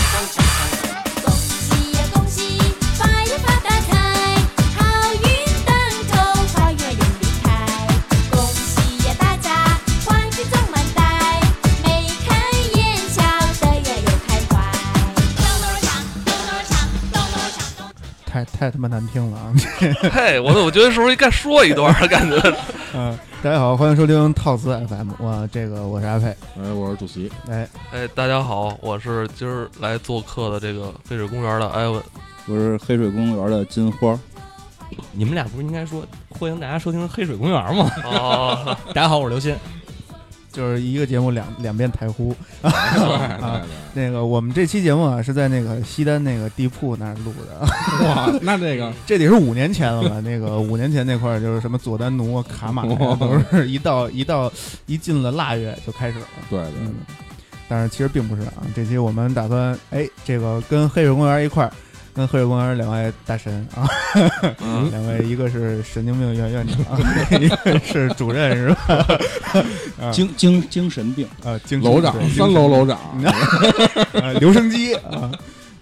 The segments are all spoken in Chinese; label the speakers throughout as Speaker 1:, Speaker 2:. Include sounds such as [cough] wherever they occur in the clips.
Speaker 1: 恭喜呀恭喜，发呀发大财，好运当头，好月圆里开。恭喜呀大家，欢聚总满载，眉开眼笑，得月又开怀。咚咚锵，咚咚锵，咚咚锵，咚。
Speaker 2: 太太他妈难听了啊！ [laughs]
Speaker 3: 嘿，我我觉得是不是该说一段儿？啊感觉
Speaker 2: 嗯，大家好，欢迎收听套词 FM，我这个我是阿佩，
Speaker 4: [laughs] 哎，我是主席，
Speaker 2: 哎，
Speaker 3: 哎，大家好，我是今儿来做客的这个黑水公园的艾文。
Speaker 4: 我是黑水公园的金花。
Speaker 5: 你们俩不是应该说欢迎大家收听《黑水公园》吗？
Speaker 3: 哦，
Speaker 5: [laughs] 大家好，我是刘鑫。
Speaker 2: 就是一个节目两两遍台
Speaker 4: [laughs]
Speaker 2: 呼。
Speaker 4: 啊，
Speaker 2: 那个我们这期节目啊是在那个西单那个地铺那儿录的，
Speaker 4: 哇，那这个
Speaker 2: [laughs] 这得是五年前
Speaker 4: [laughs]
Speaker 2: 了吧？那个五年前那块儿就是什么佐丹奴啊、卡玛呀、都是一到一到一进了腊月就开始了。
Speaker 4: 对
Speaker 2: 嗯，但是其实并不是啊。这期我们打算哎，这个跟黑水公园一块儿，跟黑水公园两位大神啊，
Speaker 3: 嗯
Speaker 2: 两位一个是神经病院院长，啊，一个是主任是吧？
Speaker 4: 对，精精精神病
Speaker 2: 啊，精神
Speaker 4: 楼长
Speaker 2: 对，精神
Speaker 4: 三楼楼长，
Speaker 2: 啊，留声机啊，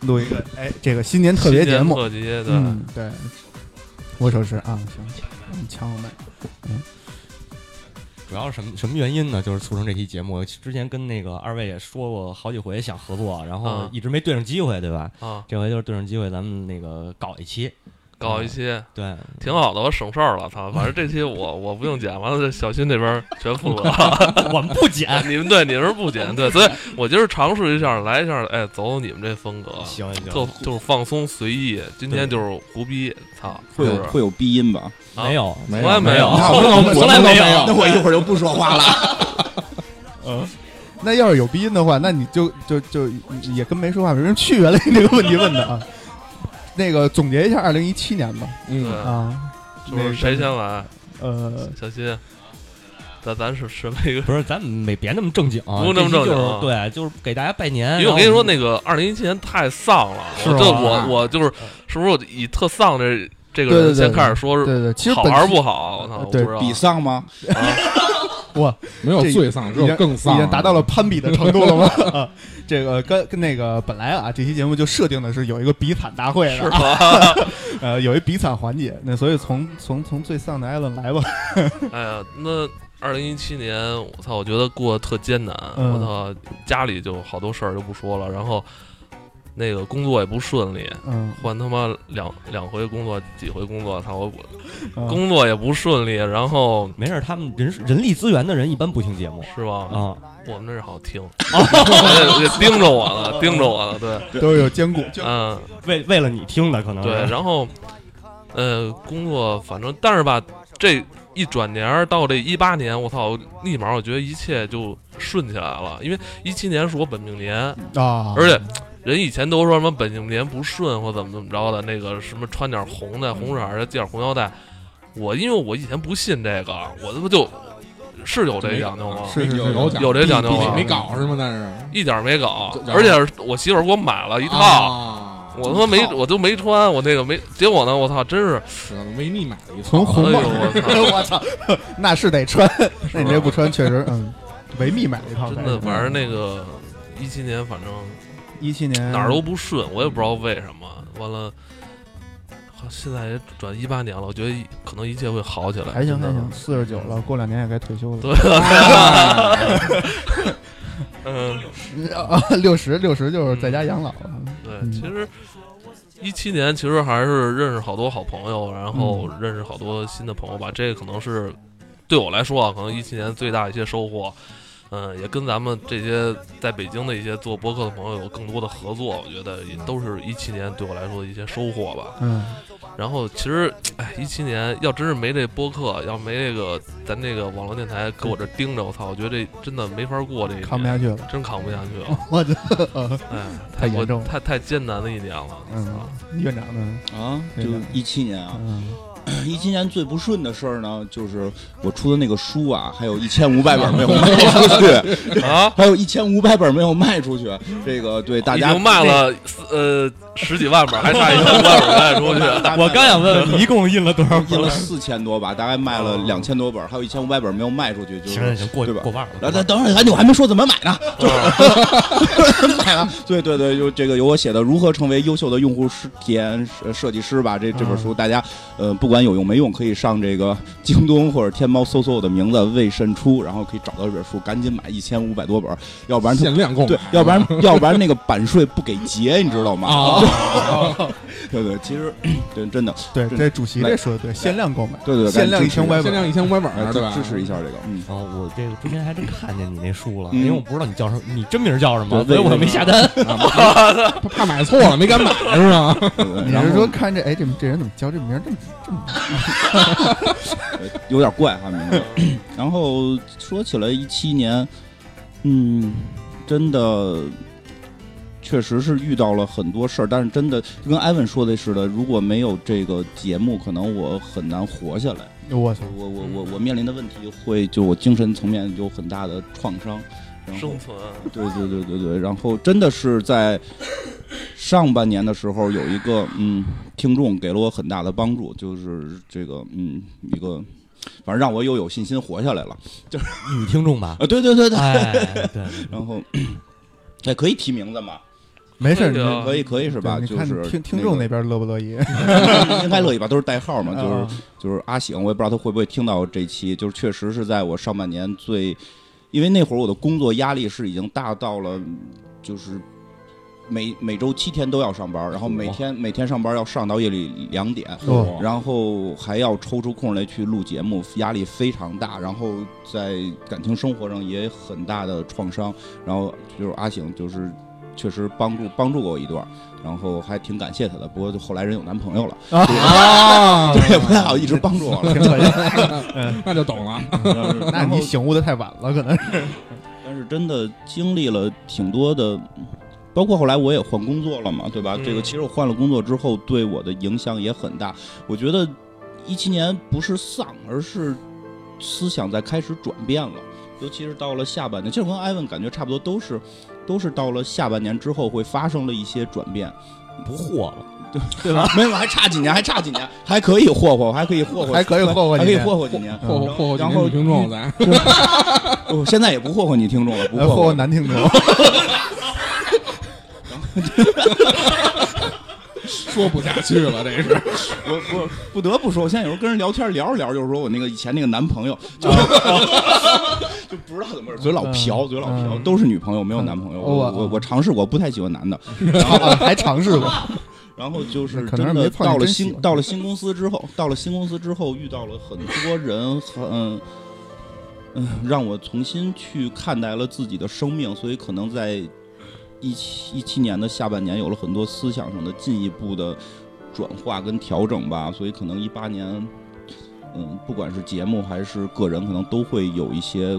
Speaker 2: 录一个哎，这个新年特别节目，
Speaker 3: 特别对，
Speaker 2: 嗯，对，我手持啊，行，你抢我麦，
Speaker 5: 主要什么什么原因呢？就是促成这期节目。之前跟那个二位也说过好几回想合作，然后
Speaker 3: 啊
Speaker 5: 一直没对上机会，对吧？
Speaker 3: 啊，
Speaker 5: 这回就是对上机会，咱们那个搞一期。
Speaker 3: 搞一些
Speaker 5: 对， [laughs]
Speaker 3: 挺好的，我省事儿了。
Speaker 5: 嗯
Speaker 3: 操，反正这期我我不用剪，完了这小新那边儿全负
Speaker 5: [laughs]
Speaker 3: 责。
Speaker 5: 哎我们不剪。
Speaker 3: [laughs] 你们对你们是不剪对，所以我今儿尝试一下，来一下，哎，走你们这风格，
Speaker 5: 行行
Speaker 3: 就就是放松随意。今天就是胡逼，操，
Speaker 4: 会
Speaker 3: 是 [laughs]
Speaker 4: 有
Speaker 3: 不是
Speaker 4: 会有鼻音吧？
Speaker 3: 啊
Speaker 5: 没有，
Speaker 4: 没有
Speaker 3: 从来没有
Speaker 5: 有，
Speaker 4: 那
Speaker 5: 从来
Speaker 4: 我
Speaker 5: 从来没有。
Speaker 4: 那我一会儿就不说话了。
Speaker 2: 那要是有鼻音的话，那你就就就也跟没说话没人去原来这个问题问的啊。 [laughs] 那个总结一下二零一七年吧，
Speaker 4: 嗯，
Speaker 2: 啊，
Speaker 3: 是不是谁先来？
Speaker 2: 呃，
Speaker 3: 小新，咱咱是什么一个？
Speaker 5: 不是，咱们没别那么正经，
Speaker 3: 不那么正经
Speaker 5: 这期就
Speaker 3: 啊
Speaker 5: 是对，就是给大家拜年。
Speaker 3: 因为我跟你说，那个二零一七年太丧了，
Speaker 2: 哎是
Speaker 3: 我就
Speaker 2: 吧嗯
Speaker 3: 我我就是是不是我以特丧这这个
Speaker 2: 对
Speaker 3: 人
Speaker 2: 对对
Speaker 3: 先开始说
Speaker 2: 对对，其实
Speaker 3: 好
Speaker 2: 本
Speaker 3: 还是
Speaker 2: 期呃
Speaker 3: 不好？我操，我不
Speaker 2: 对
Speaker 3: 知道 [laughs]
Speaker 4: 比丧吗？
Speaker 2: 哇，
Speaker 6: 没有
Speaker 2: 这
Speaker 6: 最丧，只
Speaker 2: 已经
Speaker 6: 有更丧，
Speaker 2: 已经达到了攀比的程度了吗？ [laughs] 啊这个跟跟那个本来啊，这期节目就设定的是有一个比惨大会的，
Speaker 3: 是吧？ [laughs]
Speaker 2: 呃，有一比惨环节。那所以从从从最丧的艾伦来吧，
Speaker 3: 哎呀，那二零一七年，我操，我觉得过得特艰难。
Speaker 2: 嗯
Speaker 3: 我操，家里就好多事儿就不说了，然后那个工作也不顺利，
Speaker 2: 嗯，
Speaker 3: 换他妈两两回工作，几回工作，操，我我
Speaker 2: 嗯
Speaker 3: 工作也不顺利，然后
Speaker 5: 没事儿，他们人人力资源的人一般不听节目
Speaker 3: 是吧？
Speaker 5: 啊。
Speaker 3: 我们那是好听， [laughs] 我得盯着我了，盯着我了，对，
Speaker 2: 都是有兼顾，
Speaker 3: 嗯。
Speaker 5: 为为了你嗯听的，可能是
Speaker 3: 对，然后，呃，工作反正，但是吧，这一转年儿到这一八年，我操，立马我觉得一切就顺起来了，因为一七年是我本命年，
Speaker 2: 啊，
Speaker 3: 而且人以前都说什么本命年不顺或怎么怎么着的，那个什么穿点红的红色儿的系点红腰带，我因为我以前不信这个，我他妈就是有这讲究吗？
Speaker 2: 是是是
Speaker 6: 有有奖
Speaker 3: 有这讲究
Speaker 6: 毕竟
Speaker 3: 吗
Speaker 6: 没搞是吗？但是
Speaker 3: 一点儿没搞
Speaker 6: 这，
Speaker 3: 而且是我媳妇儿给我买了一套。
Speaker 6: 啊
Speaker 3: 我他妈没，我都没穿，我那个没，结果呢，我操，真是，
Speaker 6: 维密买了一套，
Speaker 2: 从红帽，
Speaker 3: 哎呦我操
Speaker 2: [laughs] 我操，那是
Speaker 3: [laughs]
Speaker 2: 得穿，那你这不穿确实，嗯，维密买了一套，
Speaker 3: 真的，
Speaker 2: 啊
Speaker 3: 反正那个一七年，反正
Speaker 2: 一七年
Speaker 3: 哪儿都不顺，我也不知道为什么。完了，好现在也转一八年了，我觉得可能一切会好起来。
Speaker 2: 还行
Speaker 3: 真
Speaker 2: 还
Speaker 3: 的
Speaker 2: 行，，四十九了，过两年也该退休了，
Speaker 3: 嗯，
Speaker 2: 啊，六十六十就是在家养老了，
Speaker 3: 对，其实一七年其实还是认识好多好朋友，然后
Speaker 2: 嗯
Speaker 3: 认识好多新的朋友吧。这个可能是对我来说啊，可能一七年最大的一些收获。嗯，也跟咱们这些在北京的一些做播客的朋友有更多的合作，我觉得也都是一七年对我来说的一些收获吧。
Speaker 2: 嗯，
Speaker 3: 然后其实，哎，一七年要真是没这播客，要没这个咱这个网络电台搁我这盯着，我操，我觉得这真的没法过这一年，
Speaker 2: 扛不下去了，
Speaker 3: 真扛不下去了，
Speaker 2: 我的，
Speaker 3: 哎，
Speaker 2: [laughs] 太严
Speaker 3: 我
Speaker 2: 重了
Speaker 3: 太太艰难的一年了，啊
Speaker 2: 嗯，院长呢？
Speaker 4: [laughs] 啊，就一七年啊，
Speaker 2: 嗯，
Speaker 4: 一七年最不顺的事儿呢，就是我出的那个书啊，还有一千五百本没有卖出去，
Speaker 3: 啊，
Speaker 4: [laughs] 还有一千五百本没有卖出去。这个对大
Speaker 3: 已
Speaker 4: 家
Speaker 3: 经卖了四呃十几万本，还差一千五百本卖出去。
Speaker 5: [laughs] 我刚想问问你一共印了
Speaker 3: [laughs]
Speaker 5: 多少
Speaker 4: 印
Speaker 5: 本
Speaker 4: 了？四千多吧，大概卖了两千多本，还有一千五百本没有卖出去，就是
Speaker 5: 行行行，过
Speaker 4: 对吧
Speaker 5: 过？半了。
Speaker 4: 然后等等会儿，我还没说怎么买呢，就是 [laughs] 买了。对对对，就这个有我写的《如何成为优秀的用户是体验呃设计师》吧，这这本书大家呃不管有用没用，可以上这个 [laughs] 京东或者天猫搜索我的名字魏慎初，然后可以找到这本书，赶紧买一千五百多本，要不然
Speaker 6: 限量购买，
Speaker 4: 对，要不然要不然那个版税不给结，你知道吗？
Speaker 6: 啊，
Speaker 4: 对对，其实 [clears throat] 对真的
Speaker 2: [laughs] 对，
Speaker 4: 这
Speaker 2: 这主席这说的对，限量购买，
Speaker 4: 对对对
Speaker 2: 限量一千五百
Speaker 6: 限
Speaker 2: 本，
Speaker 6: 量一千五百本
Speaker 4: 哎
Speaker 6: 儿，
Speaker 4: 支
Speaker 6: 对吧？
Speaker 4: 支持一 [laughs] 下这个，
Speaker 5: [laughs]
Speaker 4: 嗯。
Speaker 5: 哦，我这个之前还真看见你那书了，
Speaker 4: 嗯
Speaker 5: 因为我不知道你叫什么，你真名叫什么，所
Speaker 4: 对
Speaker 5: 以我
Speaker 4: 对
Speaker 5: 没下单。
Speaker 6: 怕怕买错了没敢买是吗？
Speaker 4: 对
Speaker 2: [laughs] 你
Speaker 4: 然
Speaker 2: 是
Speaker 4: 后
Speaker 2: 说看这哎这这人怎么叫这名儿这么这么
Speaker 4: 有点怪哈名字。然后说起来，一七年，嗯，真的确实是遇到了很多事儿，但是真的就跟艾文说的似的，如果没有这个节目，可能我很难活下来。
Speaker 2: 我操！
Speaker 4: 我我我我面临的问题会就我精神层面有很大的创伤。然后
Speaker 3: [laughs] 生存，
Speaker 4: 对对对对对，然后真的是在上半年的时候，有一个嗯听众给了我很大的帮助，就是这个嗯一个，反正让我又有信心活下来了
Speaker 5: 女听众吧，
Speaker 6: [laughs]
Speaker 4: 啊！对对对对，
Speaker 5: 哎，对，
Speaker 4: 然后哎可以提名字吗？
Speaker 2: 没事儿，
Speaker 3: 那个
Speaker 2: 你
Speaker 4: 可以可以是吧？
Speaker 2: 对你
Speaker 4: 就
Speaker 2: 看
Speaker 4: 是
Speaker 2: 听听众那边乐不乐意？
Speaker 4: 个应该乐意吧，都是代号嘛，就是
Speaker 2: 啊
Speaker 4: 就是阿醒，我也不知道他会不会听到这期，就是确实是在我上半年最，因为那会儿我的工作压力是已经大到了，就是每每周七天都要上班，然后每天每天上班要上到夜里两点，
Speaker 2: 哦
Speaker 4: 然后还要抽出空来去录节目，压力非常大，然后在感情生活上也很大的创伤，然后就是阿醒就是。确实帮助帮助过我一段，然后还挺感谢他的。不过就后来人有男朋友 [laughs] 了，
Speaker 6: 啊，
Speaker 4: 对， [laughs] 不太好一直帮助我了。
Speaker 2: 啊挺可以。
Speaker 6: [laughs] 那就懂了。
Speaker 4: [laughs]
Speaker 2: 那你醒悟的太晚了，可能是。
Speaker 4: 但是真的经历了挺多的，包括后来我也换工作了嘛，对吧？
Speaker 3: 嗯
Speaker 4: 这个其实我换了工作之后，对我的影响也很大。我觉得一七年不是丧，而是思想在开始转变了。尤其是到了下半年，其实我跟艾文感觉差不多，都是都是到了下半年之后会发生了一些转变，
Speaker 5: 不惑了，
Speaker 4: 对吧？没有，还差几年，还差几年，还可以霍霍，还可以霍霍，
Speaker 2: 还可以霍霍几
Speaker 4: 还可以
Speaker 2: 年
Speaker 4: 霍霍几年。嗯
Speaker 6: 霍霍霍霍几
Speaker 4: 然
Speaker 6: 年
Speaker 4: 后
Speaker 6: 女听众，咱
Speaker 4: [laughs] 我现在也不霍霍你听众了，不
Speaker 2: 呃
Speaker 4: 霍
Speaker 2: 霍
Speaker 4: 霍
Speaker 2: 霍男听众，
Speaker 6: 说不下去了，这是
Speaker 4: 我我不得不说，我现在有时候跟人聊天聊着聊着，就是说我那个以前那个男朋友，就、 [laughs] 就不知道怎么回事，嘴老瓢，嘴老瓢，
Speaker 2: 嗯
Speaker 4: 都是女朋友，没有男朋友。
Speaker 2: 嗯
Speaker 4: 我
Speaker 2: 哦
Speaker 4: 我我尝试过，不太喜欢男的。
Speaker 2: 啊还尝试过。
Speaker 4: 然后就是
Speaker 2: 那可能
Speaker 4: 真
Speaker 2: 是
Speaker 4: 的
Speaker 2: 没碰见
Speaker 4: 到了
Speaker 2: 真喜
Speaker 4: 新
Speaker 2: 欢
Speaker 4: 到了新公司之后，到了新公司之后遇到了很多人，很嗯、让我重新去看待了自己的生命，所以可能在一七一七年的下半年有了很多思想上的进一步的转化跟调整吧，所以可能一八年，嗯，不管是节目还是个人，可能都会有一些。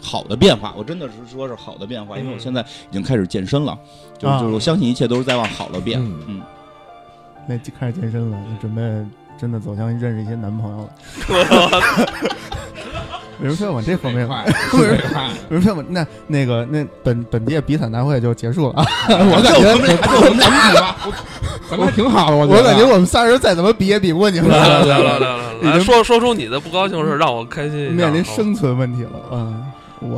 Speaker 4: 好的变化，我真的是说是好的变化，因为我
Speaker 3: 嗯
Speaker 4: 现在已经开始健身了，就
Speaker 2: 啊
Speaker 4: 就是我相信一切都是在往好了变。
Speaker 6: 嗯
Speaker 4: 嗯，
Speaker 2: 那就开始健身了，准备真的走向认识一些男朋友了。为什么非要往这方面？
Speaker 6: 快，
Speaker 2: 不是
Speaker 6: 快，
Speaker 2: 为什么非要往那那个那本本届比惨大会就结束了啊？
Speaker 4: 我感觉还就我们俩吧，
Speaker 6: 咱们还挺好的，我
Speaker 2: 我感觉
Speaker 6: 我
Speaker 2: 我们仨人再怎么比也比不过你们，
Speaker 3: 来来来来来来
Speaker 2: 已经
Speaker 3: 来，说说出你的不高兴事，让我开心一下。
Speaker 2: 面临
Speaker 3: 好
Speaker 2: 生存问题了啊！我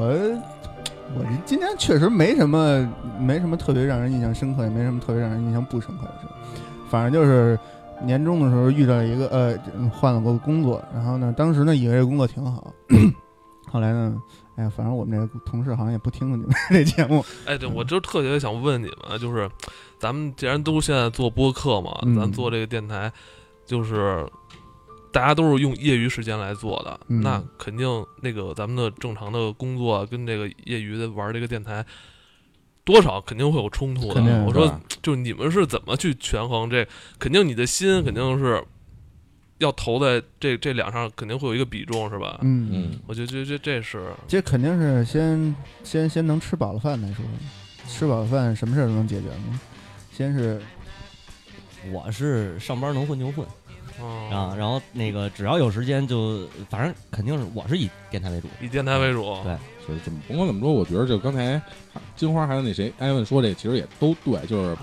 Speaker 2: 我这今天确实没什么没什么特别让人印象深刻，也没什么特别让人印象不深刻的事儿，
Speaker 6: 嗯
Speaker 2: 反正就是年终的时候遇到了一个呃换了个工作，然后呢，当时呢以为这工作挺好， [clears throat] 后来呢，哎呀，反正我们这个同事好像也不听你们这节
Speaker 6: [laughs]
Speaker 2: 目，
Speaker 3: 哎，对，我就特别想问你们，啊就是咱们既然都现在做播客嘛，
Speaker 2: 嗯
Speaker 3: 咱做这个电台，就是大家都是用业余时间来做的，
Speaker 2: 嗯
Speaker 3: 那肯定那个咱们的正常的工作啊跟这个业余的玩这个电台，多少肯定会有冲突的
Speaker 2: 肯定。有
Speaker 3: 我说
Speaker 6: 是吧，
Speaker 3: 就你们是怎么去权衡这？肯定你的心肯定是要投在这这两上，肯定会有一个比重，是吧？
Speaker 2: 嗯，
Speaker 6: 嗯，
Speaker 3: 我觉得这这这是
Speaker 2: 这肯定是先先先能吃饱了饭再说，吃饱了饭什么事儿都能解决嘛，先是
Speaker 5: 嗯我是上班能混就混
Speaker 6: 哦
Speaker 3: 嗯，
Speaker 5: 啊，然后那个只要有时间就，反正肯定是我是以电台为主，
Speaker 3: 以电台为主。
Speaker 5: 对
Speaker 6: 就是怎么甭管怎么说，我觉得就刚才金花还有那谁艾文说这，其实也都对，就是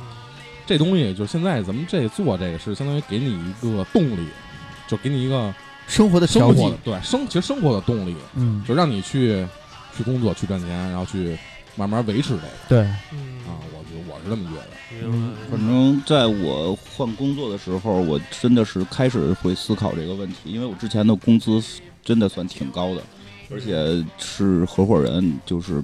Speaker 6: 这东西就是现在咱们这做这个是相当于给你一个动力，就给你一个
Speaker 2: 生活的
Speaker 6: 生
Speaker 2: 调剂
Speaker 6: 活的，对生其实生活的动力，
Speaker 2: 嗯，
Speaker 6: 就让你去去工作去赚钱，然后去慢慢维持这个
Speaker 2: 对，
Speaker 3: 嗯
Speaker 6: 啊，我就我是这么觉得。
Speaker 3: 明白
Speaker 4: 反正在我换工作的时候，我真的是开始会思考这个问题，因为我之前的工资真的算挺高的，而且是合伙人，就是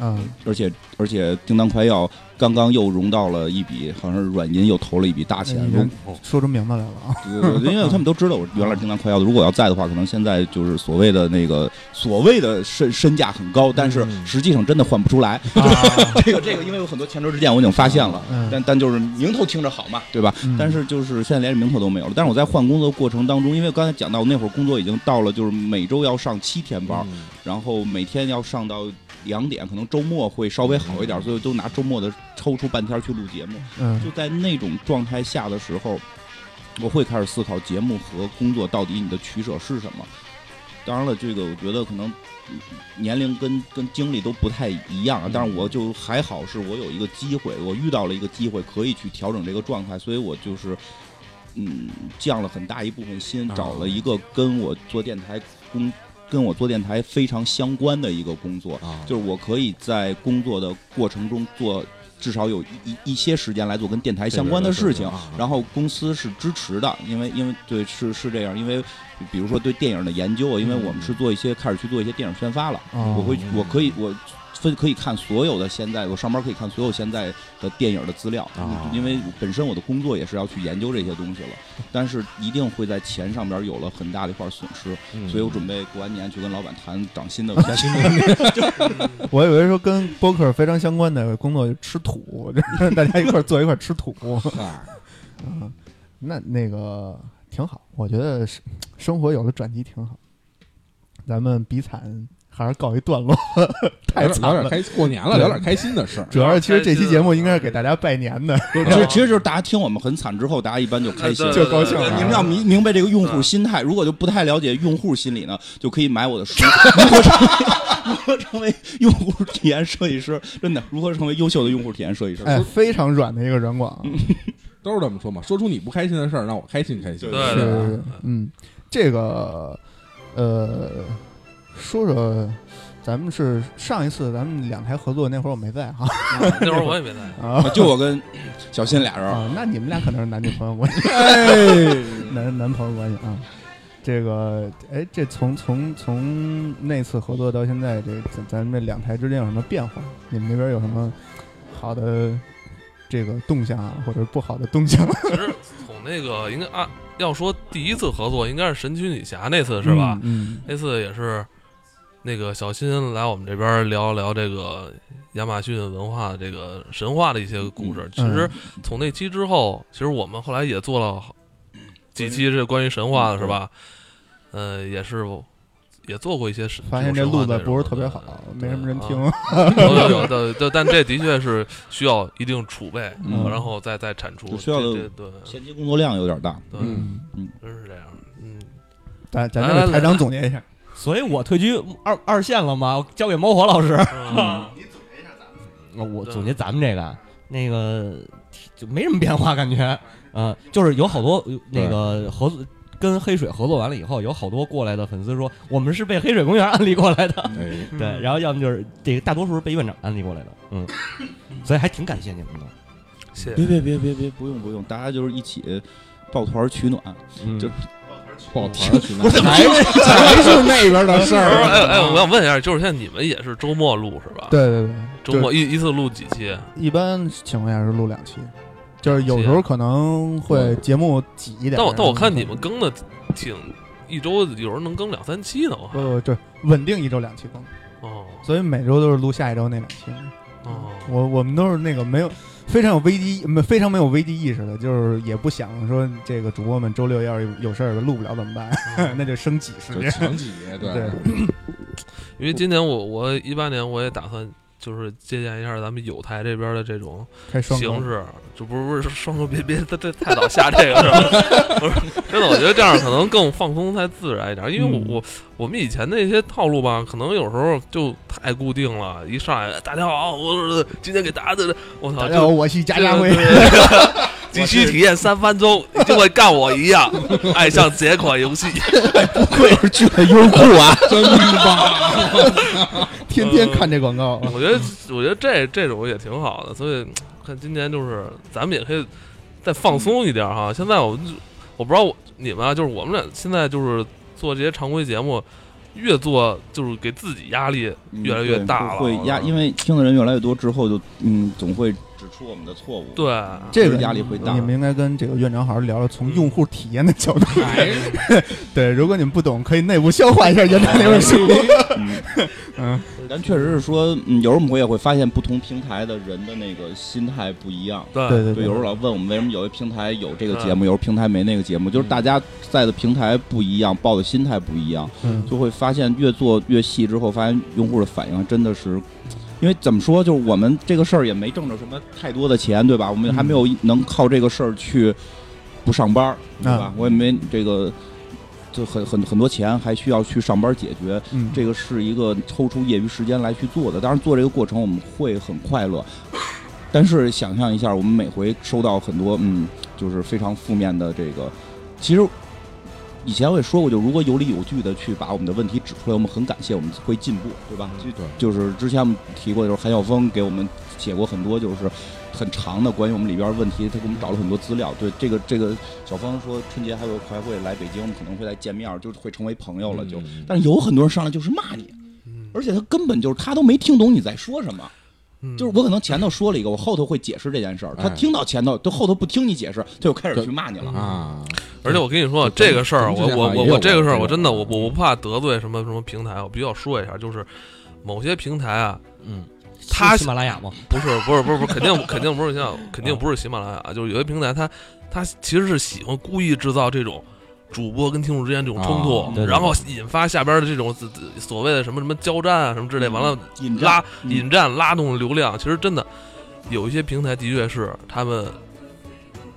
Speaker 2: 嗯，
Speaker 4: 而且而且叮当快药刚刚又融到了一笔，好像是软银又投了一笔大钱，哦
Speaker 2: 你
Speaker 4: 融
Speaker 2: 看嗯说出名字来了啊，
Speaker 4: 对对对，因为他们都知道我原来叮当快药的，如果要在的话，可能现在就是所谓的那个所谓的身身价很高，但是
Speaker 6: 嗯
Speaker 4: 实际上真的换不出来。 [laughs]
Speaker 2: [laughs]
Speaker 4: 这个这个，因为有很多前车之鉴，我已经发现了。
Speaker 2: 嗯，
Speaker 4: 但但就是名头听着好嘛，对吧？
Speaker 2: 嗯
Speaker 4: 但是就是现在连名头都没有了。但是我在换工作过程当中，因为刚才讲到我那会儿工作已经到了，就是每周要上七天班，
Speaker 6: 嗯
Speaker 4: 然后每天要上到两点，可能周末会稍微好一点，所以我都拿周末的抽出半天去录节目。
Speaker 2: 嗯
Speaker 4: 就在那种状态下的时候，我会开始思考节目和工作到底你的取舍是什么。当然了，这个我觉得可能嗯年龄跟跟经历都不太一样啊，但是我就还好，是我有一个机会，我遇到了一个机会可以去调整这个状态，所以我就是嗯降了很大一部分心，
Speaker 5: 啊
Speaker 4: 找了一个跟我做电台工跟我做电台非常相关的一个工作，
Speaker 5: 啊，
Speaker 4: 就是我可以在工作的过程中做至少有一一一些时间来做跟电台相关的事情。
Speaker 5: 啊
Speaker 4: 然后公司是支持的，因为因为对是是这样，因为比如说对电影的研究，因为我们是做一些开始去做一些电影宣发了，
Speaker 2: 哦
Speaker 4: 我会我可以我分可以看所有的现在我上班可以看所有现在的电影的资料，
Speaker 5: 哦
Speaker 4: 因为本身我的工作也是要去研究这些东西了，但是一定会在钱上边有了很大的一块损失，
Speaker 5: 嗯
Speaker 4: 所以我准备过完年去跟老板谈涨薪的加薪的问题。
Speaker 2: 我以为说跟播客非常相关的工作就吃土， [laughs] 就是大家一块儿坐一块儿吃土，
Speaker 6: 嗨，
Speaker 2: 嗯，那那个挺好，我觉得生生活有了转机挺好。咱们比惨还是告一段落，太
Speaker 6: 聊点
Speaker 2: 惨
Speaker 6: 聊点
Speaker 2: 了。
Speaker 6: 开过年了，聊点开心的事儿。
Speaker 2: 主要是其实这期节目应该是给大家拜年的，
Speaker 4: 不是，呃其实其实就是大家听我们很惨之后，大家一般就开心。
Speaker 3: 嗯对嗯
Speaker 2: 就高兴啊
Speaker 3: 对对对
Speaker 2: 了
Speaker 4: 你们要明明白这个用户心态，如果就不太了解用户心理呢， [laughs] 就可以买我的书，如何成为如何成为用户体验设计师，真的如何成为优秀的用户体验设计师。
Speaker 2: 哎，非常软的一个软广
Speaker 4: 嗯
Speaker 2: 啊，
Speaker 6: 都是这么说嘛，说出你不开心的事儿，让我开心开心。
Speaker 4: 对
Speaker 2: 是
Speaker 3: 对
Speaker 2: 是是，嗯，这个呃，说说咱们是上一次咱们两台合作那会儿我没在哈
Speaker 3: 那会儿我也没在，
Speaker 2: 啊
Speaker 4: 呃就我跟小新俩人，
Speaker 2: 啊，那你们俩可能是男女朋友关系， [laughs] 男男朋友关系啊。这个哎，这从从从那次合作到现在，这咱咱们这两台之间有什么变化？你们那边有什么好的这个动向啊，或者不好的动向？
Speaker 3: 其实从那个应该按、要说第一次合作，应该是神奇女侠那次是吧？
Speaker 2: 嗯？
Speaker 3: 那次也是那个小新来我们这边聊一聊这个亚马逊文化这个神话的一些故事。其实
Speaker 2: 嗯
Speaker 3: 从那期之后，其实我们后来也做了好几期是关于神话的，是吧？呃，也是也做过一些神，
Speaker 2: 嗯，发现这
Speaker 3: 种神
Speaker 2: 路
Speaker 3: 话
Speaker 2: 子
Speaker 3: 内
Speaker 2: 不是
Speaker 3: 容
Speaker 2: 特别
Speaker 3: 的
Speaker 2: 好，没什么人。
Speaker 3: 对
Speaker 2: 听
Speaker 3: 啊。有有有的，但但这的确是需要一定储备，
Speaker 4: 嗯
Speaker 3: 然后再再产出。
Speaker 4: 需要
Speaker 3: 这这对
Speaker 4: 前期工作量有点大，
Speaker 3: 对，
Speaker 6: 嗯，
Speaker 3: 真是这样。嗯，
Speaker 2: 咱咱
Speaker 3: 来
Speaker 2: 这
Speaker 3: 来
Speaker 2: 个
Speaker 3: 来
Speaker 2: 台长总结一下，
Speaker 5: 所以我退居二二线了吗？交给猫火老师。呃我
Speaker 3: 对
Speaker 5: 总结咱们这个啊那个就没什么变化，感觉，嗯、就是有好多有那个合作。跟黑水合作完了以后，有好多过来的粉丝说，我们是被黑水公园安利过来的，
Speaker 6: 哎，
Speaker 3: 嗯
Speaker 5: 对，然后要么就是这个大多数是被院长安利过来的，嗯，所以还挺感谢你们的，
Speaker 3: 谢
Speaker 4: 别
Speaker 3: 谢。
Speaker 4: 别别别别，不用不用，大家就是一起抱团取暖。
Speaker 5: 嗯，
Speaker 4: 就
Speaker 6: 抱团儿去那，
Speaker 4: 我怎么
Speaker 6: 还还是那边的事
Speaker 3: 哎 [laughs] 哎哎，我
Speaker 6: 儿？
Speaker 3: 想问一下，就是现在你们也是周末录是吧？，
Speaker 2: 啊对对对，
Speaker 3: 周末一一次录几期？
Speaker 2: 一般情况下是录两期，就是有时候可能会节目挤一点。
Speaker 3: 啊嗯但我但我看你
Speaker 2: 然后
Speaker 3: 们更的挺一周，有时候能更两三期呢。我看
Speaker 2: 呃，对，稳定一周两期更，
Speaker 3: 哦
Speaker 2: 所以每周都是录下一周那两期。
Speaker 3: 哦，
Speaker 2: 我我们都是那个没有非常有危机，没非常没有危机意识的，就是也不想说这个主播们周六要是有事儿录不了怎么
Speaker 3: 哦
Speaker 2: 办， [laughs] 那就升几十
Speaker 6: 就
Speaker 2: 年。
Speaker 6: 强姐，
Speaker 2: 对，
Speaker 3: 因为今年我我一八年我也打算就是借鉴一下咱们有台这边的这种
Speaker 2: 开双
Speaker 3: 形
Speaker 2: 更，
Speaker 3: 式，就不是不是双手别别这这太早下这个是吧？不是，真的，我觉得这样可能更放松、才自然一点。因为
Speaker 2: 嗯
Speaker 3: 我我我们以前那些套路吧，可能有时候就太固定了，一上来大家好，我是今天给大家的，我操，
Speaker 2: 大家好，
Speaker 3: 就
Speaker 2: 哎我是家家辉， [laughs]
Speaker 3: 急需体验三分钟，你就会干我一样，爱上这款游戏。
Speaker 4: 愧是去了优酷啊，
Speaker 6: [laughs] 真棒！
Speaker 2: [laughs] 天天看这广告，
Speaker 3: 啊我觉得，我觉得这这种也挺好的，所以看今年就是咱们也可以再放松一点哈。现在我们就我不知道我你们啊，就是我们俩现在就是做这些常规节目，越做就是给自己压力越来越大了，
Speaker 4: 嗯会压，因为听的人越来越多之后就，嗯，总会指出我们的错误，
Speaker 3: 对，
Speaker 2: 这个
Speaker 4: 压力会大
Speaker 2: 你。们应该跟这个院长好好聊聊，从用户体验的角度。 [laughs] 对，如果你们不懂，可以内部消化一下院长那本书。
Speaker 4: 嗯
Speaker 2: 嗯，
Speaker 4: 但确实是说，嗯有时候我们会也会发现不同平台的人的那个心态不一样。
Speaker 3: 对
Speaker 2: 对对
Speaker 4: [laughs] 对，有时候老问我们为什么有一平台有这个节目，有时候平台没那个节目，就是大家在的平台不一样，抱的心态不一样，
Speaker 2: 嗯，
Speaker 4: 就会发现越做越细之后，发现用户的反应还真的是。因为怎么说，就是我们这个事儿也没挣着什么太多的钱，对吧？我们还没有能靠这个事儿去不上班儿，对吧
Speaker 2: 啊？
Speaker 4: 我也没这个，就很很很多钱，还需要去上班解决。
Speaker 2: 嗯
Speaker 4: 这个是一个抽出业余时间来去做的。当然，做这个过程我们会很快乐，但是想象一下，我们每回收到很多嗯，就是非常负面的这个，其实。以前我也说过，就如果有理有据的去把我们的问题指出来，我们很感谢，我们会进步，对吧？就
Speaker 6: 对，
Speaker 4: 就是之前我们提过，就是韩晓峰给我们写过很多，就是很长的关于我们里边儿问题，他给我们找了很多资料。对这个这个，小芳说春节还有还会来北京，我们可能会再见面儿，就是会成为朋友了。
Speaker 6: 嗯
Speaker 4: 就，但是有很多人上来就是骂你，
Speaker 3: 嗯，
Speaker 4: 而且他根本就是他都没听懂你在说什么。
Speaker 3: 嗯
Speaker 4: 就是我可能前头说了一个，我后头会解释这件事儿，他
Speaker 6: 哎
Speaker 4: 听到前头，他后头不听你解释，他就开始去骂你了。
Speaker 6: 啊，
Speaker 3: 而且我跟你说，
Speaker 6: 对
Speaker 3: 这个事儿，
Speaker 6: 咱
Speaker 3: 我
Speaker 6: 们之前
Speaker 3: 我
Speaker 6: 好像
Speaker 3: 我
Speaker 6: 也有啊
Speaker 3: 我这个事儿，
Speaker 6: 过
Speaker 3: 我真的我我不怕得罪什么什么平台，我必须要说一下，就是某些平台啊，
Speaker 5: 嗯，
Speaker 3: 他
Speaker 5: 是喜马拉雅吗？
Speaker 3: 不
Speaker 4: [laughs]
Speaker 3: 是不是不是不是，肯定肯定不是像肯定不是喜马拉雅，啊就是有些平台它它其实是喜欢故意制造这种主播跟听众之间这种冲突，
Speaker 4: 哦
Speaker 5: 对对
Speaker 3: 然后引发下边的这种自自所谓的什么什么交战啊什么之类，完了
Speaker 4: 引战
Speaker 3: 拉、
Speaker 4: 嗯
Speaker 3: 引战拉动流量。其实真的有一些平台的确是他们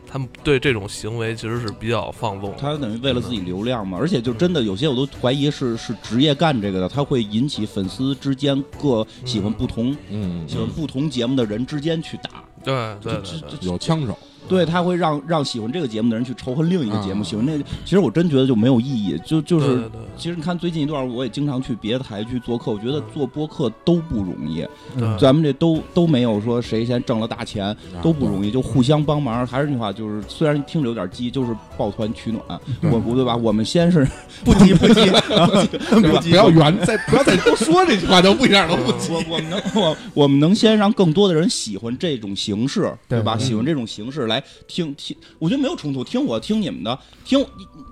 Speaker 3: 他们对这种行为其实是比较放纵的。
Speaker 4: 他等于为了自己流量嘛，而且就真的有些我都怀疑是是职业干这个的，他会引起粉丝之间各喜欢不同、
Speaker 6: 嗯，
Speaker 4: 喜欢不同节目的人之间去打，
Speaker 3: 对对
Speaker 4: 就
Speaker 3: 对对
Speaker 4: 这，这
Speaker 6: 有枪手，
Speaker 4: 对他会让让喜欢这个节目的人去仇恨另一个节目，
Speaker 6: 啊
Speaker 4: 喜欢那个，其实我真觉得就没有意义，就就
Speaker 3: 对
Speaker 4: 是
Speaker 3: 对。对
Speaker 4: 其实你看最近一段，我也经常去别的台去做客，我觉得
Speaker 3: 嗯
Speaker 4: 做播客都不容易，
Speaker 3: 嗯
Speaker 4: 咱们这都都没有说谁先挣了大钱，
Speaker 2: 啊
Speaker 4: 都不容
Speaker 6: 易。
Speaker 4: 易，就互相帮忙。还是那话，就是虽然听着有点激，就是抱团取暖。我我对吧？我们先是
Speaker 2: 嗯不急不
Speaker 4: [laughs]
Speaker 2: 急，
Speaker 6: 啊对吧
Speaker 2: 不
Speaker 6: 不
Speaker 2: 急，
Speaker 6: 要啊圆，再不要再多说这句话，就不一样了。
Speaker 4: 我我们能我我们能先让更多的人喜欢这种形式，
Speaker 2: 对
Speaker 4: 对吧？
Speaker 2: 嗯
Speaker 4: 喜欢这种形式来听听，我觉得没有冲突。听我听你们的，听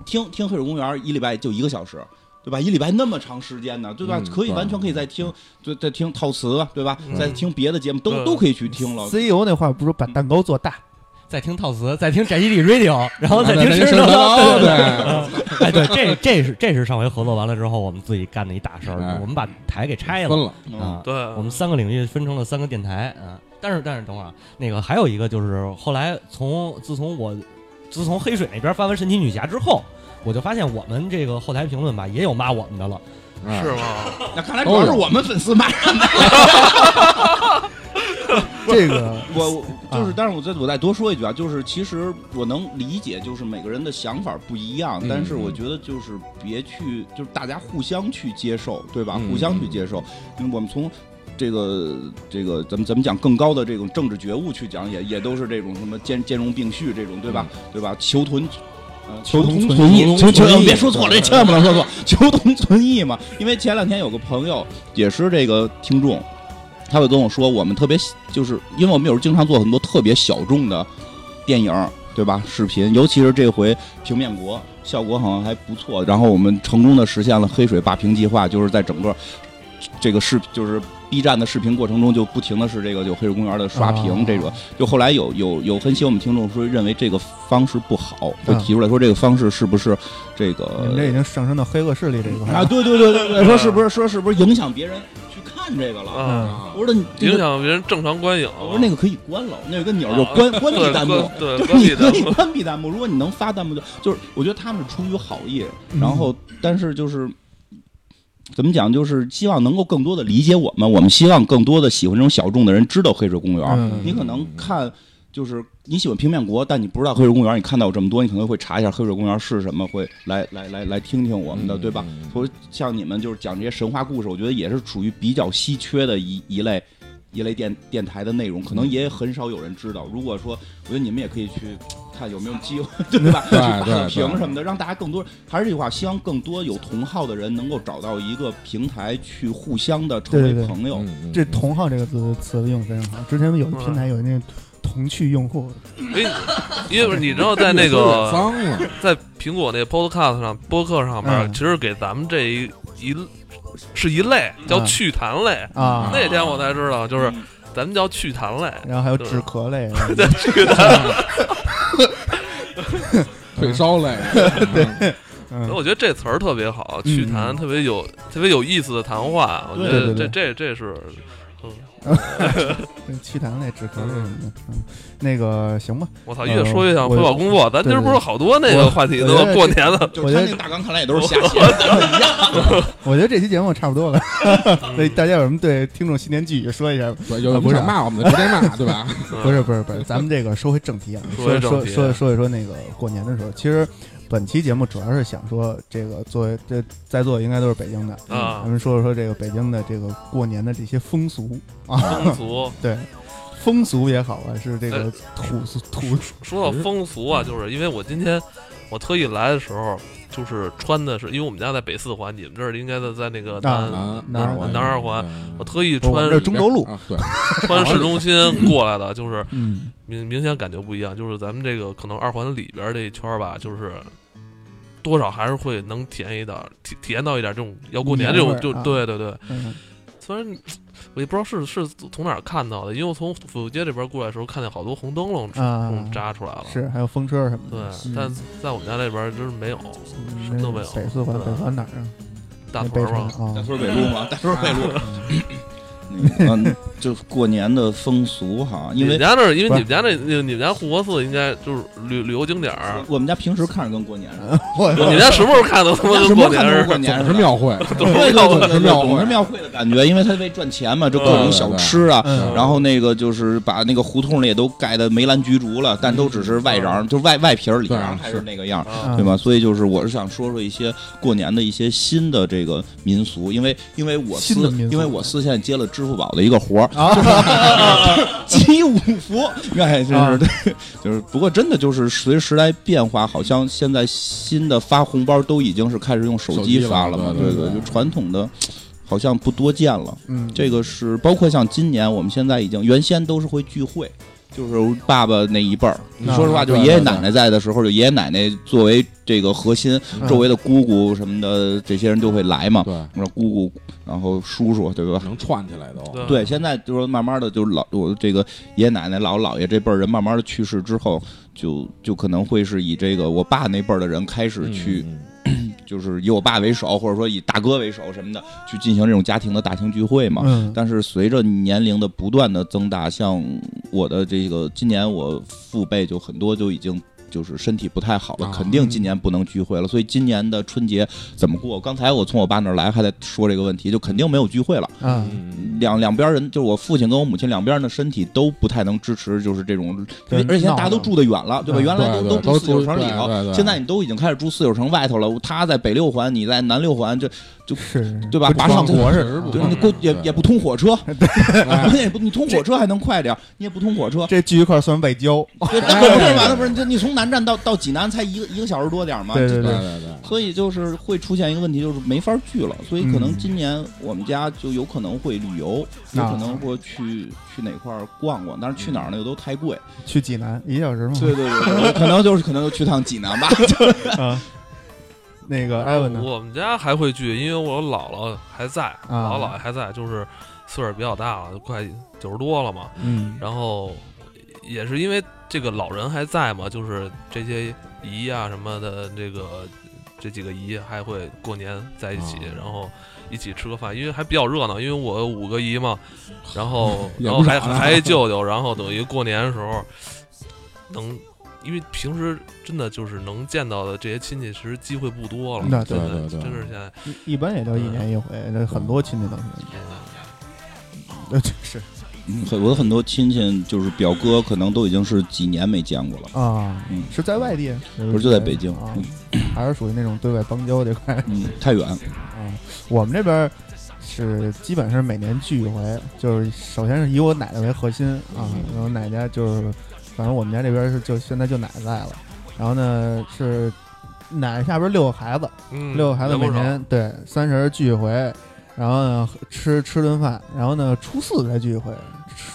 Speaker 4: 听听黑水公园一礼拜就一个小时。对吧？一礼拜那么长时间呢，对吧？
Speaker 6: 嗯
Speaker 4: 可以
Speaker 6: 对
Speaker 4: 完全可以再听，就再听套词，啊对吧？
Speaker 3: 嗯
Speaker 4: 再听别的节目，都
Speaker 3: 对
Speaker 4: 都可以去听了。
Speaker 2: CEO E 那话不说把蛋糕做大，
Speaker 5: 在听套词，在听宅基地 Radio，然后再
Speaker 6: 再
Speaker 5: 听
Speaker 6: 听
Speaker 5: 神
Speaker 6: 神
Speaker 5: 神叨叨 [laughs]
Speaker 6: 叨
Speaker 5: 对
Speaker 6: 叨
Speaker 5: 哎，对，这这是这是上回合作完了之后，我们自己干的一大事
Speaker 6: 哎
Speaker 5: 儿，我们把台给拆了
Speaker 6: 对，分了，
Speaker 4: 嗯
Speaker 5: 啊。
Speaker 3: 对，
Speaker 5: 我们三个领域分成了三个电台啊。但是但是等会儿啊，那个还有一个就是后来从自从我自从黑水那边发完神奇女侠之后，我就发现我们这个后台评论吧也有骂我们的了。
Speaker 6: 哎
Speaker 3: 是吗？
Speaker 4: 那看来主要是我们粉丝骂
Speaker 2: 这个
Speaker 4: 我我就是
Speaker 2: 啊，
Speaker 4: 但是我再我再多说一句啊，就是其实我能理解，就是每个人的想法不一样，
Speaker 6: 嗯
Speaker 4: 但是我觉得就是别去，就是大家互相去接受，对吧？
Speaker 6: 嗯
Speaker 4: 互相去接受，因为我们从。这个这个咱们咱们讲更高的这种政治觉悟去讲，也也都是这种什么兼兼容并蓄这种，对吧？对吧？求同，呃
Speaker 6: 求同
Speaker 4: 同
Speaker 6: 存
Speaker 4: 存
Speaker 6: 异
Speaker 4: 异，
Speaker 6: 求
Speaker 4: 求
Speaker 6: 同存异
Speaker 4: 别说 [laughs] 错了，这千万不能说错，求同存异嘛。因为前两天有个朋友也是这个听众，他会跟我说，我们特别喜就是因为我们有时候经常做很多特别小众的电影儿，对吧？视频，尤其是这回平面国效果好像还不错，然后我们成功的实现了黑水霸屏计划，就是在整个这个视就是 B 站的视频过程中，就不停的是这个就黑水公园的刷
Speaker 2: 啊
Speaker 4: 屏这个，就后来有有有分析我们听众说认为这个方式不好，就
Speaker 2: 啊
Speaker 4: 提出来说这个方式是不是这个
Speaker 2: 你们这已经上升到黑恶势力这一块
Speaker 4: 啊，
Speaker 2: 了。
Speaker 4: 对对对对对，说是不是说是不是影响别人去看看这个了。
Speaker 3: 啊，
Speaker 4: 我说你嗯这
Speaker 3: 影
Speaker 4: 个，
Speaker 3: 响别啊人正常观影。
Speaker 4: 我说那个可以关了，那个钮
Speaker 3: [laughs]
Speaker 4: 儿就
Speaker 3: 啊
Speaker 4: 关关闭
Speaker 3: 对
Speaker 4: 弹幕。
Speaker 3: 关对，
Speaker 4: 就
Speaker 3: 关
Speaker 4: 你
Speaker 3: 闭
Speaker 4: 可
Speaker 3: 弹
Speaker 4: 以
Speaker 3: 幕。
Speaker 4: 关闭弹幕，如果你能发弹幕就就是，我觉得他们是出于好意，
Speaker 3: 嗯
Speaker 2: 嗯
Speaker 4: 然后但是就是。怎么讲？就是希望能够更多的理解我们，我们希望更多的喜欢这种小众的人知道黑水公园。
Speaker 2: 嗯
Speaker 4: 你可能看，就是你喜欢平面国，但你不知道黑水公园，你看到有这么多，你可能会查一下黑水公园是什么，会来来来来听听我们的，对吧？
Speaker 6: 嗯？
Speaker 4: 所以像你们就是讲这些神话故事，我觉得也是属于比较稀缺的一一类一类电电台的内容，
Speaker 2: 嗯
Speaker 4: 可能也很少有人知道。如果说，我觉得你们也可以去看有没有机会，对吧？去
Speaker 6: 对
Speaker 4: 打
Speaker 6: 对
Speaker 4: 评
Speaker 6: 对
Speaker 4: 什么的，让大家更多。还是这句话，希望更多有同好的人能够找到一个平台去互相的成
Speaker 2: 对对
Speaker 4: 为
Speaker 2: 对
Speaker 4: 朋友。
Speaker 6: 嗯嗯
Speaker 2: 这“同号”这个字词用得非常好。之前有一平台有那个同趣用户，
Speaker 3: 哎， [laughs] 因为你知道在那
Speaker 2: [laughs]
Speaker 6: 有点
Speaker 3: 个
Speaker 6: 脏了，
Speaker 3: 在苹果那 Podcast 上播客上面，
Speaker 2: 嗯
Speaker 3: 其实给咱们这一一是一类叫
Speaker 2: 嗯
Speaker 3: 趣谈类。
Speaker 2: 啊，
Speaker 3: 那天我才知道，就是
Speaker 4: 嗯
Speaker 3: 咱们叫趣谈类。
Speaker 2: 然后还有止咳类，
Speaker 3: 对，趣谈，
Speaker 6: 退烧类，对，
Speaker 3: 所以
Speaker 2: 嗯，
Speaker 3: 我觉得这词儿特别好，
Speaker 2: 嗯
Speaker 3: 趣谈特别有特别有意思的谈话。我觉
Speaker 2: 对
Speaker 3: 得
Speaker 2: 对
Speaker 3: 这这
Speaker 2: 对
Speaker 3: 这是，嗯，
Speaker 2: 对祛痰类、止咳类什么的，嗯，那个行吧，
Speaker 3: 我操，
Speaker 2: 嗯
Speaker 3: 越说越想
Speaker 2: 我
Speaker 3: 汇报工作。咱今儿不是好多那个
Speaker 2: 我
Speaker 3: 话题
Speaker 2: 我觉
Speaker 3: 呢，
Speaker 2: 得
Speaker 3: 过年了，
Speaker 4: 就是
Speaker 2: 我觉
Speaker 4: 他
Speaker 2: 得
Speaker 4: 那个大纲看来也都是瞎写的，一样。
Speaker 2: 我觉得这期节目差不多了，
Speaker 3: 嗯
Speaker 2: 所以大家有什么嗯对听众新年寄语说一下吧？
Speaker 6: 有
Speaker 2: 啊
Speaker 6: 有
Speaker 2: 不是啊
Speaker 6: 想骂我们的直接骂，
Speaker 3: [laughs]
Speaker 6: 对吧？
Speaker 2: 不是不是不是，咱们这个说回正题啊，
Speaker 3: 说回
Speaker 2: 说
Speaker 3: 正
Speaker 2: 说
Speaker 3: 题
Speaker 2: 说说一说那个过年的时候，其实本期节目主要是想说这个作为这在座应该都是北京的，
Speaker 3: 啊
Speaker 2: 咱们说说这个北京的这个过年的这些风俗啊，
Speaker 3: 风俗。
Speaker 2: 对，风俗也好啊，是这
Speaker 3: 呃
Speaker 2: 个土俗
Speaker 3: [laughs]
Speaker 2: 土
Speaker 3: 说到风俗啊，就是因为我今天我特意来的时候，就是穿的是，因为我们家在北四环，你们这儿应该在在那个南，
Speaker 6: 南
Speaker 2: 南二环
Speaker 3: 南二环，
Speaker 6: 嗯
Speaker 3: 我特意
Speaker 2: 我
Speaker 3: 穿
Speaker 2: 们这中轴路，
Speaker 6: 啊，对，
Speaker 3: 穿市中心过来的，就是
Speaker 2: 嗯，
Speaker 3: 明明显感觉不一样，就是咱们这个可能二环里边这一圈儿吧，就是。多少还是会能体验一点，体体验到一点这种要过年这种，
Speaker 2: 年味
Speaker 3: 就
Speaker 2: 儿啊
Speaker 3: 对对对。
Speaker 2: 嗯
Speaker 3: 虽然我也不知道是是从哪儿看到的，因为我从府右街这边过来的时候，看见好多红灯笼
Speaker 2: 啊
Speaker 3: 嗯扎出来了。
Speaker 2: 是还有风车什么
Speaker 3: 对
Speaker 2: 的，，
Speaker 3: 但在我们家这边真是没有，
Speaker 2: 嗯
Speaker 3: 什么都没有
Speaker 2: 北四环
Speaker 3: 对
Speaker 2: 北环哪儿啊？
Speaker 3: 大
Speaker 2: 那
Speaker 3: 屯
Speaker 2: 北
Speaker 3: 儿
Speaker 2: 城
Speaker 3: 嘛，
Speaker 4: 大
Speaker 2: 啊，
Speaker 4: 屯北路吗？大屯北路。那个 [laughs] 嗯，就是过年的风俗哈，因
Speaker 3: 你
Speaker 4: 为
Speaker 3: 们家那儿，因为
Speaker 2: 不
Speaker 3: 你
Speaker 2: 是
Speaker 3: 们家那那个你们家护国寺应该就是旅旅游景点儿。
Speaker 4: 我们家平时看着跟过年似的。
Speaker 2: 我
Speaker 3: 你们家什么时候看的他妈跟
Speaker 4: 什么
Speaker 3: 过年
Speaker 4: 看
Speaker 3: 似
Speaker 4: 都过
Speaker 3: 的？
Speaker 4: 年
Speaker 6: 总是庙会，
Speaker 4: 对对
Speaker 6: 总
Speaker 4: 对
Speaker 6: 是
Speaker 4: 对
Speaker 6: 庙
Speaker 4: 总是
Speaker 6: 会，
Speaker 4: 庙会的感觉，因为他为赚钱嘛，这各种小吃啊。
Speaker 2: 嗯
Speaker 4: 然后那个就是把那个胡同里也都盖的梅兰菊竹了，但都只是外瓤，就外外皮儿里
Speaker 6: 对
Speaker 4: 瓤还嗯是
Speaker 6: 是
Speaker 4: 那个样儿，
Speaker 3: 啊
Speaker 2: 嗯
Speaker 4: 对吧？所以就是我是想说说一些过年的一些新的这个民俗，因为因为我
Speaker 2: 新的
Speaker 4: 司
Speaker 2: 民俗
Speaker 4: 因为我司现在接了支付宝的一个活儿，
Speaker 2: 啊，
Speaker 4: [laughs] 集五福，哎，真
Speaker 2: 啊
Speaker 4: 是对，就是不过真的就是随着时代变化，好像现在新的发红包都已经是开始用手机发了嘛，
Speaker 6: 手机了
Speaker 4: 对
Speaker 6: 对对
Speaker 4: 就
Speaker 6: 对
Speaker 4: 传统的好像不多见了。
Speaker 2: 嗯，
Speaker 4: 这个是包括像今年，我们现在已经原先都是会聚会。就是爸爸那一辈儿，
Speaker 6: 嗯
Speaker 4: 你说实话，就
Speaker 6: 啊对
Speaker 4: 爷爷
Speaker 6: 对对
Speaker 4: 奶奶在的时候，就爷爷奶奶作为这个核心，
Speaker 2: 嗯
Speaker 4: 周围的姑姑什么的，这些人就会来嘛。
Speaker 6: 对，
Speaker 4: 然后姑姑，然后叔叔，对吧？
Speaker 6: 能串起来都，
Speaker 3: 对
Speaker 4: 对，现在就是慢慢的，就是老我这个爷爷奶奶、姥姥姥爷这辈儿人，慢慢的去世之后，就就可能会是以这个我爸那辈儿的人开始去，
Speaker 6: 嗯
Speaker 4: 就是以我爸为首，或者说以大哥为首什么的，去进行这种家庭的大型聚会嘛。
Speaker 2: 嗯，
Speaker 4: 但是随着年龄的不断的增大，像我的这个今年我父辈就很多就已经就是身体不太好了，
Speaker 6: 啊
Speaker 4: 肯定今年不能聚会了。所以今年的春节怎么过？刚才我从我爸那儿来还在说这个问题，就肯定没有聚会了。
Speaker 2: 啊，
Speaker 6: 嗯
Speaker 4: 两两边人，就是我父亲跟我母亲两边人的身体都不太能支持，就是这种，
Speaker 2: 对
Speaker 4: 而且
Speaker 2: 闹
Speaker 4: 大家都
Speaker 2: 腾
Speaker 4: 住得远了，对吧？
Speaker 2: 嗯
Speaker 4: 原来
Speaker 6: 对
Speaker 4: 都
Speaker 6: 对
Speaker 4: 住
Speaker 6: 都
Speaker 4: 四九
Speaker 6: 住
Speaker 4: 城里
Speaker 6: 对对
Speaker 4: 头，
Speaker 6: 对
Speaker 4: 现在你都已经开始住四九城外头了，他在北六环，你在南六环，这
Speaker 2: 是，
Speaker 4: 对吧？
Speaker 2: 不
Speaker 4: 跋上
Speaker 2: 不
Speaker 4: 火
Speaker 2: 是
Speaker 6: 确实不
Speaker 4: 对
Speaker 6: 嗯
Speaker 4: 你过也也不通火车， [laughs]
Speaker 6: 哎
Speaker 4: 你也不你通火车还能快点儿，你也不通火车，哎
Speaker 2: 这聚一块儿算外交，
Speaker 4: 对，那火车完了不是？这你从南站到到济南才一个一个小时多点儿嘛，
Speaker 2: 对
Speaker 6: 对
Speaker 2: 对对，
Speaker 6: 对对，
Speaker 4: 所以就是会出现一个问题，就是没法聚了。所以可能
Speaker 2: 嗯
Speaker 4: 今年我们家就有可能会旅游，有
Speaker 2: 啊
Speaker 4: 可能会去去哪块儿逛逛，但是去哪儿呢又都太贵。
Speaker 2: 去济南一小时嘛，
Speaker 4: 对对对，对可能就是可能就去趟济南吧。
Speaker 2: 啊，那个艾文呢？
Speaker 3: 我们家还会聚，因为我姥姥还在，
Speaker 2: 啊
Speaker 3: 姥姥姥爷还在，就是岁数比较大了，都快九十多了嘛。
Speaker 2: 嗯
Speaker 3: 然后也是因为这个老人还在嘛，就是这些姨啊什么的，这个这几个姨还会过年在一起
Speaker 6: 啊，
Speaker 3: 然后一起吃个饭，因为还比较热闹，因为我有五个姨嘛，然后
Speaker 6: [laughs] 也
Speaker 3: 然
Speaker 6: 不
Speaker 3: 后
Speaker 6: 少
Speaker 3: 还
Speaker 6: 呢
Speaker 3: 还一舅舅，然后等于过年的时候能。因为平时真的就是能见到的这些亲戚，其实机会不多了。
Speaker 2: 那
Speaker 3: 真的
Speaker 6: 对对对
Speaker 3: 真是现在，
Speaker 2: 一一般也就一年一回，那很多亲戚都是。呃，这 [laughs] 是
Speaker 4: [laughs] 嗯很我有很多亲戚就是表哥，可能都已经是几年没见过了。
Speaker 2: 啊
Speaker 4: 嗯，
Speaker 2: 是在外地，
Speaker 4: 不是就在北京
Speaker 2: 啊
Speaker 4: 嗯，
Speaker 2: 还是属于那种对外邦交这块。
Speaker 4: 嗯，太远。
Speaker 2: 嗯，我们这边儿是基本上是每年聚一回，就是首先是以我奶奶为核心啊，然后奶家就是，反正我们家这边是就现在就奶奶在了，然后呢是奶奶下边六个孩子，
Speaker 3: 嗯，
Speaker 2: 六个孩子
Speaker 3: 人不
Speaker 2: 每
Speaker 3: 少
Speaker 2: 年对三十儿聚一回，然后呢吃吃顿饭，然后呢初四再聚一回，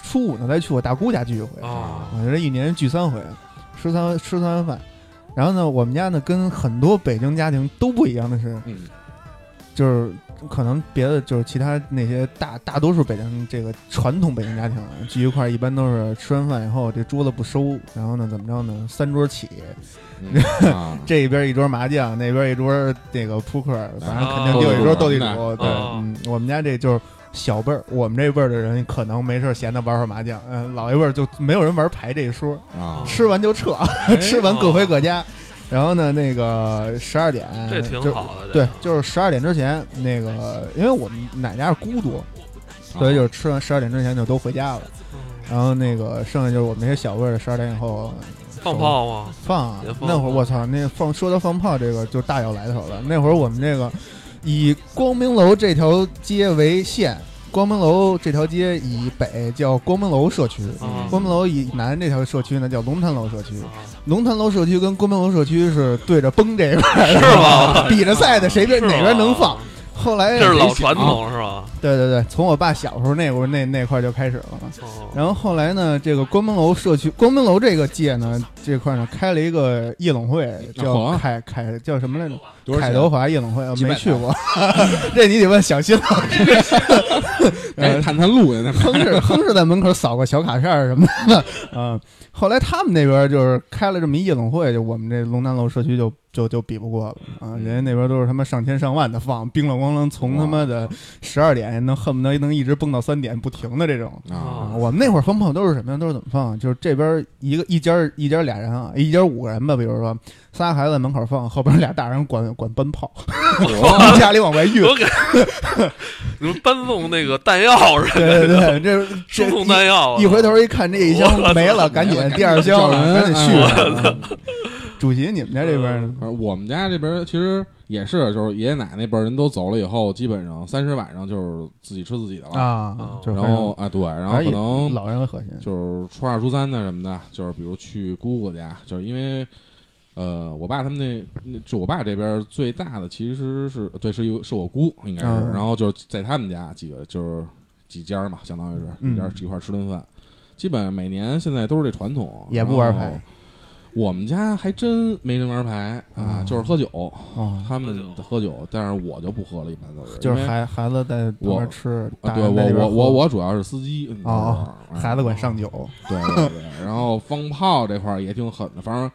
Speaker 2: 初五呢再去我大姑家聚一回，
Speaker 3: 啊，
Speaker 2: 我这一年聚三回，吃三吃三碗饭。然后呢，我们家呢跟很多北京家庭都不一样的是，
Speaker 6: 嗯，
Speaker 2: 就是可能别的就是其他那些大大多数北京这个传统北京家庭啊聚一块儿，一般都是吃完饭以后这桌子不收，然后呢怎么着呢三桌起，
Speaker 6: 嗯啊，
Speaker 2: 这边一桌麻将，那边一桌那个扑克，反正肯定
Speaker 3: 哦
Speaker 2: 又一桌斗地
Speaker 6: 斗地
Speaker 2: 主。对，
Speaker 3: 哦
Speaker 2: 嗯，我们家这就是小辈儿，我们这辈儿的人可能没事儿闲的玩会儿麻将，嗯，老一辈儿就没有人玩牌这一说，
Speaker 6: [laughs] 啊，
Speaker 2: 吃完就撤，吃完各回各家。然后呢，那个十二点，
Speaker 3: 哦这挺
Speaker 2: 就
Speaker 3: 好的。
Speaker 2: 对
Speaker 3: 这，
Speaker 2: 就是十二点之前，那个因为我们奶家是孤独，所以就是吃完十二点之前就都回家了。
Speaker 3: 嗯
Speaker 2: 然后那个剩下就是我们这些小辈儿，十二点以后
Speaker 3: 放炮
Speaker 6: [laughs]
Speaker 3: 吗？
Speaker 2: 放啊
Speaker 3: 也！放
Speaker 2: 那会儿我操，那放说到放炮这个就大有来头了。那会儿我们这个以光明楼这条街为线，光明楼这条街以北叫光明楼社区，
Speaker 3: 啊
Speaker 2: 光明楼以南这条社区呢叫龙潭楼社区。
Speaker 3: 啊
Speaker 2: 龙潭楼社区跟光明楼社区是对着崩这一块儿
Speaker 3: 是吗
Speaker 2: 比着赛的，谁边
Speaker 3: 哎是吗
Speaker 2: 哪边能放。后来
Speaker 3: 这是老传
Speaker 2: 啊
Speaker 3: 统是吧？
Speaker 2: 对对对，从我爸小时候那会儿那那块儿就开始了嘛。
Speaker 3: 哦，
Speaker 2: 然后后来呢，这个光明楼社区，光明楼这个界呢，这块呢开了一个夜总会，
Speaker 6: 好
Speaker 2: 叫
Speaker 6: 啊
Speaker 2: 凯凯叫什么来着？
Speaker 6: 多少
Speaker 2: 凯
Speaker 6: 钱啊
Speaker 2: 德华夜总会，呃
Speaker 6: 几百
Speaker 2: 没
Speaker 6: 台
Speaker 2: 去过， [laughs] 这你得问小新老师。
Speaker 6: [laughs] 哎，
Speaker 2: 呃
Speaker 6: 探探路去那边
Speaker 2: 亨氏亨氏在门口扫个小卡片儿什么的， [laughs] 啊、后来他们那边就是开了这么一夜总会，就我们这龙南楼社区就就就比不过了啊、
Speaker 6: 嗯
Speaker 2: 人家那边都是他妈上千上万的放，冰冷咣啷从他妈的十二点能恨不得能一直蹦到三点不停的这种，啊，
Speaker 6: 啊 [laughs]
Speaker 3: 哦
Speaker 2: 我们那会儿放炮都是什么呀？都是怎么放啊？就是这边儿一个一家儿一家儿俩人啊，一家儿五个人吧，比如说仨孩子在门口放，后边儿俩大人管管搬炮， [laughs] 从家里往外
Speaker 3: [laughs]
Speaker 2: 运。
Speaker 3: 我给你们搬送那个弹药
Speaker 6: [laughs]
Speaker 3: 是吧？
Speaker 2: 对对对， [laughs] 这
Speaker 3: 输
Speaker 2: 这
Speaker 3: 送弹药啊
Speaker 2: 一一回头一看这一箱没了，赶紧嗯第二箱赶紧续上。
Speaker 6: 上。 [laughs]
Speaker 2: 主席，你们家这边呢？
Speaker 6: 而啊我们家这边其实也是，就是爷爷奶奶那辈儿人都走了以后，基本上三十晚上就是自己吃自己的了。
Speaker 2: 啊，就是
Speaker 6: 然后啊，对，然后
Speaker 2: 反正以
Speaker 6: 可能
Speaker 2: 老人为核心，
Speaker 6: 就是初二、初三的什么的，就是比如去姑姑家，就是因为，呃，我爸他们那，那就我爸这边最大的其实是对，是一个是我姑，应该是，
Speaker 2: 嗯
Speaker 6: 然后就是在他们家几个就是几家嘛，相当于是
Speaker 2: 嗯
Speaker 6: 一家一块儿吃顿饭，基本每年现在都是这传统，
Speaker 2: 也不玩牌
Speaker 6: 然后。我们家还真没人玩牌啊，
Speaker 2: 哦
Speaker 6: 就是喝酒，
Speaker 2: 啊，
Speaker 6: 他们喝酒，但是我就不喝了，一般都是
Speaker 2: 就是
Speaker 6: 因为
Speaker 2: 孩孩子在旁
Speaker 6: 我
Speaker 2: 边吃，
Speaker 6: 啊
Speaker 2: 大
Speaker 6: 对
Speaker 2: 人在
Speaker 6: 我
Speaker 2: 那边
Speaker 6: 我我
Speaker 2: 喝哦
Speaker 6: 我主要是司机，你知道吗啊
Speaker 2: 孩子管上酒，
Speaker 6: 对对对，然后放炮这块儿也挺狠的，反正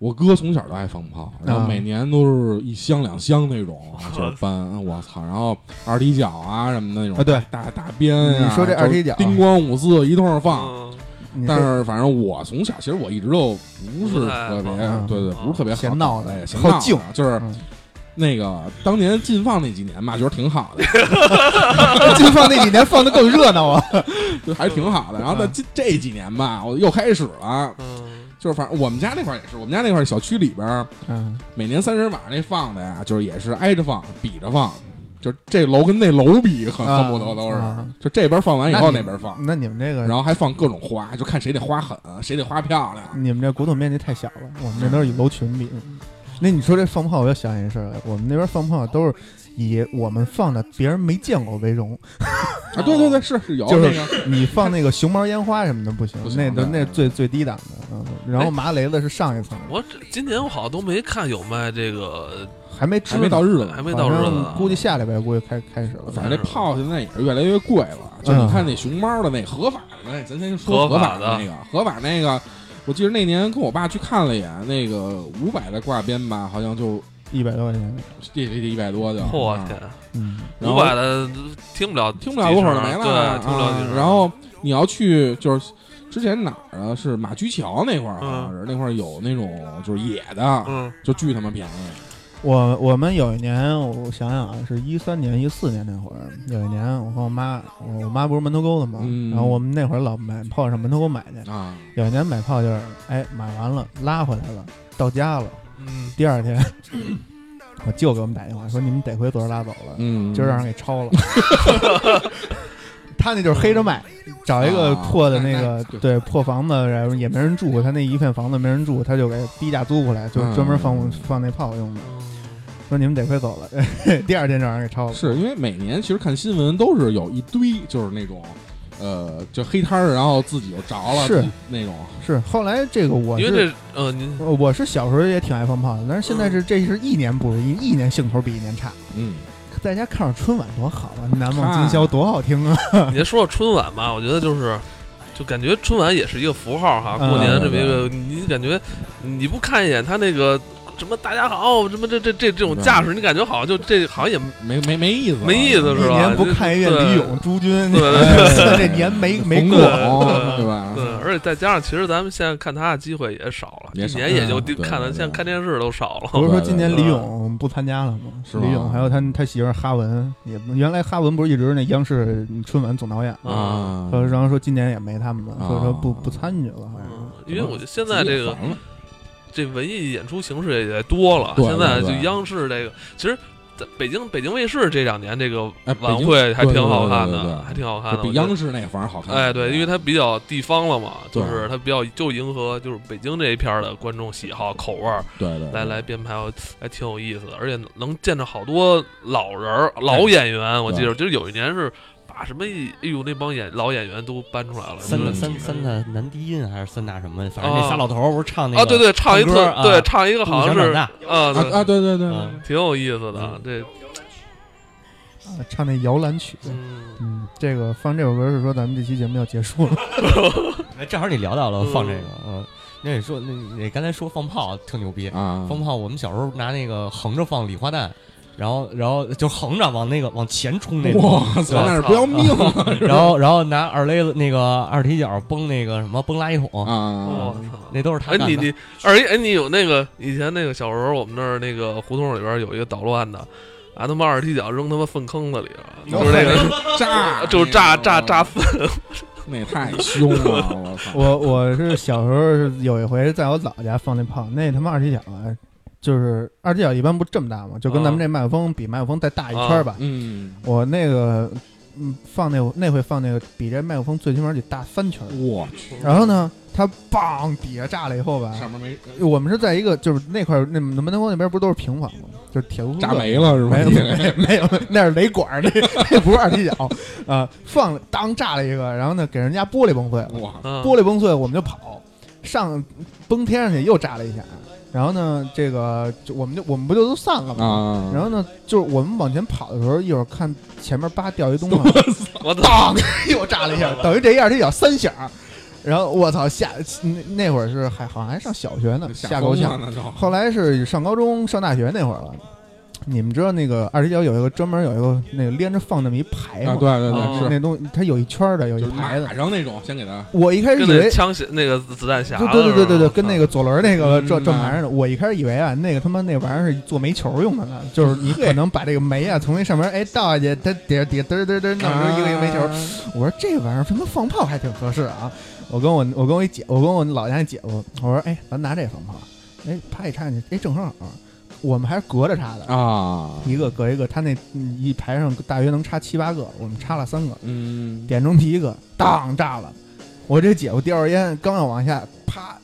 Speaker 6: 我哥从小都爱放炮，然后
Speaker 2: 啊
Speaker 6: 每年都是一箱两箱那种，就是搬，嗯我操，然后二踢脚啊什么的那种，
Speaker 2: 啊对
Speaker 6: 大大鞭啊，
Speaker 2: 你说这二踢脚
Speaker 6: 就是叮咣五四一通儿放。
Speaker 3: 嗯
Speaker 2: 你
Speaker 6: 但
Speaker 2: 说
Speaker 6: 是反正我从小其实我一直都不是
Speaker 3: 不太
Speaker 6: 特别
Speaker 2: 嗯，
Speaker 6: 对对，不是特别好
Speaker 2: 嫌闹的
Speaker 6: 哎嫌
Speaker 2: 好
Speaker 6: 闹
Speaker 2: 静
Speaker 6: 的，就是
Speaker 2: 嗯
Speaker 6: 那个当年禁放那几年吧，觉得挺好的， [laughs]
Speaker 2: [laughs] 就放那几年放的更热闹啊！
Speaker 6: 就还是挺好的。然
Speaker 2: 嗯
Speaker 6: 后在这这几年吧，我又开始了，
Speaker 3: 嗯，
Speaker 6: 就是反正我们家那块儿也是，我们家那块儿小区里边儿，
Speaker 2: 嗯，
Speaker 6: 每年三十晚上那放的呀，就是也是挨着放，比着放，就是这楼跟那楼比，恨
Speaker 2: 啊
Speaker 6: 恨不得都是
Speaker 2: 啊，
Speaker 6: 就这边放完以后
Speaker 2: 那
Speaker 6: 那
Speaker 2: 你
Speaker 6: 边放，
Speaker 2: 那你们这个，
Speaker 6: 然后还放各种花，就看谁这花狠，谁这花漂亮。
Speaker 2: 你们这国土面积太小了，我们这都是以楼群比。那你说这放炮，我又想起一事儿来，我们那边放炮都是以我们放的别人没见过为荣，
Speaker 6: 啊，对对对，是是有
Speaker 2: 就
Speaker 6: 那
Speaker 2: 是
Speaker 6: 个，
Speaker 2: 你放那个熊猫烟花什么的不行
Speaker 6: 不，行哎
Speaker 2: 那
Speaker 6: 对
Speaker 2: 都那是最最低档的。嗯，然后麻雷子是上一层，
Speaker 3: 我这今年我好像都没看有卖这个，
Speaker 2: 还没吃
Speaker 6: 还没到
Speaker 2: 呢
Speaker 6: 日子呢
Speaker 3: 还。没到日子
Speaker 2: 反正
Speaker 3: 呢，
Speaker 2: 估计下礼拜估计开开始了。
Speaker 6: 反正这炮现在也是越来越贵了，就
Speaker 2: 嗯
Speaker 6: 你看那熊猫的那合法的，那咱先说合
Speaker 3: 合
Speaker 6: 法
Speaker 3: 法
Speaker 6: 的
Speaker 3: 的
Speaker 6: 那个，合法那个，我记得那年跟我爸去看了一眼，那个五百的挂鞭吧，好像就
Speaker 2: 一百多块钱，
Speaker 6: 这这这一百多就，
Speaker 3: 我
Speaker 6: 啊
Speaker 3: 天，
Speaker 2: 嗯，
Speaker 6: 然
Speaker 3: 五
Speaker 6: 后
Speaker 3: 百的听不了，
Speaker 6: 听不了一会儿就没了，
Speaker 3: 对，听不了
Speaker 6: 啊
Speaker 3: 几声。
Speaker 6: 然后你要去就是之前哪儿啊？是马驹桥那块儿，好像是那块儿有那种就是野的，
Speaker 3: 嗯，
Speaker 6: 就巨他妈便宜。
Speaker 2: 我我们有一年，我想想啊，是一三年、一四年那会儿，有一年我和我妈，我我妈不是门头沟的嘛，
Speaker 6: 嗯
Speaker 2: 然后我们那会儿老买炮上门头沟买去，
Speaker 6: 啊，
Speaker 2: 有一年买炮就是，哎，买完了拉回来了，到家了，
Speaker 3: 嗯，
Speaker 2: 第二天我舅给我们打电话说你们得亏昨儿拉走了，
Speaker 6: 嗯，
Speaker 2: 今儿让人给抄了。 [laughs] 他那就是黑着卖，找一个
Speaker 6: 啊
Speaker 2: 破的
Speaker 6: 那
Speaker 2: 那
Speaker 6: 那
Speaker 2: 个
Speaker 6: 对
Speaker 2: 对破房子，然后也没人住，他那一片房子没人住，他就给低价租回来，就专门放
Speaker 6: 嗯
Speaker 2: 放那炮用的。说你们得亏走了， [laughs] 第二天就让人给抄了。
Speaker 6: 是因为每年其实看新闻都是有一堆就是那种。呃，就黑摊儿，然后自己就着了，
Speaker 2: 是
Speaker 6: 自己那种，
Speaker 2: 是，后来这个我
Speaker 3: 因为
Speaker 2: 是
Speaker 3: 这嗯呃，您
Speaker 2: 呃我是小时候也挺爱放炮的，但是现在是这是一年不如一，一年兴头比一年差。
Speaker 6: 嗯，
Speaker 2: 在家看会儿春晚多好啊，难忘
Speaker 6: 啊
Speaker 2: 今宵多好听
Speaker 3: [laughs]
Speaker 2: 啊！
Speaker 3: 你说说春晚吧，我觉得就是，就感觉春晚也是一个符号哈。
Speaker 2: 嗯
Speaker 3: 过年这么一个，你感觉你不看一眼他那个什么大家好，什么这这这这种架势，你感觉好像就这好像也
Speaker 6: 没没没意思啊了，
Speaker 3: 没意思
Speaker 2: 一
Speaker 3: 是吧
Speaker 2: 年不看一遍
Speaker 3: 对
Speaker 2: 李勇、朱军， [laughs]
Speaker 3: 对
Speaker 6: 对对
Speaker 2: 这年没没
Speaker 6: 冯
Speaker 2: 过
Speaker 6: 巩。
Speaker 3: 对
Speaker 6: 对吧？啊
Speaker 3: 对，呃而且再加上其实咱们现在看他的机会也少了，
Speaker 6: 也
Speaker 3: 一
Speaker 6: 少
Speaker 3: 年也就看
Speaker 6: 嗯对
Speaker 3: 他
Speaker 6: 对
Speaker 3: 现在看电视都少了。
Speaker 2: 不是说今年
Speaker 6: 对
Speaker 3: 对啊对
Speaker 2: 李咏不参加了吗？
Speaker 6: 是吗
Speaker 2: 李咏还有他他媳妇儿哈文，也不原来哈文不是一直是那央视春晚总导演吗？
Speaker 3: 嗯
Speaker 6: 啊，
Speaker 2: 说然后说今年也没他们了，
Speaker 6: 啊
Speaker 2: 所以说不不参与了，好像
Speaker 3: 嗯
Speaker 2: 是。，
Speaker 3: 因为我觉得现在这个
Speaker 6: 烦了
Speaker 3: 这文艺演出形式也多了，
Speaker 6: 对
Speaker 3: 现在就
Speaker 6: 对对
Speaker 3: 央视这个，其实在北京北京卫视这两年这个
Speaker 6: 哎
Speaker 3: 晚
Speaker 6: 北京
Speaker 3: 会还挺好看
Speaker 6: 对对对对
Speaker 3: 的，
Speaker 6: 对
Speaker 3: 还挺好看的。
Speaker 6: 比
Speaker 3: 啊我觉得
Speaker 6: 央视那反而好看。
Speaker 3: 哎，对，因为
Speaker 6: 它
Speaker 3: 它比较地方了嘛，就
Speaker 6: 对
Speaker 3: 是它比较就迎合就是北京这一片儿的观众喜好口味儿
Speaker 6: 对对
Speaker 3: 来来编排，还挺有意思的，而且能见着好多老人儿、
Speaker 5: 哎
Speaker 3: 老演员。我记得就是有一年是把什么一哎呦那帮演老演员都搬出来了，
Speaker 5: 三
Speaker 3: 就是
Speaker 5: 大
Speaker 6: 嗯
Speaker 5: 三三大男低音还是三大什么？反正那仨老头儿不是唱那
Speaker 3: 哦
Speaker 5: 个
Speaker 3: 啊，对对，唱一
Speaker 5: 唱
Speaker 3: 特
Speaker 5: 歌啊
Speaker 3: 对唱一个
Speaker 5: 不
Speaker 3: 好
Speaker 5: 想
Speaker 3: 像
Speaker 5: 长
Speaker 3: 是
Speaker 5: 大，
Speaker 3: 啊
Speaker 6: 啊
Speaker 5: [laughs]
Speaker 3: 对
Speaker 6: 啊，对对对对
Speaker 5: 嗯
Speaker 3: 挺有意思的
Speaker 5: 嗯
Speaker 3: 这
Speaker 2: 啊唱那摇篮曲。
Speaker 3: 嗯。
Speaker 2: 嗯，这个放这首歌是说咱们这期节目要结束了。
Speaker 5: 哎正好你聊到了放这个，嗯，那你说那你刚才说放炮特牛逼，
Speaker 6: 啊，
Speaker 5: 放炮我们小时候拿那个横着放礼花弹，然后然后就横着往那个往前冲那种，
Speaker 6: 哇塞，那是不要命了
Speaker 3: [laughs]
Speaker 5: 然后然后拿二勒子那个二踢脚崩那个什么崩垃圾桶，
Speaker 6: 啊！
Speaker 3: 我操！
Speaker 5: 那都是他
Speaker 3: 哎，
Speaker 5: 干
Speaker 3: 你
Speaker 5: 的
Speaker 3: 你，而且哎，你有那个以前那个小时候，我们那儿那个胡同里边有一个捣乱的，拿他妈二踢脚扔他妈粪坑子里了，就是那个
Speaker 6: 个炸，
Speaker 3: [laughs] [laughs] 就是炸炸炸，粪，
Speaker 6: 那也太凶了！我操，
Speaker 2: 我我是小时候是有一回在我姥姥家放那炮，那他妈二踢脚啊，就是二踢脚一般不这么大嘛，就跟咱们这麦克风比麦克风再大一圈儿吧。
Speaker 6: 嗯，
Speaker 2: 我那个嗯放那那回放那个比这麦克风最起码得大三圈儿。
Speaker 6: 我去，
Speaker 2: 然后呢，它梆底下炸了以后吧，
Speaker 6: 上面没
Speaker 2: 我们是在一个就是那块儿那门头沟那边不都是平房吗？就是铁路
Speaker 6: 炸没了是吗？
Speaker 2: 没有
Speaker 6: [laughs]
Speaker 2: 没有没有，那是雷管儿，那那不是二踢脚啊、放了当炸了一个，然后呢给人家玻璃崩碎了，
Speaker 6: 哇，
Speaker 3: 嗯
Speaker 2: 玻璃崩碎我们就跑，上崩天上去又炸了一下，然后呢这个就我们就我们不就都散了吗？
Speaker 6: 啊，
Speaker 2: 然后呢，就是我们往前跑的时候，一会儿看前面叭掉一东
Speaker 6: [laughs]
Speaker 2: 西，
Speaker 3: 我操！
Speaker 2: 当 [laughs] 又炸了一下，等于这一下这脚三响，然后我操吓那那会儿是还好像还上小学呢，吓够呛。
Speaker 6: 那就
Speaker 2: 后来是上高中上大学那会儿了，你们知道那个二踢脚有一个专门有一个那个连着放那么一排
Speaker 6: 啊，
Speaker 2: 吗？
Speaker 6: 对对对，是
Speaker 2: 那东西它有一圈儿的，有一
Speaker 6: 就是
Speaker 2: 排的
Speaker 6: 马。上那种，先给他
Speaker 2: 我一开始
Speaker 3: 跟
Speaker 2: 以
Speaker 3: 那
Speaker 2: 为，
Speaker 3: 枪匣那个子弹匣子
Speaker 2: 对对对对对对，
Speaker 3: 是吧
Speaker 2: 跟那个左轮那个
Speaker 6: 嗯
Speaker 2: 转转
Speaker 6: 啊
Speaker 2: 盘似的。我一开始以为啊，那个他妈那玩意儿是做煤球用的呢，就是你可能把这个煤啊从那上面哎倒下去，它底下底下嘚儿嘚儿嘚儿弄成一个一个煤球，我说这玩意儿他妈放炮还挺合适啊！我跟我我跟我一姐，我跟我老家那姐夫，我说哎，咱拿这放炮，哎，啪一插进去，哎，正好，我们还是隔着插的，
Speaker 6: 啊，
Speaker 2: 一个隔一个，他那嗯一排上大约能插七八个，我们插了三个，
Speaker 6: 嗯，
Speaker 2: 点中第一个，当炸了，我这姐夫叼着烟刚要往下，啪，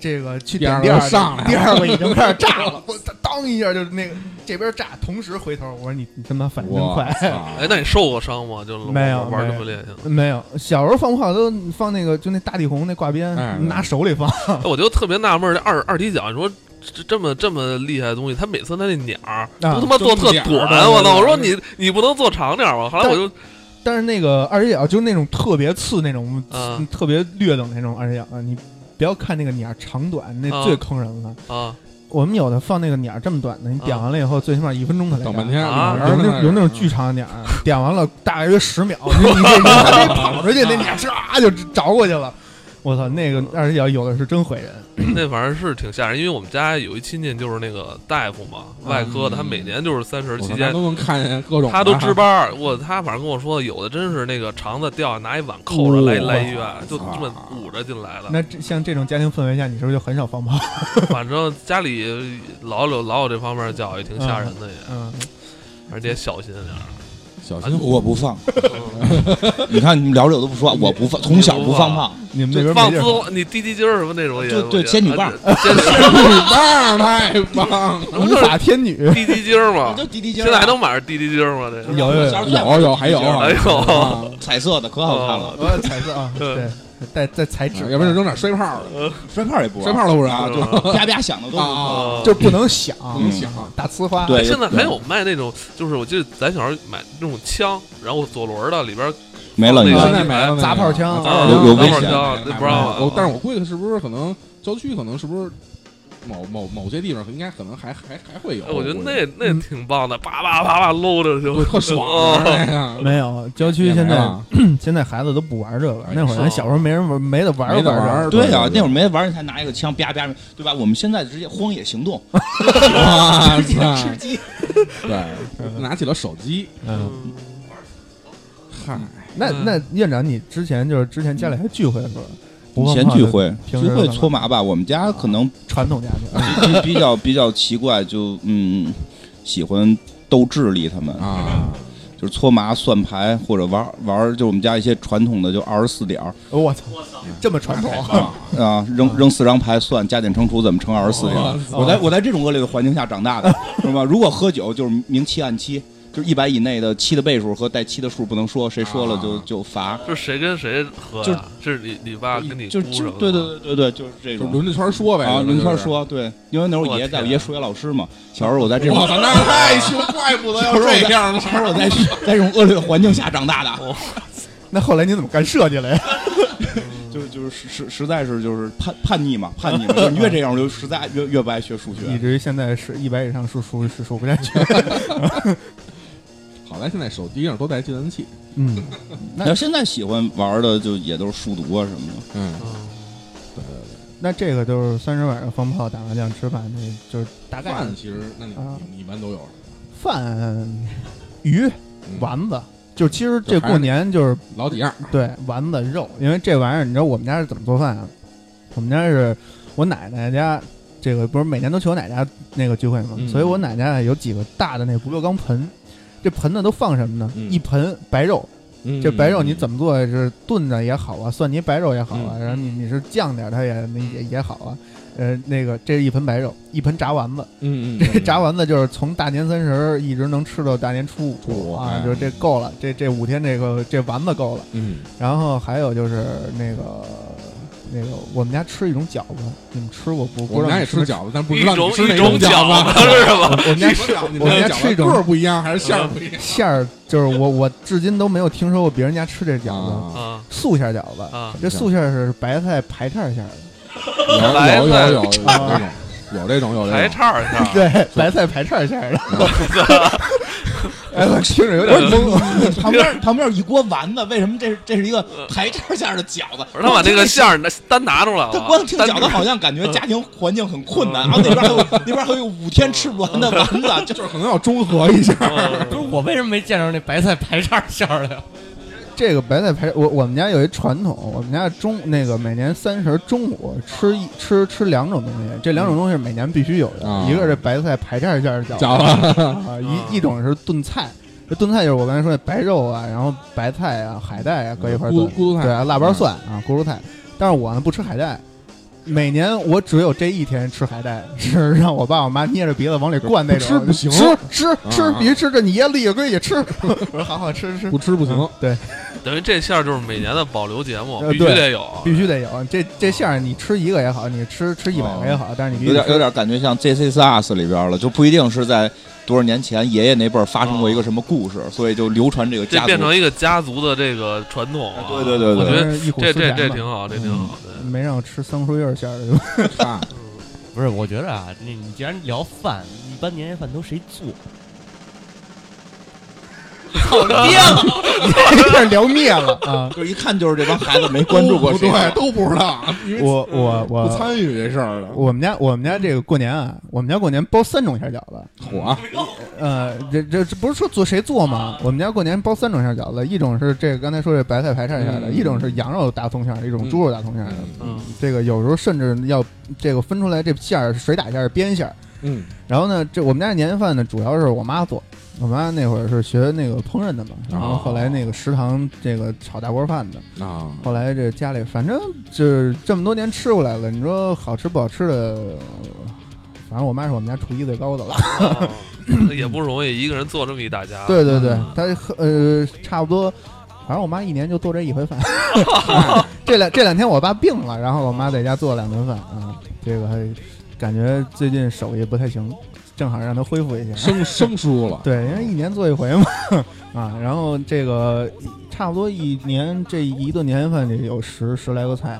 Speaker 2: 这个去点
Speaker 6: 第
Speaker 2: 第
Speaker 6: 二
Speaker 2: 二
Speaker 6: 个
Speaker 2: 个
Speaker 6: 上来了
Speaker 2: 第二个已经开始炸
Speaker 6: [laughs]
Speaker 2: 了，我当一下就那个这边炸，同时回头，我说你你他妈反应真
Speaker 6: 我
Speaker 2: 快。
Speaker 3: 哎，那你受过伤吗？就
Speaker 2: 没有
Speaker 3: 玩这
Speaker 2: 没
Speaker 3: 么
Speaker 2: 有
Speaker 3: 烈性。
Speaker 2: 没有，小时候放炮都放那个，就那大地红那挂鞭，
Speaker 6: 哎
Speaker 2: 拿手里放。
Speaker 3: 哎我就特别纳闷儿，这二二踢脚，你说这这么这么厉害的东西，他每次他那鸟儿
Speaker 2: 啊
Speaker 3: 都他妈做特短
Speaker 6: 就那点儿，
Speaker 3: 我操！
Speaker 6: 对对对
Speaker 3: 我说你你不能做长点儿吗？后来我就
Speaker 2: 但是那个二踢脚就那种特别刺那种，
Speaker 3: 嗯
Speaker 2: 啊特别劣等那种二踢脚，你不要看那个鸟长短，那
Speaker 3: 啊
Speaker 2: 最坑人了。
Speaker 3: 啊
Speaker 2: 我们有的放那个鸟儿这么短的，你点完了以后，最起码一分钟才来。
Speaker 6: 等半天嗯
Speaker 3: 啊
Speaker 2: 有那有那种巨长的鸟儿，点完了大约十秒，你你这你还得跑出去，那鸟唰就着过去了。我操，那个二十脚有的是真毁人。
Speaker 3: 那玩意儿是挺吓人，因为我们家有一亲戚就是那个大夫嘛，外科的，他每年就是三十期
Speaker 6: 他
Speaker 3: 间，
Speaker 6: 都能看见各种的，啊
Speaker 3: 他都值班儿。我他反正跟我说，有的真是那个肠子掉，拿一碗扣着来
Speaker 6: 哇
Speaker 3: 来医院，就这么捂着进来的。
Speaker 2: 那这像这种家庭氛围下，你是不是就很少放炮？
Speaker 3: 反正家里老有老有这方面的教育，挺吓人的也，
Speaker 2: 嗯，
Speaker 3: 而且小心点儿。
Speaker 6: 小心 [laughs] 火。
Speaker 4: 我不放。 [laughs] 你看你们聊着我都不说，我不放，从小不放 [laughs] 炮。
Speaker 2: [laughs] 你们那
Speaker 3: 就放
Speaker 2: 边没地
Speaker 3: 滋
Speaker 2: 儿放，，
Speaker 3: 你滴滴筋儿什么那种也
Speaker 4: 就对
Speaker 3: 我觉得
Speaker 4: 仙女棒
Speaker 3: 啊这仙女
Speaker 6: 女棒太棒了，
Speaker 3: 不
Speaker 2: 无
Speaker 3: 就是
Speaker 2: 法天女。
Speaker 3: 滴滴筋儿嘛，
Speaker 4: 滴啊滴
Speaker 3: 啊现在还能买着滴滴筋儿吗？这个
Speaker 2: 有有有
Speaker 4: 小时候
Speaker 6: 有有还有，
Speaker 3: 哎呦，
Speaker 6: 啊
Speaker 4: 彩色的可好看了，
Speaker 2: 我彩色啊，对，带带彩纸，
Speaker 6: 啊要不然就扔点摔炮的，
Speaker 4: 摔炮也不玩啊
Speaker 6: 摔炮都不扔，
Speaker 4: 嗯
Speaker 3: 是
Speaker 6: 就
Speaker 3: 吧
Speaker 4: 啪啪响的都不玩
Speaker 6: 啊
Speaker 3: 啊哎
Speaker 2: 就不能响，
Speaker 6: 能响。
Speaker 2: 打呲花。
Speaker 4: 对
Speaker 3: 现在还有卖那种，就是我记得咱小时候买那种枪，然后左轮的里边
Speaker 4: 没了
Speaker 3: 那
Speaker 4: 你
Speaker 3: 个
Speaker 4: 知道
Speaker 6: 现
Speaker 4: 吗。
Speaker 6: 在买了那个啊
Speaker 2: 砸炮枪
Speaker 6: 砸炮
Speaker 4: 有有
Speaker 6: 枪
Speaker 3: 打
Speaker 4: 危
Speaker 3: 火
Speaker 4: 险
Speaker 3: 枪，那不让
Speaker 6: 我
Speaker 3: 了，。
Speaker 6: 哦但是我估计是不是可能郊区可能是不是某某某些地方应该可能还还还会有
Speaker 3: 哎，我觉得
Speaker 6: 估计
Speaker 3: 那那挺棒的，叭叭叭叭搂着就
Speaker 6: 特爽
Speaker 3: 哦
Speaker 6: 啊，那个
Speaker 2: 没有，郊区现在啊嗯现在孩子都不玩这个了。那会儿咱小时候没人玩，没得玩儿
Speaker 6: 没得
Speaker 2: 玩儿
Speaker 6: 玩
Speaker 2: 这
Speaker 6: 儿，
Speaker 4: 对呀、
Speaker 6: 啊，
Speaker 4: 那会儿没玩儿，才拿一个枪啪啪，对吧？我们现在直接荒野行动，
Speaker 2: [laughs]
Speaker 6: 哇
Speaker 4: 直接吃
Speaker 6: 塞，
Speaker 4: 鸡。
Speaker 6: 对，拿起了手机，
Speaker 2: 个。嗯，
Speaker 6: 嗨，
Speaker 2: 那那院长，你之前就是之前家里还聚会的时候，不
Speaker 4: 以
Speaker 2: 放
Speaker 4: 前
Speaker 2: 炮
Speaker 4: 聚
Speaker 2: 的
Speaker 4: 会，
Speaker 2: 平时
Speaker 4: 聚会
Speaker 2: 干嘛
Speaker 4: 搓麻吧。我们家可能
Speaker 2: 传统家
Speaker 4: [laughs]
Speaker 2: 庭，
Speaker 4: 比比比较比较奇怪，就嗯，喜欢斗智力，他们
Speaker 6: 啊，
Speaker 4: 就是搓麻、算牌或者玩儿玩儿，就我们家一些传统的，就二十四点儿
Speaker 2: 我操，这么传统，
Speaker 6: 哎
Speaker 4: 啊，扔扔四张牌算，加减乘除怎么乘二十四点儿
Speaker 6: [laughs] 哇。
Speaker 2: 塞
Speaker 4: 我在我在这种恶劣的环境下长
Speaker 6: [laughs]
Speaker 4: 大的，是吧？如果喝酒就是明七暗七，就是一百以内的七的倍数和带七的数不能说，谁说了就
Speaker 6: 啊
Speaker 4: 就罚。
Speaker 3: 是谁跟谁喝
Speaker 4: 就
Speaker 3: 呀？是你你爸跟你
Speaker 4: 就
Speaker 3: 姑什
Speaker 4: 就
Speaker 3: 么的
Speaker 4: 对对对对对，就是这
Speaker 6: 就
Speaker 4: 种。
Speaker 6: 轮着圈说呗，
Speaker 4: 啊，轮圈
Speaker 6: 就是。啊
Speaker 4: 说，对，因为那会儿
Speaker 3: 我
Speaker 4: 我爷爷在，
Speaker 3: 天
Speaker 4: 我爷爷数学老师嘛。小时
Speaker 6: [laughs]
Speaker 4: 候我在这种
Speaker 6: 我，操，那太凶，怪不得要这样呢。
Speaker 4: [laughs] 小时候我在在这种恶劣的环境下长大的，
Speaker 2: [laughs]
Speaker 6: 哦
Speaker 2: 那后来你怎么干设计了呀？
Speaker 4: 就就是实实实在是就是叛叛逆嘛，叛逆嘛，就是越这样我就实在越越不爱学数
Speaker 2: 以
Speaker 4: 学。
Speaker 2: 至于现在是一百以上数数是数不下去。
Speaker 6: 好在现在手机上都带计算器，
Speaker 2: 嗯，
Speaker 4: 然后现在喜欢玩的就也都是数独啊什么的，
Speaker 6: 嗯，
Speaker 3: 嗯
Speaker 2: 那这个就是三十晚上放炮、打麻将、吃饭，那就是大概
Speaker 6: 饭其实那你
Speaker 2: 啊
Speaker 6: 你一般都有什么？
Speaker 2: 饭、鱼、
Speaker 6: 嗯
Speaker 2: 丸子。就其实这过年就是
Speaker 6: 老几样，
Speaker 2: 对丸子肉，因为这玩意儿你知道我们家是怎么做饭啊？我们家是我奶奶家，这个不是每年都去我奶家那个聚会嘛，
Speaker 6: 嗯
Speaker 2: 所以我奶奶有几个大的那不锈钢盆，这盆子都放什么呢？
Speaker 6: 嗯
Speaker 2: 一盆白肉，这白肉你怎
Speaker 6: 么
Speaker 2: 么做是炖着也好啊，蒜泥白肉也好啊，
Speaker 6: 嗯
Speaker 2: 然后你你是酱点儿它也那也也好啊，呃，那个这是一盆白肉，一盆炸丸子，
Speaker 6: 嗯
Speaker 2: 这 [laughs] 炸丸子就是从大年三十儿一直能吃到大年初
Speaker 6: 初
Speaker 2: 五
Speaker 6: 五
Speaker 2: 啊
Speaker 6: 哎，
Speaker 2: 就是这够了，这这五天这个这丸子够了。
Speaker 6: 嗯
Speaker 2: 然后还有就是那个那个我们家吃一种饺子，你们吃过不？
Speaker 6: 我
Speaker 2: 不知
Speaker 6: 们
Speaker 2: 道
Speaker 6: 家
Speaker 2: 你
Speaker 6: 也吃
Speaker 2: 什么
Speaker 6: 饺子，但不
Speaker 3: 一
Speaker 6: 知道
Speaker 3: 种
Speaker 6: 你吃哪
Speaker 3: 种
Speaker 6: 饺
Speaker 3: 饺子
Speaker 4: [laughs]
Speaker 3: 是
Speaker 2: [laughs] 我
Speaker 3: 吧？
Speaker 2: 我们家吃我们家吃一种
Speaker 6: 个儿不一样还是馅儿不一样？
Speaker 2: 馅儿，就是我我至今都没有听说过别人家吃这饺子， [laughs]
Speaker 6: 啊
Speaker 3: 啊
Speaker 2: 素馅儿饺子。
Speaker 3: 啊，
Speaker 2: 这素馅儿是白菜排叉馅儿的，
Speaker 6: 有有有有有这种，有
Speaker 2: 啊
Speaker 4: 哎
Speaker 6: 这种有
Speaker 3: 排
Speaker 6: 这种，
Speaker 3: 叉儿一 [laughs] 下，
Speaker 2: 对，白菜排叉馅儿的。哎，我听着有点懵。
Speaker 4: 旁边旁边有一锅丸子，为什么这是这是一个排叉馅儿的饺子？
Speaker 3: 嗯不是他把那个馅儿那单拿出来
Speaker 4: 这
Speaker 3: 了，啊
Speaker 4: 光听
Speaker 3: 单嗯
Speaker 4: 饺子好像感觉家庭环境很困难，然后那边还有那边还有五天吃不完的丸子， [laughs] 就
Speaker 6: 就是可能要中和一下。
Speaker 3: 嗯
Speaker 5: 不是我为什么没见着那白菜排叉馅儿啊的呀？
Speaker 2: 这个白菜排，我我们家有一传统，我们家中那个每年三十中午吃一吃吃两种东西，这两种东西是每年必须有的，
Speaker 6: 啊
Speaker 2: 一个是这白菜排叉馅儿的饺子，
Speaker 6: [laughs] 饺子，
Speaker 2: 啊，一一种是炖菜，这炖菜就是我刚才说那白肉啊，然后白菜啊、海带啊搁一块儿
Speaker 6: 嗯咕
Speaker 2: 炖，
Speaker 6: 咕嘟菜嗯
Speaker 2: 对啊，腊八蒜啊、咕噜菜。但是我呢不吃海带，每年我只有这一天吃海带，是让我爸我妈捏着鼻子往里灌那种，
Speaker 6: 不吃不行
Speaker 2: 吃吃吃
Speaker 6: 啊
Speaker 2: 必须吃，这你爷立着规矩吃。我说好好吃吃
Speaker 6: 不，吃不行。
Speaker 2: 对，
Speaker 3: 等于这馅儿就是每年的保留节目，
Speaker 2: 呃
Speaker 3: 必须
Speaker 2: 对
Speaker 3: 得有，啊
Speaker 2: 必须得有这这馅儿，你吃一个也好，你吃吃一
Speaker 6: 哦
Speaker 2: 百个也好，但是你必须
Speaker 4: 有点
Speaker 2: 吃
Speaker 4: 有点感觉像 J C S S 里边了，就不一定是在多少年前爷爷那辈儿发生过一个什么故事，所以就流传这个
Speaker 3: 哦这
Speaker 4: 家
Speaker 3: 变
Speaker 4: 族哎
Speaker 3: 成一个家族的这个传统啊。
Speaker 4: 对对对
Speaker 3: 我
Speaker 4: 对
Speaker 3: 觉得
Speaker 2: 一股
Speaker 3: 这
Speaker 2: 思
Speaker 3: 这
Speaker 2: 甜
Speaker 3: 这
Speaker 2: 吧
Speaker 4: 嗯
Speaker 3: 挺好，这挺好。对
Speaker 2: [laughs] 没让我吃桑树叶馅儿的，
Speaker 6: 啊，
Speaker 5: [laughs] 不是，我觉得啊，你你既然聊饭，一般年夜饭都谁做？
Speaker 2: 好
Speaker 3: [laughs]
Speaker 2: 爹了，开始聊灭了啊！
Speaker 4: 就是一看就是这帮孩子没关
Speaker 3: 哦
Speaker 4: 注过
Speaker 6: 都
Speaker 4: 谁
Speaker 6: 不。对，都不知道，因为
Speaker 2: 我我
Speaker 6: 嗯不
Speaker 2: 我，
Speaker 6: 参与这事儿的。
Speaker 2: 我们家我们家这个过年啊，我们家过年包三种馅儿饺子。
Speaker 6: 火，啊
Speaker 2: 呃，这这这不是说做谁做吗？我们家过年包三种馅儿饺子，一种是这个刚才说这白菜排叉馅儿的，
Speaker 6: 嗯
Speaker 2: 一种是羊肉大葱馅儿的，一种
Speaker 6: 嗯
Speaker 2: 猪肉大葱馅儿的。
Speaker 3: 嗯
Speaker 2: 这个有时候甚至要这个分出来这馅儿是水打馅儿是边馅儿。
Speaker 6: 嗯
Speaker 2: 然后呢，这我们家年夜饭呢，主要是我妈做。我妈那会儿是学那个烹饪的嘛，然后后来那个食堂这个炒大锅饭的，
Speaker 6: 啊，
Speaker 2: 后来这家里反正就是这么多年吃过来了，你说好吃不好吃的，反正我妈是我们家厨艺最高的了。
Speaker 3: 哦也不容易，一个人做这么一大家。
Speaker 2: [laughs] 对对对
Speaker 3: 嗯，
Speaker 2: 她呃差不多，反正我妈一年就做这一回饭。 [laughs] 这 [laughs] 两这两天我爸病了，然后我妈在家做了两顿饭啊，这个还感觉最近手艺不太行，正好让她恢复一下。
Speaker 6: 生生疏了，
Speaker 2: 对，因为一年做一回嘛，啊，然后这个差不多一年这一顿年夜饭里有十十来个菜，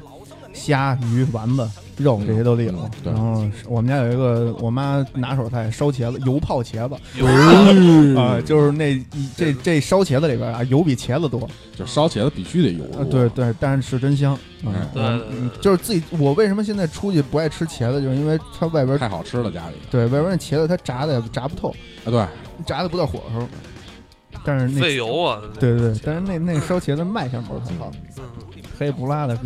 Speaker 2: 虾、鱼、丸子、肉这些都得有。
Speaker 6: 嗯对
Speaker 2: 然后是我们家有一个我妈拿手菜，烧茄子，油泡茄子
Speaker 3: 有
Speaker 6: 嗯
Speaker 2: 啊、就是那一这这烧茄子里边啊，油比茄子多。
Speaker 6: 就烧茄子必须得油
Speaker 2: 啊，对对，但是是真香。嗯
Speaker 6: 嗯，
Speaker 3: 对
Speaker 2: 嗯
Speaker 3: 对
Speaker 2: 嗯
Speaker 3: 对
Speaker 2: 就是自己，我为什么现在出去不爱吃茄子，就是因为它外边
Speaker 6: 太好吃了，家里
Speaker 2: 对外边那茄子它炸的也炸不透，
Speaker 6: 啊，对，
Speaker 2: 炸的不到火候。但是那
Speaker 3: 费油啊。
Speaker 2: 对对，但是那那烧茄子卖相不是很好，
Speaker 3: 嗯
Speaker 2: 黑不拉的。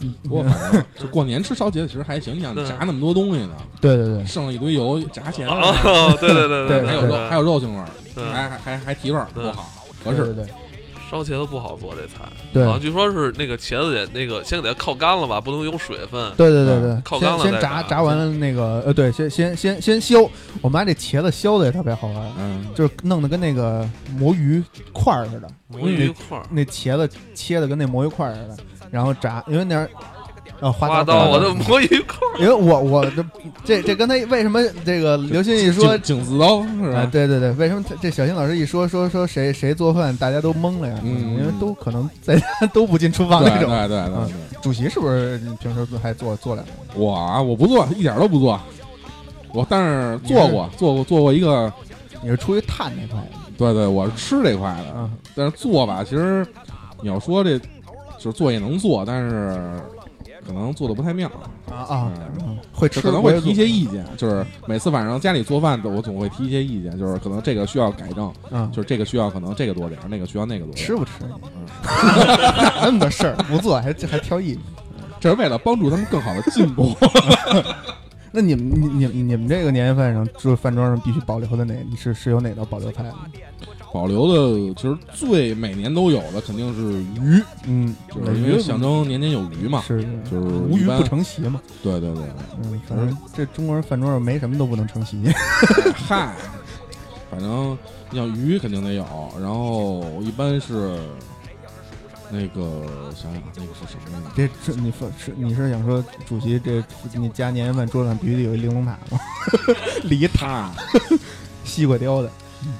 Speaker 2: 嗯
Speaker 6: 我反正就过年吃烧茄子其实还行，你想
Speaker 3: 对
Speaker 6: 炸那么多东西呢，
Speaker 2: 对对对，
Speaker 6: 剩了一堆油，炸茄子
Speaker 3: 哦，对对对
Speaker 2: 对
Speaker 6: 还有肉，还有肉腥味儿，
Speaker 3: 对
Speaker 6: 还还还还提味儿，
Speaker 3: 对
Speaker 6: 不好，合适。
Speaker 2: 对对
Speaker 3: 烧茄子不好做这菜，
Speaker 2: 对
Speaker 3: 好像据说是那个茄子得那个先给它烤干了吧，不能有水分。
Speaker 2: 对对对对
Speaker 3: 嗯靠
Speaker 2: 对，先
Speaker 3: 缸了
Speaker 2: 先
Speaker 3: 再
Speaker 2: 炸
Speaker 3: 炸
Speaker 2: 炸完那个呃，对，先先先先削。我妈这茄子削的也特别好玩，
Speaker 6: 嗯，
Speaker 2: 就是弄得跟那个魔芋块儿似的，
Speaker 3: 魔芋块儿，
Speaker 2: 那茄子切的跟那魔芋块儿似的，然后炸，因为那儿。啊，花
Speaker 3: 花刀，我的
Speaker 2: 都，
Speaker 3: 魔芋块儿，
Speaker 2: 因为我我这这这刚才为什么这个刘鑫一说
Speaker 6: 井井字刀是
Speaker 2: 啊，
Speaker 6: 吧？
Speaker 2: 对对对，为什么他这小新老师一说说说谁谁做饭，大家都懵了呀？
Speaker 6: 嗯
Speaker 2: 因为都可能在家 [laughs] 都不进厨房
Speaker 6: 对
Speaker 2: 那
Speaker 6: 对
Speaker 2: 种。
Speaker 6: 对对对，
Speaker 2: 主席是不是平时还做做两个？
Speaker 6: 我啊，我不做，一点都不做。我但是做过，做过做过一个，
Speaker 2: 你是出于探那块的
Speaker 6: 对对，我是吃这块的，
Speaker 2: 啊？
Speaker 6: 但是做吧，其实你要说这，就是做也能做，但是可能做的不太妙，
Speaker 2: 啊啊
Speaker 6: 嗯，
Speaker 2: 嗯会吃
Speaker 6: 可能
Speaker 2: 我
Speaker 6: 会
Speaker 2: 也
Speaker 6: 提一
Speaker 2: 做
Speaker 6: 些意见。就是每次晚上家里做饭，我总会提一些意见，就是可能这个需要改正，
Speaker 2: 啊，
Speaker 6: 就是这嗯个需要可能这个多点儿，那个需要那个多点
Speaker 2: 吃
Speaker 6: 儿。
Speaker 2: 不吃？哪 [laughs] 那么多事儿不做还还挑意见？
Speaker 6: 这是为了帮助他们更好的进步。 [laughs]
Speaker 2: 那你们你你你们这个年夜饭上，就是饭桌上必须保留的哪是是有哪道保留菜？
Speaker 6: 保留的其实最每年都有的肯定是鱼，
Speaker 2: 嗯，
Speaker 6: 就是因为象征年年有余嘛。
Speaker 2: 是是
Speaker 6: 就是
Speaker 2: 无
Speaker 6: 一
Speaker 2: 鱼
Speaker 6: 般
Speaker 2: 不成席嘛。
Speaker 6: 对对对，
Speaker 2: 嗯，反正这中国人饭桌上没什么都不能成席。
Speaker 6: 嗨，反正你像鱼肯定得有，然后一般是那个想想那个是什么来着？
Speaker 2: 这这你说是你是想说主席这你家年夜饭桌上必须得有一玲珑塔吗？ [laughs]
Speaker 6: 梨塔，
Speaker 2: 西瓜雕的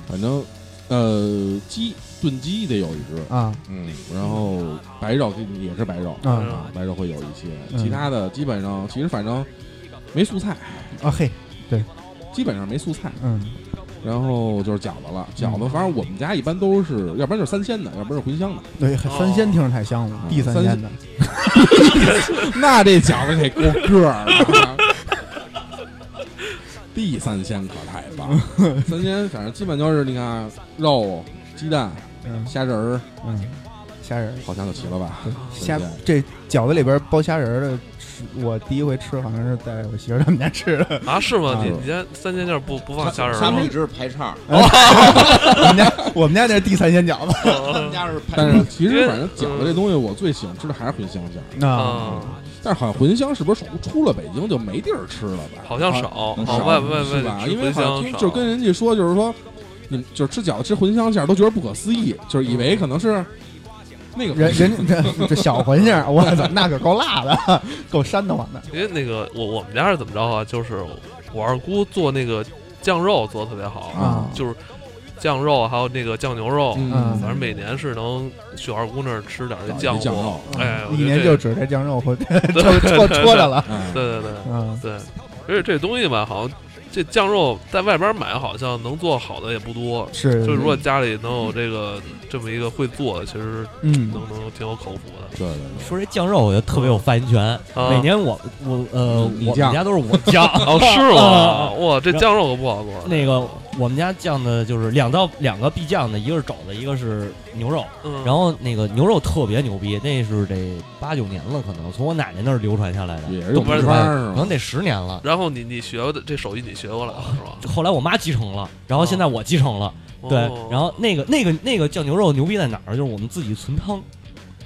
Speaker 6: 反正呃鸡炖鸡得有一只，
Speaker 2: 啊
Speaker 6: 嗯，然后白肉也是白肉
Speaker 2: 啊
Speaker 6: 白肉会有一些，
Speaker 2: 嗯
Speaker 6: 其他的基本上其实反正没素菜，
Speaker 2: 啊嘿
Speaker 6: 基本上没素菜，
Speaker 2: 嗯
Speaker 6: 然后就是饺子了，饺子反正我们家一般都是，要不然就是三鲜的，要不然是茴香的。
Speaker 2: 对三
Speaker 6: 哦
Speaker 2: 鲜听着太香了，地三鲜的
Speaker 6: 那这饺子得够个儿啊！地三鲜可太
Speaker 2: [laughs]
Speaker 6: 棒，了，三鲜反正基本就是你看肉、鸡蛋、
Speaker 2: 嗯
Speaker 6: 虾仁儿，
Speaker 2: 嗯虾仁儿
Speaker 6: 好像就齐了吧？
Speaker 2: 对
Speaker 6: 三
Speaker 2: 虾
Speaker 6: 鲜
Speaker 2: 这饺子里边包虾仁儿的是我第一回吃好像是在我媳妇儿他们家吃
Speaker 6: [laughs]
Speaker 2: 的，
Speaker 3: 啊，是吗？
Speaker 6: 啊
Speaker 3: 你你家三鲜馅不不放虾仁儿
Speaker 4: 他
Speaker 3: 吗
Speaker 4: 们？一直是排叉，
Speaker 2: 我们家我们家那是地三鲜饺子
Speaker 4: 他
Speaker 3: 嗯
Speaker 4: 们家是排。
Speaker 6: 但是其
Speaker 2: 嗯
Speaker 6: 实反正饺子这东西，我最喜欢吃的还是茴香馅儿。哦
Speaker 3: 啊，
Speaker 6: 但是好像茴香是不是出了北京就没地儿吃了吧？
Speaker 3: 好像少，哦
Speaker 4: 嗯少
Speaker 3: 外外
Speaker 6: 是吧？
Speaker 3: 外
Speaker 6: 因为
Speaker 3: 茴
Speaker 6: 好像
Speaker 3: 香
Speaker 6: 听
Speaker 3: 少，
Speaker 6: 就跟人家说，就是说，你们就是吃饺子吃茴香馅儿都觉得不可思议，就是以为可能是那个
Speaker 2: 人人这这小茴香儿，我操，那可够辣的， [laughs] 够煽得慌的。
Speaker 3: 因为那个我我们家是怎么着啊？就是我二姑做那个酱肉做的特别好，
Speaker 6: 哦
Speaker 2: 啊
Speaker 3: 就是酱肉还有那个酱牛肉，
Speaker 2: 嗯
Speaker 6: 嗯
Speaker 3: 反，正每年是能去二姑那儿吃点儿这
Speaker 6: 找一
Speaker 3: 酱
Speaker 6: 酱
Speaker 3: 货
Speaker 6: 肉
Speaker 3: 哎，我
Speaker 2: 嗯一
Speaker 3: 觉得
Speaker 2: 年
Speaker 3: 这 [laughs]
Speaker 2: [laughs] 就指这酱肉或戳戳戳着了。
Speaker 6: 嗯
Speaker 3: 对对对
Speaker 2: 嗯，
Speaker 3: 对，而且这东西吧，好像这酱肉在外边买，好像能做好的也不多。
Speaker 5: 嗯
Speaker 2: 是，
Speaker 3: 就是如果家里能有这个这么一个会做的，其实
Speaker 2: 嗯
Speaker 3: 能能挺有口福的。
Speaker 6: 对对对，
Speaker 5: 说这酱肉，我就特别有发言权。
Speaker 3: 啊。
Speaker 5: 每年我我呃，
Speaker 6: 你
Speaker 5: 我们
Speaker 6: 酱
Speaker 5: 家都是我酱
Speaker 3: [laughs] 哦，是
Speaker 5: [laughs]
Speaker 3: 吗？
Speaker 5: 嗯啊
Speaker 3: 哇，这酱肉可不好做。啊
Speaker 5: 那个我们家酱的就是两道两个必酱的，一个是肘子，一个是牛肉。
Speaker 3: 嗯，
Speaker 5: 然后那个牛肉特别牛逼，那是得八九年了，可能从我奶奶那儿流传下来的，
Speaker 6: 也是
Speaker 5: 东北
Speaker 3: 东北
Speaker 6: 川
Speaker 5: 菜
Speaker 6: 是吧
Speaker 5: 可能得十年了。
Speaker 3: 然后你你学的这手艺你学过来了是吧？
Speaker 5: 后来我妈继承了，然后现在我继承了，对
Speaker 3: 哦。
Speaker 5: 然后那个那个那个酱牛肉牛逼在哪儿？就是我们自己存汤，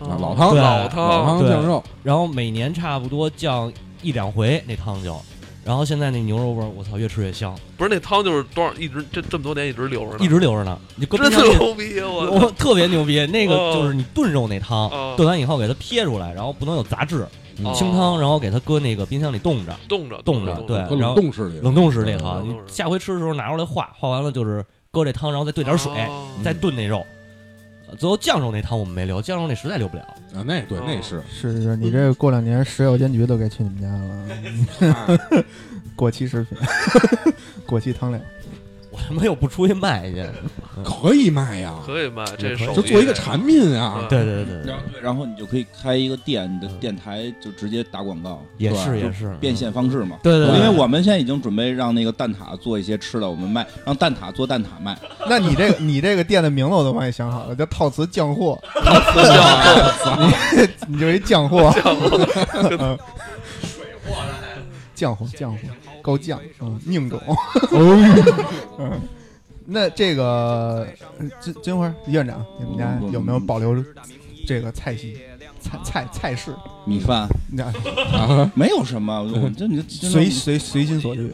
Speaker 3: 嗯
Speaker 6: 啊老汤
Speaker 5: 对
Speaker 3: 老
Speaker 6: 老
Speaker 3: 汤，
Speaker 6: 汤
Speaker 5: 对
Speaker 6: 酱肉，
Speaker 5: 然后每年差不多酱一两回那汤就，然后现在那牛肉味儿，我操，越吃越香，
Speaker 3: 不是那汤就是多少一直这这么多年一直留着呢，
Speaker 5: 一直留着呢。你搁
Speaker 3: 真
Speaker 5: 冰
Speaker 3: 的
Speaker 5: 箱里，
Speaker 3: 牛逼我操
Speaker 5: 我特别牛逼。那
Speaker 3: 哦
Speaker 5: 个就是你炖肉那汤
Speaker 3: 哦，
Speaker 5: 炖完以后给它撇出来，然后不能有杂质，
Speaker 3: 哦
Speaker 5: 清汤，然后给它搁那个冰箱里冻着，
Speaker 3: 冻着
Speaker 5: 冻着对
Speaker 6: 搁
Speaker 5: 然
Speaker 6: 冷
Speaker 5: 后
Speaker 6: 冻室里，
Speaker 5: 冷冻室里头。
Speaker 3: 冷
Speaker 5: 你
Speaker 3: 冻室
Speaker 5: 下回吃的时候拿出来化，化完了就是搁这汤，然后再兑点水，嗯
Speaker 3: 哦
Speaker 5: 再炖那肉。呃最后酱肉那汤我们没留，酱肉那实在留不了。
Speaker 6: 啊，那对那是
Speaker 2: 是是，你这过两年食药监局都该去你们家了，
Speaker 3: 嗯
Speaker 6: 啊
Speaker 2: 过期食品， [laughs] 过期汤料。
Speaker 5: 我他妈又不出去卖 [laughs] 去。
Speaker 6: 可以卖呀，
Speaker 3: 可以卖，这
Speaker 5: 也可以
Speaker 3: 手艺
Speaker 6: 就做一个产品啊，
Speaker 5: 对对对对
Speaker 4: 然，后然后你就可以开一个店，你的电台就直接打广告，
Speaker 5: 嗯也是
Speaker 6: 对
Speaker 5: 也是
Speaker 4: 变现方式嘛。
Speaker 5: 对对对
Speaker 4: 因为我们现在已经准备让那个蛋挞做一些吃的，我们卖，让蛋挞做蛋挞
Speaker 5: [laughs]
Speaker 4: 卖。
Speaker 2: 那你这个你这个店的名字我都帮你想好了，叫套词酱货， [laughs] 你就是一酱货，
Speaker 3: 酱肉
Speaker 2: 嗯酱货酱货高酱，嗯，宁种， [laughs] 嗯。那这个呃金金花院长，你们家有没有保留这个菜系、菜菜菜式？
Speaker 4: 米饭
Speaker 2: 那
Speaker 6: 啊
Speaker 4: 没有什么，我这你就
Speaker 2: 随随随心所欲。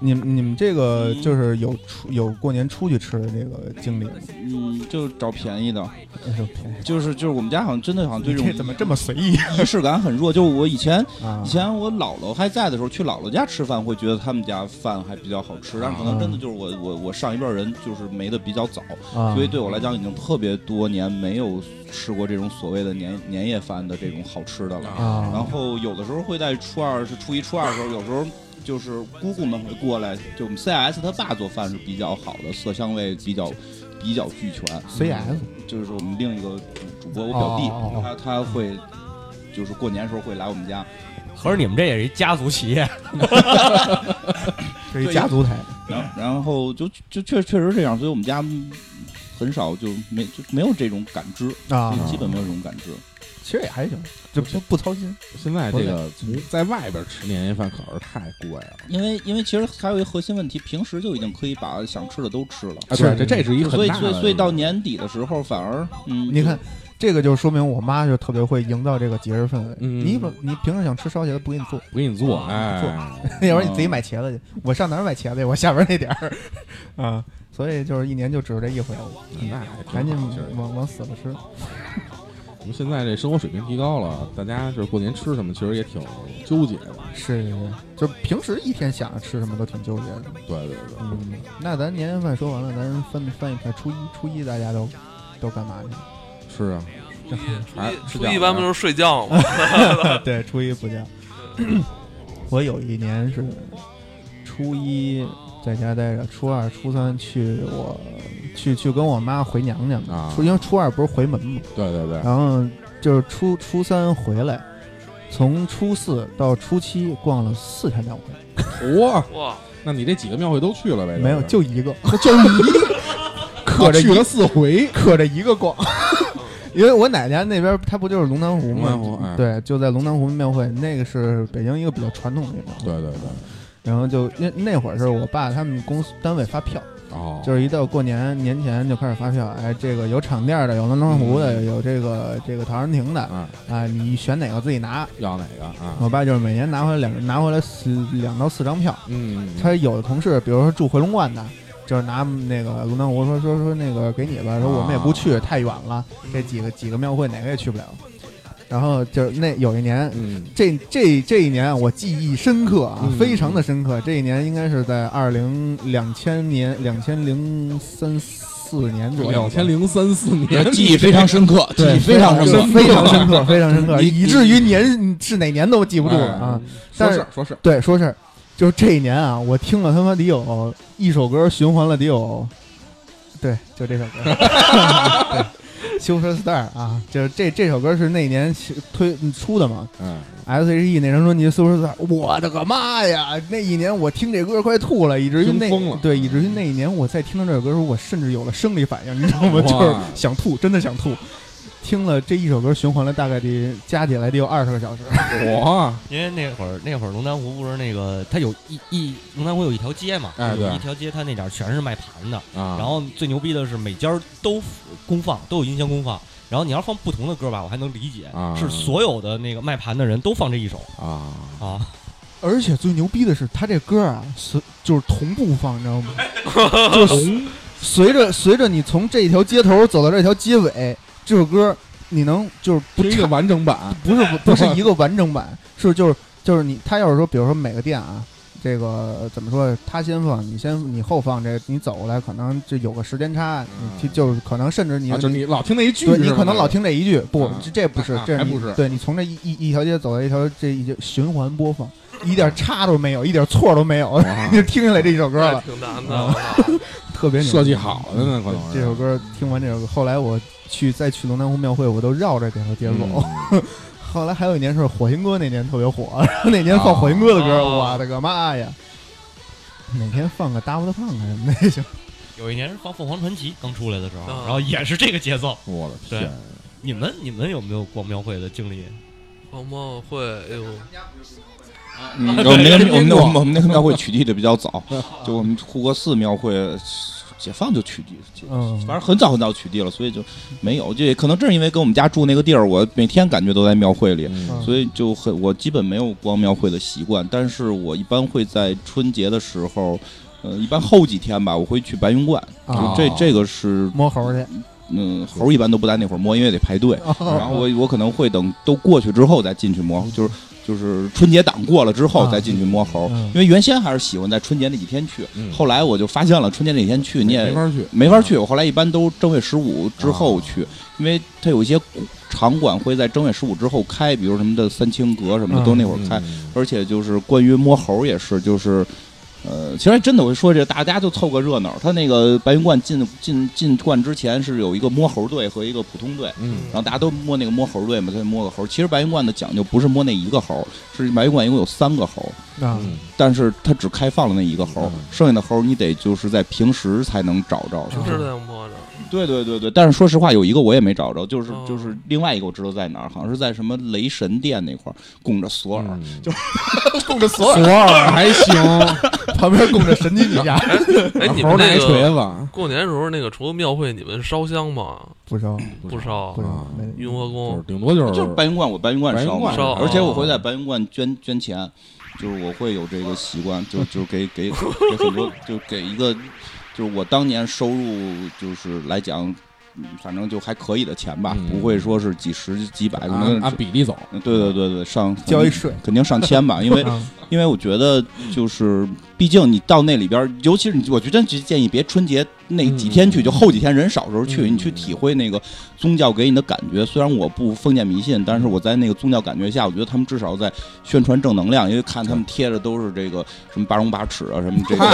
Speaker 2: 你们你们这个就是有出有过年出去吃的这个经历吗？
Speaker 4: 嗯，就找便宜的，
Speaker 2: 哎呦天呀
Speaker 4: 就是就是我们家好像真的好像对
Speaker 2: 你
Speaker 4: 这
Speaker 2: 这
Speaker 4: 种
Speaker 2: 怎么这么随意
Speaker 4: 仪式感很弱。就我以前
Speaker 2: 啊
Speaker 4: 以？前我姥姥还在的时候，去姥姥家吃饭，会觉得他们家饭还比较好吃，但是可能真的就是我我我上一辈儿人就是没的比较早，
Speaker 2: 啊
Speaker 4: 所以对我来讲已经特别多年没有吃过这种所谓的年年夜饭的这种好吃的了。
Speaker 2: 啊，
Speaker 4: 然后有的时候会在初二是初一初二的时候，有时候就是姑姑们会过来，就我们 CIS 他爸做饭是比较好的，色香味比较比较俱全。
Speaker 2: CS
Speaker 4: 就是我们另一个主主播，我表弟，
Speaker 2: 哦哦哦
Speaker 4: 他他会就是过年时候会来我们家，
Speaker 5: 合着你们这也是一家族企业，
Speaker 2: 是一家族台，
Speaker 4: 然
Speaker 2: 嗯
Speaker 4: 后然后就就确确实这样，所以我们家很少就没就没有这种感知，
Speaker 2: 啊
Speaker 4: 基本没有这种感知。
Speaker 2: 其实也还行，就不不操心。
Speaker 6: 现在这个从在外边吃年夜饭可是太贵了。
Speaker 4: 因为因为其实还有一个核心问题，平时就已经可以把想吃的都吃了，
Speaker 6: 啊，
Speaker 2: 是
Speaker 6: 对，这这是一个
Speaker 4: 所
Speaker 6: 很
Speaker 4: 以
Speaker 6: 大的
Speaker 4: 所以所以到年底的时候反而嗯，
Speaker 2: 你看，这个就说明我妈就特别会营造这个节日氛围。
Speaker 6: 嗯
Speaker 2: 你不你平时想吃烧茄子不给你 [laughs] 做，
Speaker 6: 不给你做，
Speaker 2: 啊
Speaker 6: 哎，
Speaker 2: 要不然你自己买茄子去。我上哪儿买茄 [laughs] 子去？我下边那点儿啊，所以就是一年就只有这一回了，
Speaker 6: 那还
Speaker 2: 哎赶紧
Speaker 6: 真好其实
Speaker 2: 往往死了吃。
Speaker 6: 我们现在这生活水平提高了，大家就是过年吃什么，其实也挺纠结的。
Speaker 2: 是是是，就平时一天想着吃什么都挺纠结的。
Speaker 6: 对对对，
Speaker 2: 嗯，那咱年夜饭说完了，咱翻翻一翻初一，初一大家都都干嘛去？
Speaker 6: 是啊，还是
Speaker 3: 初一初
Speaker 6: 这样
Speaker 3: 一一般不就是睡觉吗？
Speaker 2: [laughs] 对，初一不叫。我有一年是初一在家待着，初二、初三去我去去跟我妈回娘家嘛
Speaker 6: 啊。
Speaker 2: 初因为初二不是回门嘛，
Speaker 6: 对对对，
Speaker 2: 然后就是初初三回来，从初四到初七逛了四天庙会，
Speaker 6: 哇，
Speaker 3: 哇，
Speaker 6: 那你这几个庙会都去了呗？
Speaker 2: 没有
Speaker 6: 是
Speaker 2: 就
Speaker 6: [laughs]
Speaker 2: 一个，就一个，可着一
Speaker 6: 啊去了四回，
Speaker 2: 可着一个
Speaker 6: [laughs]
Speaker 2: 逛。因为我奶奶那边，她不就是龙潭湖吗？
Speaker 6: 龙潭湖哎
Speaker 2: 对，就在龙潭湖庙会，那个是北京一个比较传统的地方。
Speaker 6: 对对对，
Speaker 2: 然后就那那会儿是我爸他们公司单位发票，
Speaker 6: 哦，
Speaker 2: 就是一到过年年前就开始发票。哎，这个有场店的，有南昌湖的，有这个这个陶然亭的，
Speaker 6: 啊，
Speaker 2: 啊，你选哪个自己拿。
Speaker 6: 要哪个啊？
Speaker 2: 我爸就是每年拿回来两拿回来四两到四张票。
Speaker 6: 嗯，
Speaker 2: 他有的同事，比如说住回龙观的，就是拿那个龙潭湖说说说那个给你吧，说我们也不去，太远了，这几个几个庙会哪个也去不了。然后就是那有一年
Speaker 6: 嗯
Speaker 2: 这这这一年啊我记忆深刻啊，
Speaker 6: 嗯
Speaker 2: 非常的深刻。这一年应该是在二零两千年两千零三四年左右吧，
Speaker 6: 两千零三四
Speaker 4: 我
Speaker 6: 年，
Speaker 4: 记忆非常深刻，记
Speaker 2: 对
Speaker 4: 忆非常深
Speaker 2: 就
Speaker 4: 刻
Speaker 2: 是，非常深刻，非常深刻，
Speaker 4: [laughs] 你哎
Speaker 2: 以至于年是哪年都记不住了啊。
Speaker 6: 哎说事儿说事儿，
Speaker 2: 对，说是就是这一年啊，我听了他妈得有一首歌循环了得有，对，就这首歌， [laughs] 对，Super Star 啊，就是这这首歌是那年推出的嘛，
Speaker 6: 嗯，
Speaker 2: S.H.E E 那张专辑《Super Star》，我的个妈呀！那一年我听这歌快吐了，以至于那
Speaker 6: 听疯了
Speaker 2: 对，以至于那一年我在听到这首歌的时候，我甚至有了生理反应，你知道
Speaker 6: [laughs]
Speaker 2: 吗？就是想吐，真的想吐。听了这一首歌循环了大概得加起来得有二十个小时，
Speaker 6: 我
Speaker 5: [laughs] 因为那会儿那会儿龙潭湖不是那个，它有一一龙潭湖有一条街嘛，
Speaker 6: 哎
Speaker 5: 有
Speaker 6: 对
Speaker 5: 一条街，它那点儿全是卖盘的。
Speaker 6: 啊，
Speaker 5: 然后最牛逼的是每家儿都公放，都有音箱公放。然后你要放不同的歌吧，我还能理解
Speaker 6: 啊，
Speaker 5: 是所有的那个卖盘的人都放这一首
Speaker 6: 啊，
Speaker 5: 啊。
Speaker 2: 而且最牛逼的是，他这歌啊是就是同步放，你知道吗？
Speaker 6: [laughs]
Speaker 2: 就是随着随着你从这条街头走到这条街尾，这首歌你能就是不
Speaker 6: 是一
Speaker 2: 差
Speaker 6: 个完整版，
Speaker 2: 不是
Speaker 6: [laughs]
Speaker 2: 不是一个完整版，是就是就是你，他要是说，比如说每个店啊，这个呃怎么说，他先放，你先你后放，这你走过来可能就有个时间差，你
Speaker 6: 嗯
Speaker 2: 就就是可能甚至你、
Speaker 6: 啊，就你老听那一句
Speaker 2: 对
Speaker 6: 是吧，
Speaker 2: 你可能老听这一句，不，
Speaker 6: 啊
Speaker 2: 这这不是
Speaker 6: 啊，
Speaker 2: 这
Speaker 6: 还
Speaker 2: 你
Speaker 6: 不是
Speaker 2: 对你从这一一一条街走到一条这一循环播放，一点差都没有，一点错都没有， [laughs]
Speaker 6: 哇
Speaker 2: 你就听下来这一首歌
Speaker 3: 那
Speaker 2: 了，
Speaker 3: 挺难
Speaker 2: 啊
Speaker 3: 的。我
Speaker 2: 特别牛嗯
Speaker 6: 哎设计好的呢，可能是
Speaker 2: 这首歌听完这首歌，后来我去再去龙南湖庙会，我都绕着这条街走。
Speaker 6: 嗯
Speaker 2: 后来还有一年是火星哥那年特别火，然后那年放火星哥的歌，
Speaker 3: 哦
Speaker 2: 我的个妈呀！哪天放个 Daft Punk 什么的啊也行。
Speaker 5: 有一年是放凤凰传奇刚出来的时候，
Speaker 3: 啊
Speaker 5: 然后也是这个节奏。
Speaker 6: [laughs] 我的
Speaker 5: 嗯
Speaker 6: 天，
Speaker 5: 你们你们有没有逛庙会的经历？
Speaker 3: 操，庙会，哎呦，
Speaker 4: 嗯，我们那
Speaker 2: [laughs]
Speaker 4: 个我们那我们我们那个庙会取缔的比较早，就我们护国寺庙会解放就取缔，解
Speaker 2: 嗯
Speaker 4: 反正很早很早取缔了，所以就没有。这可能正是因为跟我们家住那个地儿，我每天感觉都在庙会里，
Speaker 6: 嗯
Speaker 4: 所以就很我基本没有逛庙会的习惯，但是我一般会在春节的时候。呃，一般后几天吧，我会去白云观，就
Speaker 2: 啊
Speaker 4: 这这个是，
Speaker 2: 摸猴去，
Speaker 4: 嗯，猴儿一般都不在那会儿摸，因为得排队。然后我我可能会等都过去之后再进去摸，就是就是春节档过了之后
Speaker 2: 啊
Speaker 4: 再进去摸猴，
Speaker 2: 嗯
Speaker 4: 因为原先还是喜欢在春节那几天去，
Speaker 6: 嗯
Speaker 4: 后来我就发现了春节那几天去你也
Speaker 6: 没法去，
Speaker 4: 没法去，我后来一般都正月十五之后
Speaker 6: 啊
Speaker 4: 去，因为它有一些场馆会在正月十五之后开，比如什么的三清阁什么的都那会儿开，
Speaker 6: 嗯
Speaker 4: 而且就是关于摸猴也是，就是。呃，其实还真的，我说这大家就凑个热闹。他那个白云观进进进观之前是有一个摸猴队和一个普通队，
Speaker 6: 嗯
Speaker 4: 然后大家都摸那个摸猴队嘛，他就摸个猴。其实白云观的讲究不是摸那一个猴，是白云观一共有三个猴，
Speaker 2: 啊，
Speaker 6: 嗯，
Speaker 4: 但是它只开放了那一个猴
Speaker 6: 嗯，
Speaker 4: 剩下的猴你得就是在平时才能找着。
Speaker 2: 嗯
Speaker 3: 是在摸着，
Speaker 4: 对对对对，但是说实话，有一个我也没找着，就是
Speaker 3: 哦
Speaker 4: 就是另外一个我知道在哪儿，好像是在什么雷神殿那块儿供着索尔，
Speaker 6: 就
Speaker 2: 供着索
Speaker 6: 索
Speaker 2: 尔，
Speaker 6: 尔还 [laughs] 行，
Speaker 2: 旁边供着神经女侠，
Speaker 3: 哎，你
Speaker 6: 猴
Speaker 3: 们
Speaker 6: 拿
Speaker 3: 那
Speaker 6: 一锤
Speaker 3: 个
Speaker 6: 子
Speaker 3: 过年时候那个除了庙会，你们烧香吗？
Speaker 2: 不烧
Speaker 3: 不烧
Speaker 2: 不，烧
Speaker 6: 啊，
Speaker 2: 没
Speaker 3: 雍和
Speaker 6: 就
Speaker 3: 宫
Speaker 6: 是顶多就是
Speaker 4: 就是白云观，我白云观
Speaker 6: 白云
Speaker 4: 烧嘛
Speaker 6: 观
Speaker 3: 烧
Speaker 4: 而且我会
Speaker 6: 哦
Speaker 4: 在白云观捐捐钱，就是我会有这个习惯，就就给给给很多，就给一个，就是我当年收入就是来讲，嗯反正就还可以的钱吧，
Speaker 6: 嗯
Speaker 4: 不会说是几十几百，可能
Speaker 6: 按
Speaker 4: 是
Speaker 6: 啊按比例走，
Speaker 4: 嗯对对对对，上
Speaker 2: 交一税，
Speaker 4: 肯定上千吧，因为
Speaker 2: 啊
Speaker 4: 因为我觉得就是，毕竟你到那里边儿，尤其是你，我觉得建议别春节那几天去，
Speaker 6: 嗯
Speaker 4: 就后几天人少的时候去，
Speaker 6: 嗯
Speaker 4: 你去体会那个宗教给你的感觉。虽然我不封建迷信，但是我在那个宗教感觉下，我觉得他们至少在宣传正能量，因为看他们贴着都是这个什么八荣八耻啊，什么
Speaker 2: [laughs]
Speaker 4: 这个，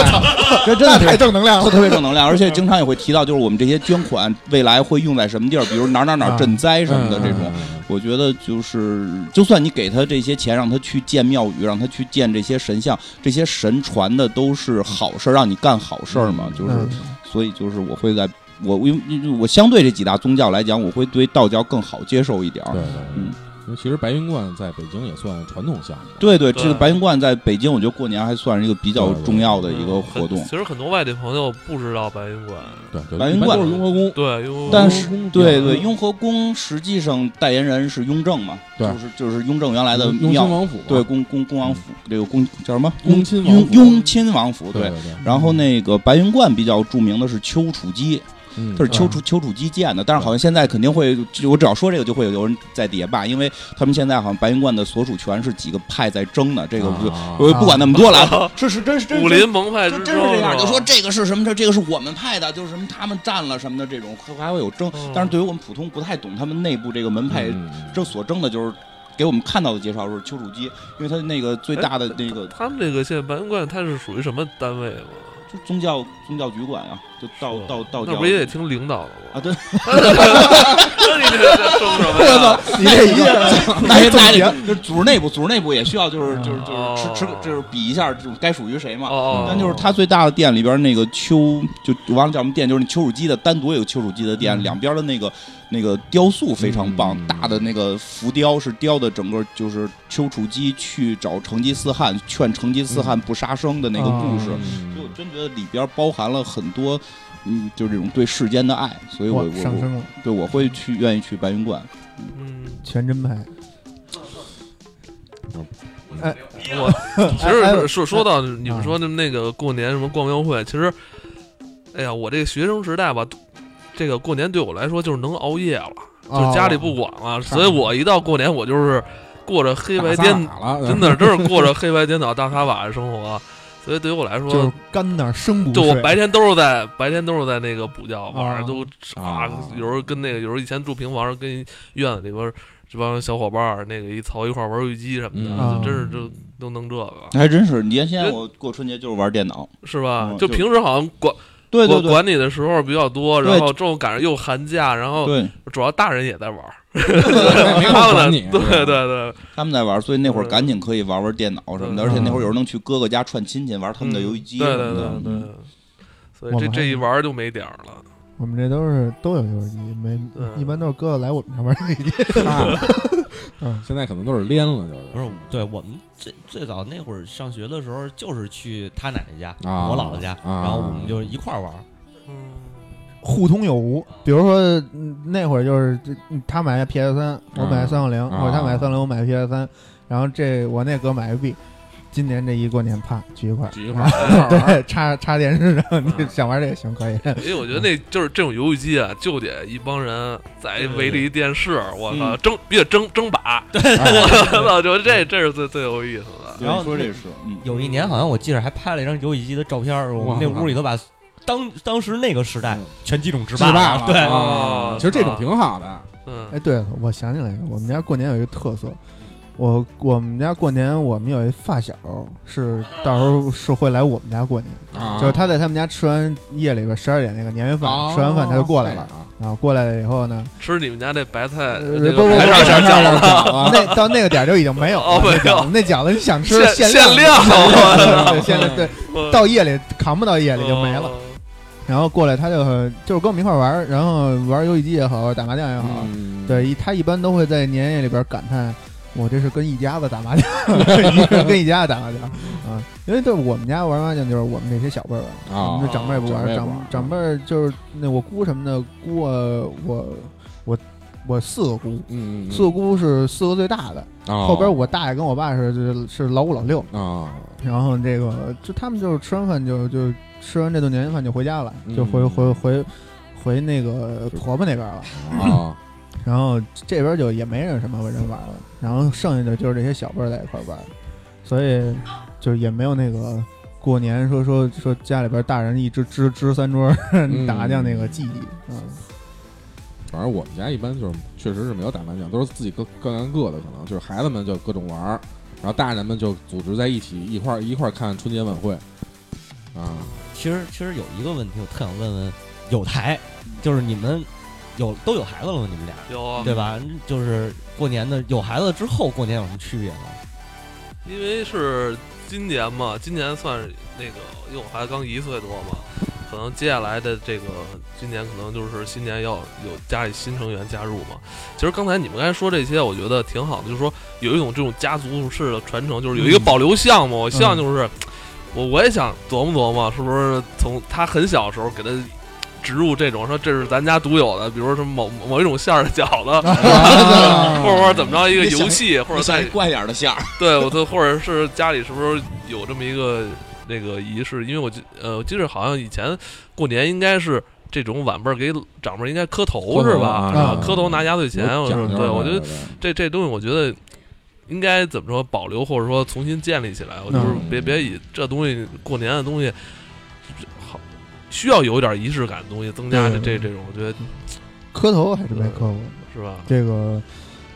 Speaker 4: 这真
Speaker 2: 那
Speaker 4: 的
Speaker 2: 太
Speaker 4: 是
Speaker 2: 正能量
Speaker 4: 特
Speaker 2: 了。
Speaker 4: 特别正能量，而且经常也会提到，就是我们这些捐款未来会用在什么地儿，比如哪儿哪儿哪儿赈灾
Speaker 6: 嗯
Speaker 4: 什么的这种。我觉得就是，就算你给他这些钱，让他去建庙宇，让他去建这些神像，这些神传的都是好事儿，让你干好事儿嘛。就是，
Speaker 2: 嗯，
Speaker 4: 所以就是我会在我因为因为我相对这几大宗教来讲，我会对道教更好接受一点儿
Speaker 6: 对。对对，
Speaker 4: 嗯
Speaker 6: 因为其实白云观在北京也算传统项目，
Speaker 4: 对对，这
Speaker 3: 对
Speaker 4: 个白云观在北京，我觉得过年还算是一个比较重要的
Speaker 6: 嗯
Speaker 4: 一个活
Speaker 3: 嗯很
Speaker 4: 动。
Speaker 3: 其实很多外地朋友不知道白云观，
Speaker 6: 对对，
Speaker 4: 白云
Speaker 6: 一般
Speaker 4: 观
Speaker 6: 都是雍和宫，
Speaker 3: 对，雍和
Speaker 4: 但
Speaker 3: 宫
Speaker 4: 是
Speaker 6: 雍和宫嗯
Speaker 4: 对对，雍和宫实际上代言人是雍正嘛，
Speaker 6: 对
Speaker 4: 就是就是雍正原来的
Speaker 6: 雍亲
Speaker 4: 庙，
Speaker 6: 王府嘛，啊
Speaker 4: 对恭恭恭王府这个恭叫什么？
Speaker 6: 雍亲
Speaker 4: 啊嗯
Speaker 6: 王
Speaker 4: 雍
Speaker 6: 府
Speaker 4: 雍亲王府，
Speaker 6: 对
Speaker 4: 对。
Speaker 6: 对对，
Speaker 4: 然后那个白云观比较著名的是丘处机，
Speaker 6: 嗯
Speaker 4: 它是丘处丘处机建的，但是好像现在肯定会，就我只要说这个就会有人在底下骂，因为他们现在好像白云观的所属权是几个派在争的，这个不就
Speaker 6: 啊
Speaker 4: 我也不管那么多了，啊 [laughs] 是是真是真
Speaker 3: 武林蒙派
Speaker 4: 就
Speaker 3: 之啊
Speaker 4: 真是
Speaker 3: 争
Speaker 4: 这样，
Speaker 3: 吧
Speaker 4: 就说这个是什么，这这个是我们派的，就是什么他们占了什么的这种，还会有争
Speaker 3: 嗯，
Speaker 4: 但是对于我们普通不太懂他们内部这个门派
Speaker 6: 嗯
Speaker 4: 这所争的就是给我们看到的介绍是丘处机，因为他那个最大的那个
Speaker 3: 他们这个现在白云观它是属于什么单位吗？
Speaker 4: 就宗教宗教局管啊，就道道道
Speaker 3: 哎那
Speaker 4: 教
Speaker 3: 不也得听领导的
Speaker 4: 啊？
Speaker 3: 吗？ [laughs]
Speaker 4: 对，
Speaker 2: [laughs]
Speaker 3: 那你这这争什么呀？
Speaker 2: 你这一啊个
Speaker 4: 那也那也就是组织内部，组织内部也需要就是就是就是
Speaker 3: 哦
Speaker 4: 吃吃就是比一下这种该属于谁
Speaker 3: [laughs]
Speaker 4: 嘛。
Speaker 3: 哦，
Speaker 4: 但就是它最大的店里边那个丘，就我忘了叫什么店，就是那丘处机的单独有个丘处机的
Speaker 3: 嗯
Speaker 4: 店，两边的那个那个雕塑非常棒，
Speaker 6: 嗯
Speaker 4: 大的那个浮雕是雕的整个就是丘处机去找成吉思汗劝成吉思
Speaker 3: 嗯
Speaker 4: 汗不杀生的那个故
Speaker 3: 哦
Speaker 4: 事，所以
Speaker 6: 嗯
Speaker 4: 我真觉得里边包含了很多。嗯，就是这种对世间的爱，所以我
Speaker 2: 哇
Speaker 4: 我
Speaker 2: 上
Speaker 4: 我
Speaker 2: 升了，
Speaker 4: 对我会去愿意去白云观。
Speaker 3: 嗯，
Speaker 2: 全真派。
Speaker 3: 我其实
Speaker 2: 哎哎
Speaker 3: 说说说到你
Speaker 2: 啊
Speaker 3: 们说的那个过年什么逛庙会，其实，哎呀，我这个学生时代吧，这个过年对我来说就是能熬夜了，
Speaker 2: 哦
Speaker 3: 就是家里不管了，
Speaker 2: 啊
Speaker 3: 所以我一到过年我就是过着黑白颠，
Speaker 6: 了，
Speaker 3: [laughs] 真
Speaker 2: 嗯
Speaker 3: 的真是过着黑白颠倒大撒把的生活，所以对于我来
Speaker 2: [laughs] 就是
Speaker 3: 说。
Speaker 2: 干哪儿生不
Speaker 3: 就
Speaker 2: 睡，
Speaker 3: 我白天都是在白天都是在那个补觉，晚上都
Speaker 6: 啊
Speaker 3: 啊，有时候跟那个有时候以前住平房，跟院子里边儿这帮小伙伴儿那个一凑一块儿玩游戏机什么的，
Speaker 2: 嗯
Speaker 3: 就真是就都弄这个。
Speaker 4: 还真是，你看现在我过春节就是玩电脑，
Speaker 3: 是吧
Speaker 4: 嗯？
Speaker 3: 就
Speaker 4: 就
Speaker 3: 平时好像管
Speaker 4: 对对
Speaker 3: 管
Speaker 4: 对
Speaker 3: 管你的时候比较多，
Speaker 4: 对
Speaker 3: 然后正好赶上又寒假，然后
Speaker 4: 对，
Speaker 3: 主要大人也在玩儿， [laughs]
Speaker 6: 没
Speaker 3: 他
Speaker 6: 管
Speaker 3: 们
Speaker 6: 你
Speaker 3: 呢，，对对对，
Speaker 4: 他们在玩，所以那会儿赶紧可以玩玩电脑什么
Speaker 3: 嗯
Speaker 4: 的，而且那会儿有时候能去哥哥家串亲戚，玩他们的游戏机
Speaker 3: 对
Speaker 4: 什
Speaker 3: 对
Speaker 4: 么
Speaker 3: 对
Speaker 4: 的。
Speaker 3: 对，所
Speaker 2: 我
Speaker 3: 以这
Speaker 2: 们还
Speaker 3: 这一玩儿就没点儿了。
Speaker 2: 我们这都是都有游戏机，没
Speaker 3: 嗯
Speaker 2: 一般都是哥哥来我们这玩游戏机。
Speaker 3: [laughs] 啊
Speaker 2: 嗯
Speaker 6: 现在可能都是连了，就是
Speaker 5: 不是，对我们最最早那会儿上学的时候，就是去他奶奶家，
Speaker 6: 啊
Speaker 5: 我姥姥家，
Speaker 6: 啊
Speaker 5: 然后我们就一块儿玩儿。
Speaker 3: 嗯，
Speaker 2: 互通有无。比如说嗯那会儿就是这嗯他买 PS 三，我买三六零，
Speaker 6: 啊
Speaker 2: 或者他买三六，我买 PS 三，然后这我那哥买个币，今年这一过年啪聚一块儿，
Speaker 6: 聚
Speaker 2: [laughs]
Speaker 6: 一块儿啊
Speaker 2: 对，插插电视上，你
Speaker 3: 嗯
Speaker 2: 想玩这个行可
Speaker 6: [laughs]
Speaker 2: 以。
Speaker 3: 因为我觉得那就是这种游戏机啊，就得一帮人在围着一电视，我操，
Speaker 4: 嗯
Speaker 3: 争必须得争争把，我操，就这这是最最有意思的。
Speaker 4: 对
Speaker 5: 然后
Speaker 4: 你说这是，嗯，
Speaker 5: 有一年好像我记着还拍了一张游戏机的照片儿，我
Speaker 6: 哇
Speaker 5: 们那屋里头把当当时那个时代
Speaker 6: 嗯
Speaker 5: 全机种制
Speaker 6: 制霸
Speaker 5: 了，对，
Speaker 3: 哦
Speaker 6: 啊其实这种挺好的，
Speaker 3: 嗯
Speaker 2: 哎，对了，我想起来了，我们家过年有一个特色。我我们家过年，我们有一发小是到时候是会来我们家过年，
Speaker 3: 哦
Speaker 6: 啊
Speaker 2: 就是他在他们家吃完夜里边十二点那个年夜饭，
Speaker 6: 哦
Speaker 2: 吃完饭他就过来了，
Speaker 6: 啊，
Speaker 2: 然后过来了以后呢，
Speaker 3: 吃你们家那白菜，
Speaker 2: 呃
Speaker 3: 那
Speaker 2: 不不
Speaker 3: 个
Speaker 2: 不
Speaker 3: 白
Speaker 2: 不
Speaker 3: 菜嗯
Speaker 2: 不
Speaker 3: 馅儿饺子，
Speaker 2: 那到那个点儿就已经没有了
Speaker 3: 哦没有
Speaker 2: 那饺子那饺子你想吃
Speaker 3: 限
Speaker 2: 量，
Speaker 3: 限量我操
Speaker 2: [laughs] 对限量对，
Speaker 3: 嗯
Speaker 2: 到夜里扛不到夜里就没了。
Speaker 3: 哦
Speaker 2: 然后过来他就很就是跟我们一块玩儿，然后玩游戏机也好，打麻将也好，
Speaker 6: 嗯
Speaker 2: 对一他一般都会在年夜里边感叹。我这是跟一家子
Speaker 3: [laughs]
Speaker 2: 打麻将，一个人跟一家子打麻将啊，因为对我们家玩麻将就是我们这些小辈儿玩，我
Speaker 3: 哦
Speaker 6: 啊
Speaker 2: 们这长辈不玩，
Speaker 6: 长辈不
Speaker 2: 长
Speaker 6: 玩
Speaker 3: 嗯
Speaker 2: 长辈儿就是那我姑什么的，姑啊我我我四个姑，
Speaker 6: 嗯，嗯
Speaker 2: 四个姑是四个最大的，
Speaker 6: 哦
Speaker 2: 后边我大爷跟我爸是是是老五老六，
Speaker 6: 啊，
Speaker 2: 然后这个就他们就是吃完饭就就吃完这顿年夜饭就回家了，
Speaker 6: 嗯
Speaker 2: 就回回回回那个婆婆那边了， [laughs]
Speaker 6: 啊，
Speaker 2: 然后这边就也没人什么人玩了，然后剩下的就是这些小辈儿在一块儿玩，所以就也没有那个。过年说说说家里边大人一支支支三 [laughs] 桌
Speaker 6: 嗯
Speaker 2: 打麻将那个记忆啊，
Speaker 6: 反正我们家一般就是确实是没有打麻将，都是自己各各干各的，可能就是孩子们就各种玩儿，然后大人们就组织在一起一块儿一块儿看春节晚会啊。
Speaker 5: 其实其实有一个问题，我特想问问有台，就是你们有都有孩子了吗？你们俩
Speaker 3: 有啊，
Speaker 5: 对吧？就是过年的有孩子之后，过年有什么区别吗？
Speaker 3: 因为是今年嘛，今年算是那个，因为我孩子刚一岁多嘛，可能接下来的这个今年可能就是新年要有家里新成员加入嘛。其实刚才你们刚才说这些，我觉得挺好的，就是说有一种这种家族式的传承，就是有一个保留项目，我希望就是我我也想琢磨琢磨，是不是从他很小的时候给他。植入这种说这是咱家独有的，比如说什么某某某一种馅儿的饺子， [laughs] 或者说怎么着一个
Speaker 4: 你想
Speaker 3: 游戏，或者
Speaker 4: 你
Speaker 3: 在
Speaker 4: 想一怪点儿的馅儿，
Speaker 3: 对，我的或者是家里是不是有这么一个那个仪式？因为我记呃，我记得好像以前过年应该是这种晚辈儿给长辈儿应该磕头
Speaker 6: 磕头
Speaker 3: 是吧
Speaker 6: 啊？
Speaker 3: 然
Speaker 2: 啊
Speaker 3: 后磕头拿压岁钱，
Speaker 6: 有
Speaker 3: 我
Speaker 6: 讲
Speaker 3: 说
Speaker 6: 究
Speaker 3: 对，
Speaker 6: 的
Speaker 3: 我觉得这
Speaker 6: 对对
Speaker 3: 这东西我觉得应该怎么说保留或者说重新建立起来，我就是
Speaker 6: 嗯
Speaker 3: 别别以这东西过年的东西好。需要有一点仪式感的东西，增加
Speaker 2: 对
Speaker 3: 这这
Speaker 2: 对
Speaker 3: 这种，我觉得
Speaker 2: 磕头还是没磕过，
Speaker 3: 是吧？
Speaker 2: 这个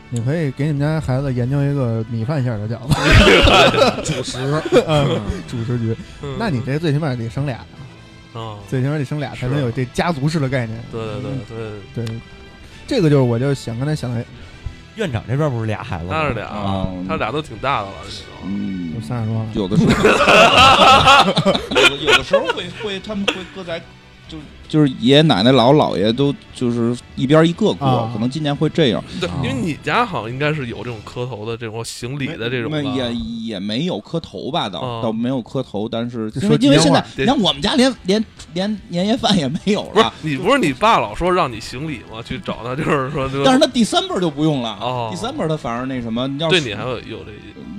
Speaker 2: 你可以给你们家孩子研究一个米饭馅儿的饺子，
Speaker 6: 主食，
Speaker 2: [laughs] 嗯
Speaker 6: 嗯
Speaker 2: 主食局。
Speaker 3: 嗯
Speaker 2: 那你这最起码得生俩，
Speaker 3: 啊，
Speaker 2: 最起码得生俩才能
Speaker 3: 是
Speaker 2: 有这家族式的概念。
Speaker 3: 对对对对，
Speaker 2: 对，这个就是我就是想刚才想的，
Speaker 5: 院长这边不是俩孩子吗？
Speaker 3: 他是俩，
Speaker 4: 啊
Speaker 3: 他俩都挺大的了，这种
Speaker 4: 嗯
Speaker 2: 有，三十多了，
Speaker 4: 有的时候，有的有的时候会会他们会搁在，就是就是爷爷奶奶姥姥姥爷都就是一边一个过，
Speaker 2: 啊
Speaker 4: 可能今年会这样。
Speaker 3: 对，因为你家好像应该是有这种磕头的这种行礼的这种吧
Speaker 4: 没也也没有磕头吧，倒、
Speaker 3: 啊
Speaker 4: 倒没有磕头，但是
Speaker 2: 就
Speaker 4: 因
Speaker 2: 说
Speaker 4: 为
Speaker 2: 吉
Speaker 4: 因为
Speaker 2: 祥
Speaker 4: 现
Speaker 2: 话
Speaker 4: 在你看我们家连连连年夜饭也没有
Speaker 3: 不
Speaker 4: 啊
Speaker 3: 是
Speaker 4: 了，
Speaker 3: 你不是你爸老说让你行礼吗？去找他就是说，
Speaker 4: 但是他第三辈儿就不用了，
Speaker 3: 哦
Speaker 4: 第三辈儿他反而那什么，要
Speaker 3: 对
Speaker 4: 是
Speaker 3: 你还有有这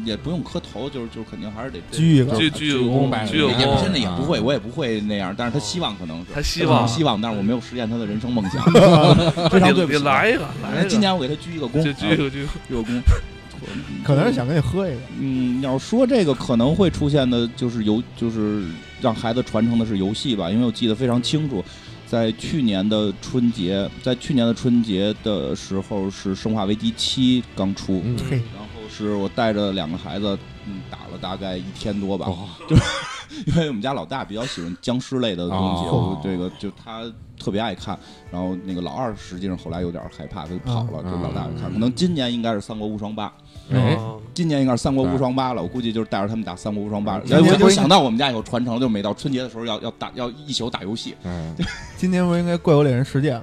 Speaker 4: 也不用磕头，就是就是肯定还是得
Speaker 2: 鞠一个
Speaker 3: 鞠鞠
Speaker 6: 鞠
Speaker 3: 有
Speaker 6: 躬
Speaker 3: 功
Speaker 6: 拜
Speaker 3: 鞠有
Speaker 4: 也也
Speaker 6: 年
Speaker 3: 功
Speaker 4: 现在也不会，
Speaker 6: 啊
Speaker 4: 我也不会那样，但嗯是他希望可能是
Speaker 3: 他希望
Speaker 4: 希望，但是我没有实现他的人生梦
Speaker 2: [laughs]
Speaker 4: 想，非常
Speaker 3: 你
Speaker 4: 对不
Speaker 3: 你
Speaker 4: 起。
Speaker 3: 来一个来一个，
Speaker 4: 今年我给他鞠一个躬，
Speaker 3: 就鞠一
Speaker 4: 啊
Speaker 3: 个鞠一个，
Speaker 4: 鞠
Speaker 3: [laughs]
Speaker 4: 个躬。
Speaker 2: 可能是想跟你喝一个。
Speaker 4: 嗯，要说这个可能会出现的，就是游，就是让孩子传承的是游戏吧，因为我记得非常清楚，在去年的春节，在去年的春节的时候是《生化危机七》刚出，
Speaker 6: 嗯
Speaker 2: 嘿
Speaker 3: 嗯
Speaker 4: 然后是我带着两个孩子，嗯，打了大概一天多吧，
Speaker 6: 哦
Speaker 4: [laughs] 因为我们家老大比较喜欢僵尸类的东西，
Speaker 6: 哦
Speaker 4: 我这个就他特别爱看。然后那个老二实际上后来有点害怕，他就跑了，
Speaker 6: 嗯
Speaker 4: 就老大爱看。
Speaker 3: 嗯
Speaker 4: 可能今年应该是《三国无双八》，
Speaker 6: 哎，
Speaker 3: 哦
Speaker 4: 今年应该是《三国无双八》了。我估计就是带着他们打《三国无双八》。
Speaker 2: 今
Speaker 4: 哎，
Speaker 2: 年
Speaker 4: 我
Speaker 2: 不
Speaker 4: 就是想到我们家有传承，就每到春节的时候要要打要一宿打游戏，
Speaker 6: 哎，
Speaker 2: 今年不是应该怪物猎人世界
Speaker 3: [laughs]
Speaker 2: 吗？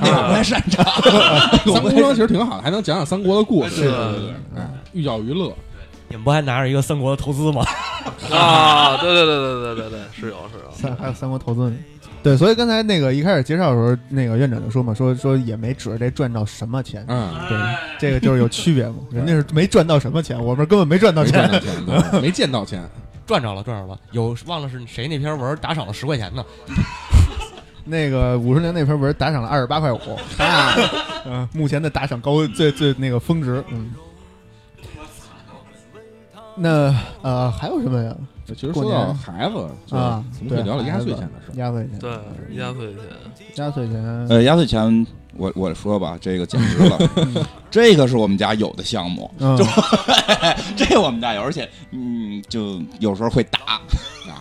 Speaker 4: 那个我不太擅长。
Speaker 6: 三国无双其实挺好的，还能讲讲三国的故事，
Speaker 3: 对
Speaker 4: 对
Speaker 3: 对
Speaker 6: 哎，寓教于乐，
Speaker 5: 你们不还拿着一个三国的投资吗？
Speaker 3: 啊，对对对对对对对，是有是有，
Speaker 2: 三还有三国投资呢。对，所以刚才那个一开始介绍的时候，那个院长就说嘛，说说也没指着这赚到什么钱，
Speaker 6: 嗯，
Speaker 2: 对，这个就是有区别嘛。人家是没赚到什么钱，我们根本没赚到
Speaker 6: 没
Speaker 2: 钱
Speaker 6: 赚。到钱，对没见到钱，
Speaker 5: [laughs] 赚着了，赚着了，有忘了是谁那篇文儿打赏了十块钱呢？
Speaker 2: [laughs] 那个五十年那篇文打赏了二十八块五，
Speaker 6: 啊
Speaker 2: 嗯，目前的打赏高最最那个峰值，嗯。那呃还有什么呀？
Speaker 6: 其实
Speaker 2: 过
Speaker 6: 说
Speaker 2: 年
Speaker 6: 到孩子，就是
Speaker 2: 啊
Speaker 6: 我们
Speaker 2: 对
Speaker 6: 会聊聊压岁
Speaker 2: 孩子
Speaker 6: 钱的事儿。
Speaker 2: 压岁钱，
Speaker 3: 对压岁钱，
Speaker 2: 压岁钱，
Speaker 6: 哎
Speaker 4: 呃，压岁钱，我我说吧，这个简直了， [laughs] 这个是我们家有的项目，
Speaker 2: 嗯，
Speaker 4: [laughs] 这我们家有，而且嗯，就有时候会打。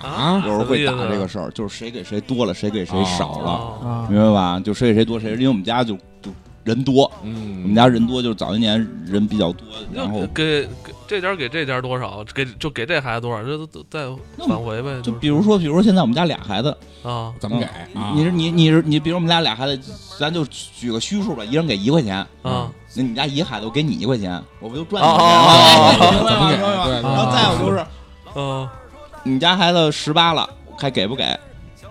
Speaker 3: 啊
Speaker 4: 有时候会打
Speaker 3: 什么意思
Speaker 4: 这个事儿，就是谁给谁多了，谁给谁少了，
Speaker 3: 哦
Speaker 2: 啊
Speaker 4: 明白吧？就谁给谁多，谁因为我们家就就人多，
Speaker 6: 嗯，
Speaker 4: 我们家人多，就是早些年人比较多，然后
Speaker 3: 那给给这家给这家多少，给就给这孩子多少，这都都再返回呗。
Speaker 4: 就是比如说，比如说现在我们家俩孩子，
Speaker 3: 啊，
Speaker 6: 怎么给啊？
Speaker 4: 嗯你是你你是你，比如我们家俩孩子，咱就举个虚数吧，一人给一块钱，
Speaker 3: 啊，
Speaker 4: 那你家一个孩子我给你一块钱，我不就赚一
Speaker 3: 哦
Speaker 4: 块钱
Speaker 3: 哦
Speaker 4: 了？
Speaker 3: 哦
Speaker 4: 哎明白吗？
Speaker 6: 怎么给
Speaker 4: 明白吗？
Speaker 6: 对对
Speaker 4: 然后再有就是
Speaker 3: 嗯，
Speaker 4: 你家孩子十八了，还给不给？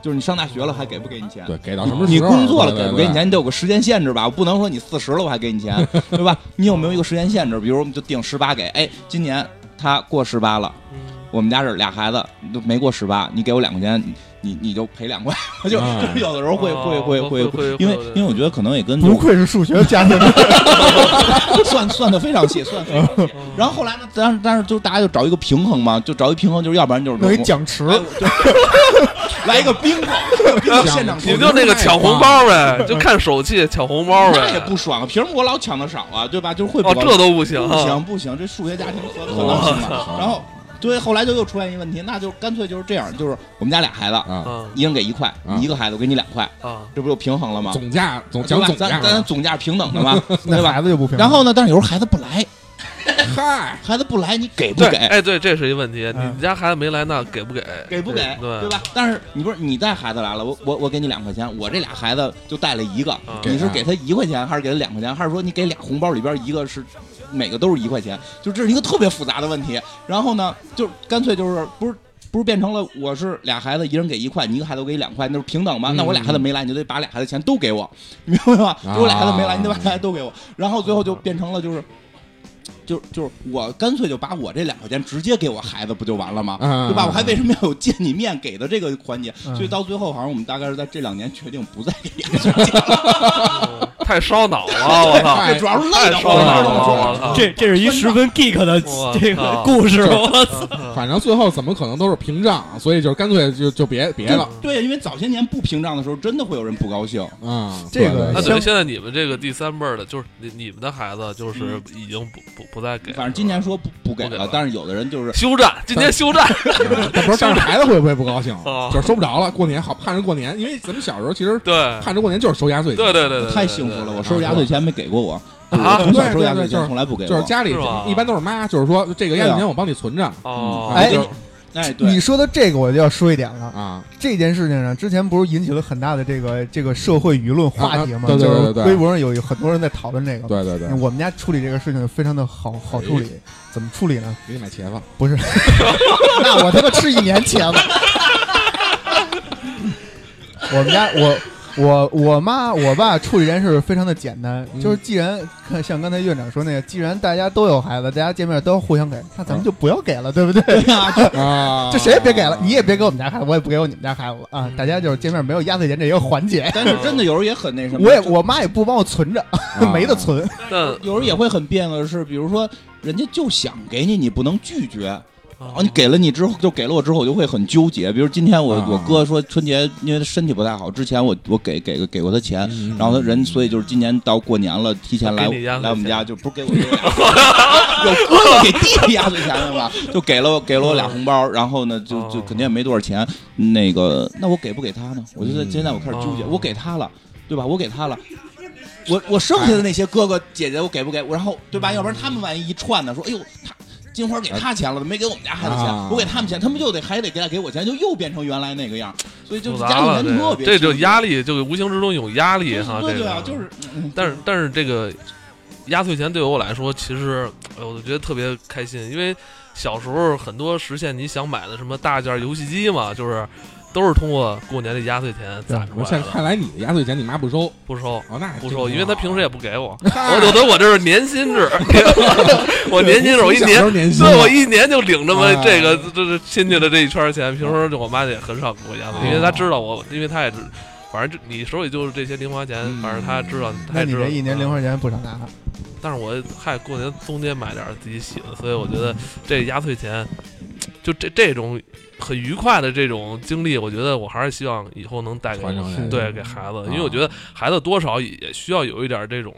Speaker 4: 就是你上大学了还给不给你钱？
Speaker 6: 对，给到什么时候？
Speaker 4: 你工作了
Speaker 6: 对
Speaker 4: 给不给你？
Speaker 6: 对对
Speaker 4: 钱，你得有个时间限制吧？我不能说你四十了我还给你
Speaker 6: [laughs]
Speaker 4: 钱，对吧？你有没有一个时间限制？比如我们就定十八给，哎，今年他过十八了，
Speaker 3: 嗯
Speaker 4: 我们家是俩孩子都没过十八，你给我两块钱，你你你就赔两块， [laughs] 就
Speaker 6: 啊
Speaker 4: 就是有的时候会会会
Speaker 3: 哦
Speaker 4: 会
Speaker 3: 会会
Speaker 4: 因为
Speaker 3: 会
Speaker 4: 因为我觉得可能也跟
Speaker 2: 不愧是数学家庭，
Speaker 4: [laughs] 算算的非常细，算得非常细。
Speaker 6: 嗯
Speaker 4: 然后后来呢，但是但是就大家就找一个平衡嘛，就找一平衡，就是要不然就是
Speaker 2: 弄一奖池，
Speaker 4: 哎我就来一个冰口， [laughs] 冰口现场
Speaker 3: 你就那个抢红包呗，就看手
Speaker 4: [laughs]
Speaker 3: 气抢红包
Speaker 4: 那也
Speaker 3: 呗。
Speaker 4: 不爽啊！凭什么我老抢的少啊？对吧？就是会不
Speaker 3: 哦，
Speaker 4: 高
Speaker 3: 这都不行哦
Speaker 4: 不行
Speaker 3: 啊！
Speaker 4: 不行，这数学家庭可可
Speaker 6: 我
Speaker 4: 闹心了。
Speaker 6: 操
Speaker 4: 然后对，后来就又出现一问题，那就干脆就是这样，就是我们家俩孩子，
Speaker 6: 啊，
Speaker 3: 啊
Speaker 4: 一人给一块，
Speaker 6: 啊
Speaker 4: 你一个孩子我给你两块，
Speaker 3: 啊，
Speaker 4: 这不就平衡了吗？
Speaker 6: 总价总
Speaker 4: 对
Speaker 6: 讲
Speaker 4: 吧
Speaker 6: 总价
Speaker 4: 咱咱
Speaker 6: 啊，
Speaker 4: 总价平等的
Speaker 6: [laughs]
Speaker 4: 嘛，对
Speaker 2: 那
Speaker 4: 吧？
Speaker 2: 孩子就不平衡。
Speaker 4: 然后呢，但是有时候孩子不来，
Speaker 6: 嗨，
Speaker 4: 孩子不来，你给不
Speaker 3: 对，
Speaker 4: 给？
Speaker 3: 哎，对，这是一问题。你
Speaker 2: 嗯
Speaker 3: 们家孩子没来，那给不给？
Speaker 4: 给不给？
Speaker 3: 对
Speaker 4: 对吧？但是你不是你带孩子来了，我我我给你两块钱，我这俩孩子就带了一个，
Speaker 3: 啊
Speaker 4: 你是
Speaker 6: 给
Speaker 4: 给他一块钱，还是给他两块钱，还是说你给俩红包里边一个是每个都是一块钱？就这是一个特别复杂的问题。然后呢，就干脆就是不是。不是变成了我是俩孩子，一人给一块，你一个孩子我给你两块，那是平等吗？那我俩孩子没来，你就得把俩孩子钱都给我，明白吗？
Speaker 6: 啊
Speaker 4: 我俩孩子没来，你得把俩孩子都给我。然后最后就变成了就是，就就是我干脆就把我这两块钱直接给我孩子，不就完了吗？
Speaker 6: 嗯
Speaker 4: 对吧？我还为什么要有见你面给的这个环节？
Speaker 2: 嗯
Speaker 4: 所以到最后，好像我们大概是在这两年决定不再给
Speaker 3: 太烧脑
Speaker 4: [laughs]
Speaker 3: 了，我操！
Speaker 6: 太
Speaker 4: 主要是累
Speaker 3: 太
Speaker 4: 的
Speaker 3: 烧
Speaker 4: 慌
Speaker 3: 脑
Speaker 4: 了，
Speaker 3: 了，我操！
Speaker 5: 这这是一十分 geek 的
Speaker 3: 我
Speaker 5: 这个
Speaker 3: 靠
Speaker 5: 故事，
Speaker 6: 对
Speaker 5: 我操
Speaker 6: 反正最后怎么可能都是平账，所以就是干脆就就别别了
Speaker 4: 就对，因为早些年不屏障的时候，真的会有人不高兴。
Speaker 6: 啊。
Speaker 2: 这个
Speaker 3: 那
Speaker 6: 对对
Speaker 3: 等于现在你们这个第三辈儿的，就是你你们的孩子，就是已经不不不再给了，
Speaker 4: 反正今年说不不给
Speaker 3: 不给
Speaker 4: 了
Speaker 3: 了，
Speaker 4: 但是有的人就是
Speaker 3: 休战，今年休战，
Speaker 6: 嗯但不是，但是孩子会不会不高兴
Speaker 3: 啊？
Speaker 6: 就是收不着了，过年好盼着过年，因为咱们小时候其实
Speaker 3: 对
Speaker 4: 嗯
Speaker 6: 盼着过年就是收压岁钱，
Speaker 3: 对对对对，
Speaker 4: 太幸福了，我收压岁钱没给过我，
Speaker 3: 啊
Speaker 4: 我从小收压
Speaker 6: 对对
Speaker 4: 岁
Speaker 6: 对就
Speaker 4: 钱
Speaker 6: 是
Speaker 4: 从来不给
Speaker 6: 就是
Speaker 4: 我。
Speaker 6: 家里
Speaker 3: 是吧
Speaker 6: 一般都是妈，就是说这个压岁
Speaker 2: 对
Speaker 6: 钱
Speaker 2: 啊
Speaker 6: 我帮你存着
Speaker 3: 哦，
Speaker 6: 嗯哎
Speaker 3: 就是
Speaker 4: 哎，
Speaker 2: 你
Speaker 4: 对，
Speaker 2: 说到这个，我就要说一点了。
Speaker 6: 啊，
Speaker 2: 这件事情上，之前不是引起了很大的这个这个社会舆论话题吗？
Speaker 6: 啊对对对对
Speaker 2: 就是微博上有很多人在讨论这个。
Speaker 6: 对嗯对对，
Speaker 2: 啊我们家处理这个事情非常的好好处理，怎么处理呢？
Speaker 6: 给你买茄子，
Speaker 2: [laughs] 不
Speaker 6: [laughs]
Speaker 2: 是，那我他妈吃一年茄子。我们家我我我妈我爸处理这件事非常的简单，
Speaker 6: 嗯
Speaker 2: 就是既然看像刚才院长说那个，既然大家都有孩子，大家见面都要互相给，那咱们就不要给了，对不对？
Speaker 6: 啊，
Speaker 2: 就谁也别给了，你也别给我们家孩子，我也不给我你们家孩子了啊！
Speaker 3: 嗯
Speaker 2: 大家就是见面没有压岁钱这一个环节，
Speaker 4: 但是真的有时候也很那什么，
Speaker 2: 我也
Speaker 4: 就
Speaker 2: 我妈也不帮我存着，
Speaker 6: 啊
Speaker 2: 没得，存。
Speaker 3: 但
Speaker 4: 有时候也会很别扭的是，比如说人家就想给你，你不能拒绝。
Speaker 3: 啊
Speaker 4: 然后哦你给了你之后，就给了我之后，我就会很纠结。比如今天我、
Speaker 6: 啊
Speaker 4: 我哥说春节因为他身体不太好，之前我我给给给过他钱，
Speaker 6: 嗯
Speaker 4: 然后他人所以就是今年到过年了，提前来
Speaker 3: 给你压岁钱
Speaker 4: 来我们家就不是给我
Speaker 3: [laughs]
Speaker 4: 有哥哥给弟弟压岁钱了吧？就给了我给了我俩红包，然后呢就
Speaker 3: 嗯
Speaker 4: 就
Speaker 3: 哦
Speaker 4: 肯定也没多少钱，那个那我给不给他呢？我就在
Speaker 6: 嗯
Speaker 4: 现在我开始纠结，
Speaker 3: 哦
Speaker 4: 我给他了，对吧？我给他了。我我剩下的那些哥哥姐姐，我给不给？我然后对吧？要不然他们万一一串呢，说哎呦，他金花给他钱了，没给我们家孩子钱，
Speaker 6: 啊
Speaker 4: 我给他们钱，他们又得还得给他给我钱，就又变成原来那个样儿，所以就
Speaker 3: 复
Speaker 4: 家
Speaker 3: 杂
Speaker 4: 里
Speaker 3: 了，
Speaker 4: 人特别
Speaker 3: 这就
Speaker 4: 辛苦
Speaker 3: 压力，就无形之中有压力哈，
Speaker 4: 对
Speaker 3: 这
Speaker 4: 对啊
Speaker 3: 个，
Speaker 4: 就是，嗯
Speaker 3: 但是但是这个压岁钱对我来说，其实哎呦我觉得特别开心，因为小时候很多实现你想买的什么大件儿游戏机嘛，就是都是通过过年的压岁钱攒出
Speaker 6: 我
Speaker 3: 来
Speaker 6: 啊现
Speaker 3: 的
Speaker 6: 在，看来你的压岁钱你妈不收，
Speaker 3: 不收。
Speaker 6: 哦，那
Speaker 3: 不收，因为他平时也不给我，我
Speaker 6: 我
Speaker 3: 有的我这是年薪制， [laughs] 我年薪制，我一年
Speaker 6: 年薪，
Speaker 3: 对，我一年就领这么
Speaker 6: 啊
Speaker 3: 这个这这亲戚的这一圈儿钱，平时就我妈也很少给我压岁，因为她知道我，因为她也知，反正就你手里就是这些零花钱
Speaker 6: 嗯，
Speaker 3: 反正她知道，她
Speaker 2: 那
Speaker 3: 也
Speaker 2: 你
Speaker 3: 知道。啊
Speaker 2: 这一年零花钱不少拿，
Speaker 3: 但是我嗨，过年总得买点儿自己喜欢，所以我觉得这压岁钱，就这这种很愉快的这种经历，我觉得我还是希望以后能带给
Speaker 6: 传承下啊来
Speaker 3: 对给孩子，因为我觉得孩子多少也需要有一点儿这种。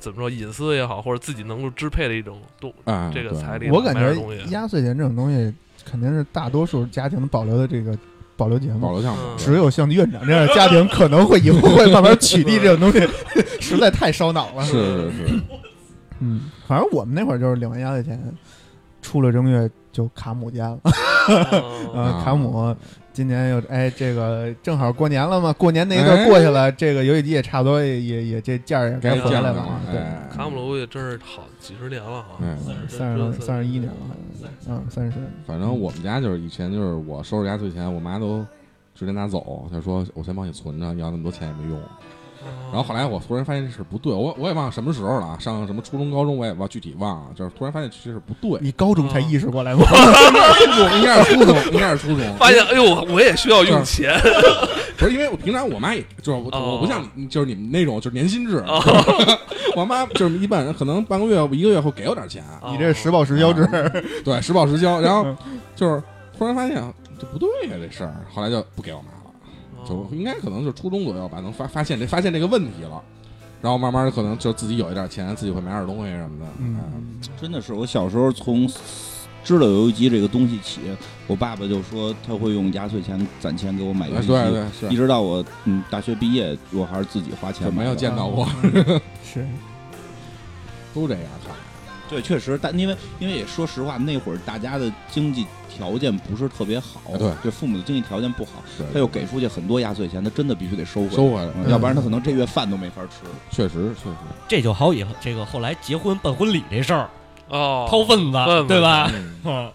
Speaker 3: 怎么说隐私也好，或者自己能够支配的一种东
Speaker 6: 啊，
Speaker 3: 这个
Speaker 6: 对
Speaker 3: 彩礼，
Speaker 2: 我感
Speaker 3: 买点儿
Speaker 2: 觉
Speaker 3: 东西啊
Speaker 2: 压岁钱这种东西肯定是大多数家庭保留的这个保留节
Speaker 6: 保
Speaker 2: 目。
Speaker 6: 留项目
Speaker 3: 嗯
Speaker 2: 只有像院长这样
Speaker 3: [laughs]
Speaker 2: 的家庭，可能会以后会慢慢取缔这种东西， [laughs] 实在太烧脑了。
Speaker 6: 是是是，
Speaker 2: 嗯，反正我们那会儿就是领完压岁钱，出了正月就卡姆家了。
Speaker 3: 嗯
Speaker 2: 啊
Speaker 6: 啊，
Speaker 2: 卡姆今年又哎，这个正好过年了嘛，过年那一段过去了，这个游戏机也差不多也也也这价儿也该
Speaker 6: 哎该
Speaker 2: 回
Speaker 6: 见
Speaker 2: 来
Speaker 6: 了
Speaker 2: 了嘛，对，
Speaker 6: 哎，
Speaker 3: 卡姆罗也真是好几十年了哈，
Speaker 6: 哎
Speaker 2: 三十多三十一年了，嗯，三十岁，
Speaker 6: 反正我们家就是以前就是我收拾压岁钱，我妈都直接拿走，她说我先帮你存着，要那么多钱也没
Speaker 3: 哦
Speaker 6: 用。然后后来我突然发现这事不对，我我也忘了什么时候了啊，上什么初中、高中我也忘具体忘了，就是突然发现这事不对。
Speaker 2: 你高中才意识过来吗？
Speaker 6: 应该是初中，应该是初中。
Speaker 3: 发现哎呦，我也需要
Speaker 6: 嗯
Speaker 3: 用钱，
Speaker 6: 不是因为我平常我妈也就是我
Speaker 3: 哦
Speaker 6: 我不像你就是你们那种就是年薪制，我妈就是一般人可能半个月一个月会给我点钱，啊
Speaker 2: 你这是实报实销制，
Speaker 6: 对，实报实销。然后就是突然发现这不对呀、这事儿，后来就不给我妈了。
Speaker 4: 哦
Speaker 3: 啊
Speaker 6: 就应该可能就是初中左右吧，能发发现这发现这个问题了，然后慢慢可能就自己有一点钱，自己会买点东西什么的。哎
Speaker 2: 嗯，
Speaker 4: 真的是，我小时候从知道游戏机这个东西起，我爸爸就说他会用压岁钱攒钱给我买游
Speaker 6: 啊对
Speaker 4: 戏机，
Speaker 6: 对是
Speaker 4: 一，直到我嗯大学毕业，我还是自己花
Speaker 6: 就
Speaker 4: 钱买
Speaker 6: 没
Speaker 4: 的
Speaker 6: 有见到过，
Speaker 2: 嗯 [laughs] 是
Speaker 6: 都这样看。
Speaker 4: 对，确实，但因为因为也说实话，那会儿大家的经济条件不是特别好，
Speaker 6: 对，
Speaker 4: 就父母的经济条件不好，
Speaker 6: 对
Speaker 4: 他又给出去很多压岁钱，他真的必须得收回，
Speaker 6: 收回来，
Speaker 4: 嗯要不然他可能这月饭都没法吃。
Speaker 6: 确实确实，
Speaker 5: [laughs] 这就好比这个后来结婚办婚礼这事儿，
Speaker 3: 哦，
Speaker 5: 掏嗯份子
Speaker 3: 份子
Speaker 5: 对吧？
Speaker 6: 嗯
Speaker 5: 嗯，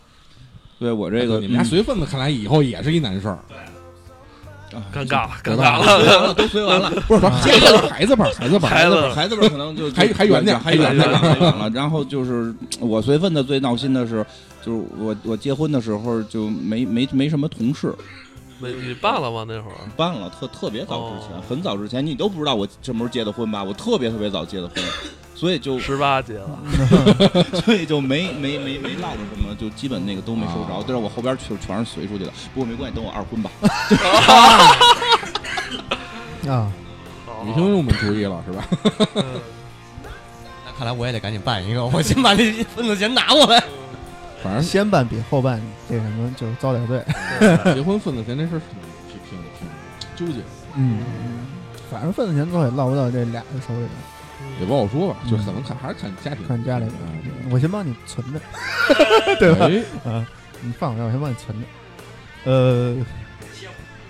Speaker 4: 对我啊 [laughs] 这个
Speaker 6: 你们家
Speaker 4: 嗯
Speaker 6: 随份子，看来以后也是一难事儿。
Speaker 4: 啊
Speaker 3: 尴尬了，尴
Speaker 6: 对
Speaker 3: 尬
Speaker 6: 吧
Speaker 3: 了，
Speaker 4: 都随完了，
Speaker 6: 不是，不是
Speaker 4: [laughs]
Speaker 6: 这个孩子吧，孩子吧，
Speaker 3: 孩子
Speaker 4: 孩子们可能就
Speaker 6: 还
Speaker 4: 就
Speaker 6: 还远点
Speaker 4: 还远
Speaker 3: 还
Speaker 4: 点，
Speaker 3: 远
Speaker 4: 还远了。然后就是我随份子最闹心的是，就是我我结婚的时候就没没没什么同事，
Speaker 3: 没你办了吗？那会儿
Speaker 4: 办了，特特别早之前，
Speaker 3: 哦
Speaker 4: 很早之前，你都不知道我什么时候结的婚吧？我特别特别早结的婚，所以就
Speaker 3: 十八结了，
Speaker 4: 所以就没没没没落着什么，就基本那个都没收着
Speaker 6: 啊。
Speaker 4: 但是我后边去全是随出去的，不过没关系，等我二婚吧。
Speaker 2: 啊，
Speaker 6: 女听众们注意了是吧？
Speaker 3: 嗯
Speaker 5: 那看来我也得赶紧办一个，我先把这份子钱拿过来。
Speaker 6: 反正
Speaker 2: 先办比后办这什么就是遭点罪。
Speaker 6: 结婚份子钱这事儿挺挺挺挺纠结的，
Speaker 2: 嗯，反正份子钱最后也落不到这俩人手里了，
Speaker 6: 也不好说吧，就可能看还是看家庭，
Speaker 2: 看家里边
Speaker 6: 啊
Speaker 2: 我先帮你存着，对
Speaker 6: 对
Speaker 2: 吧？
Speaker 6: 哎
Speaker 2: 你放我这儿，我先帮你存着。呃，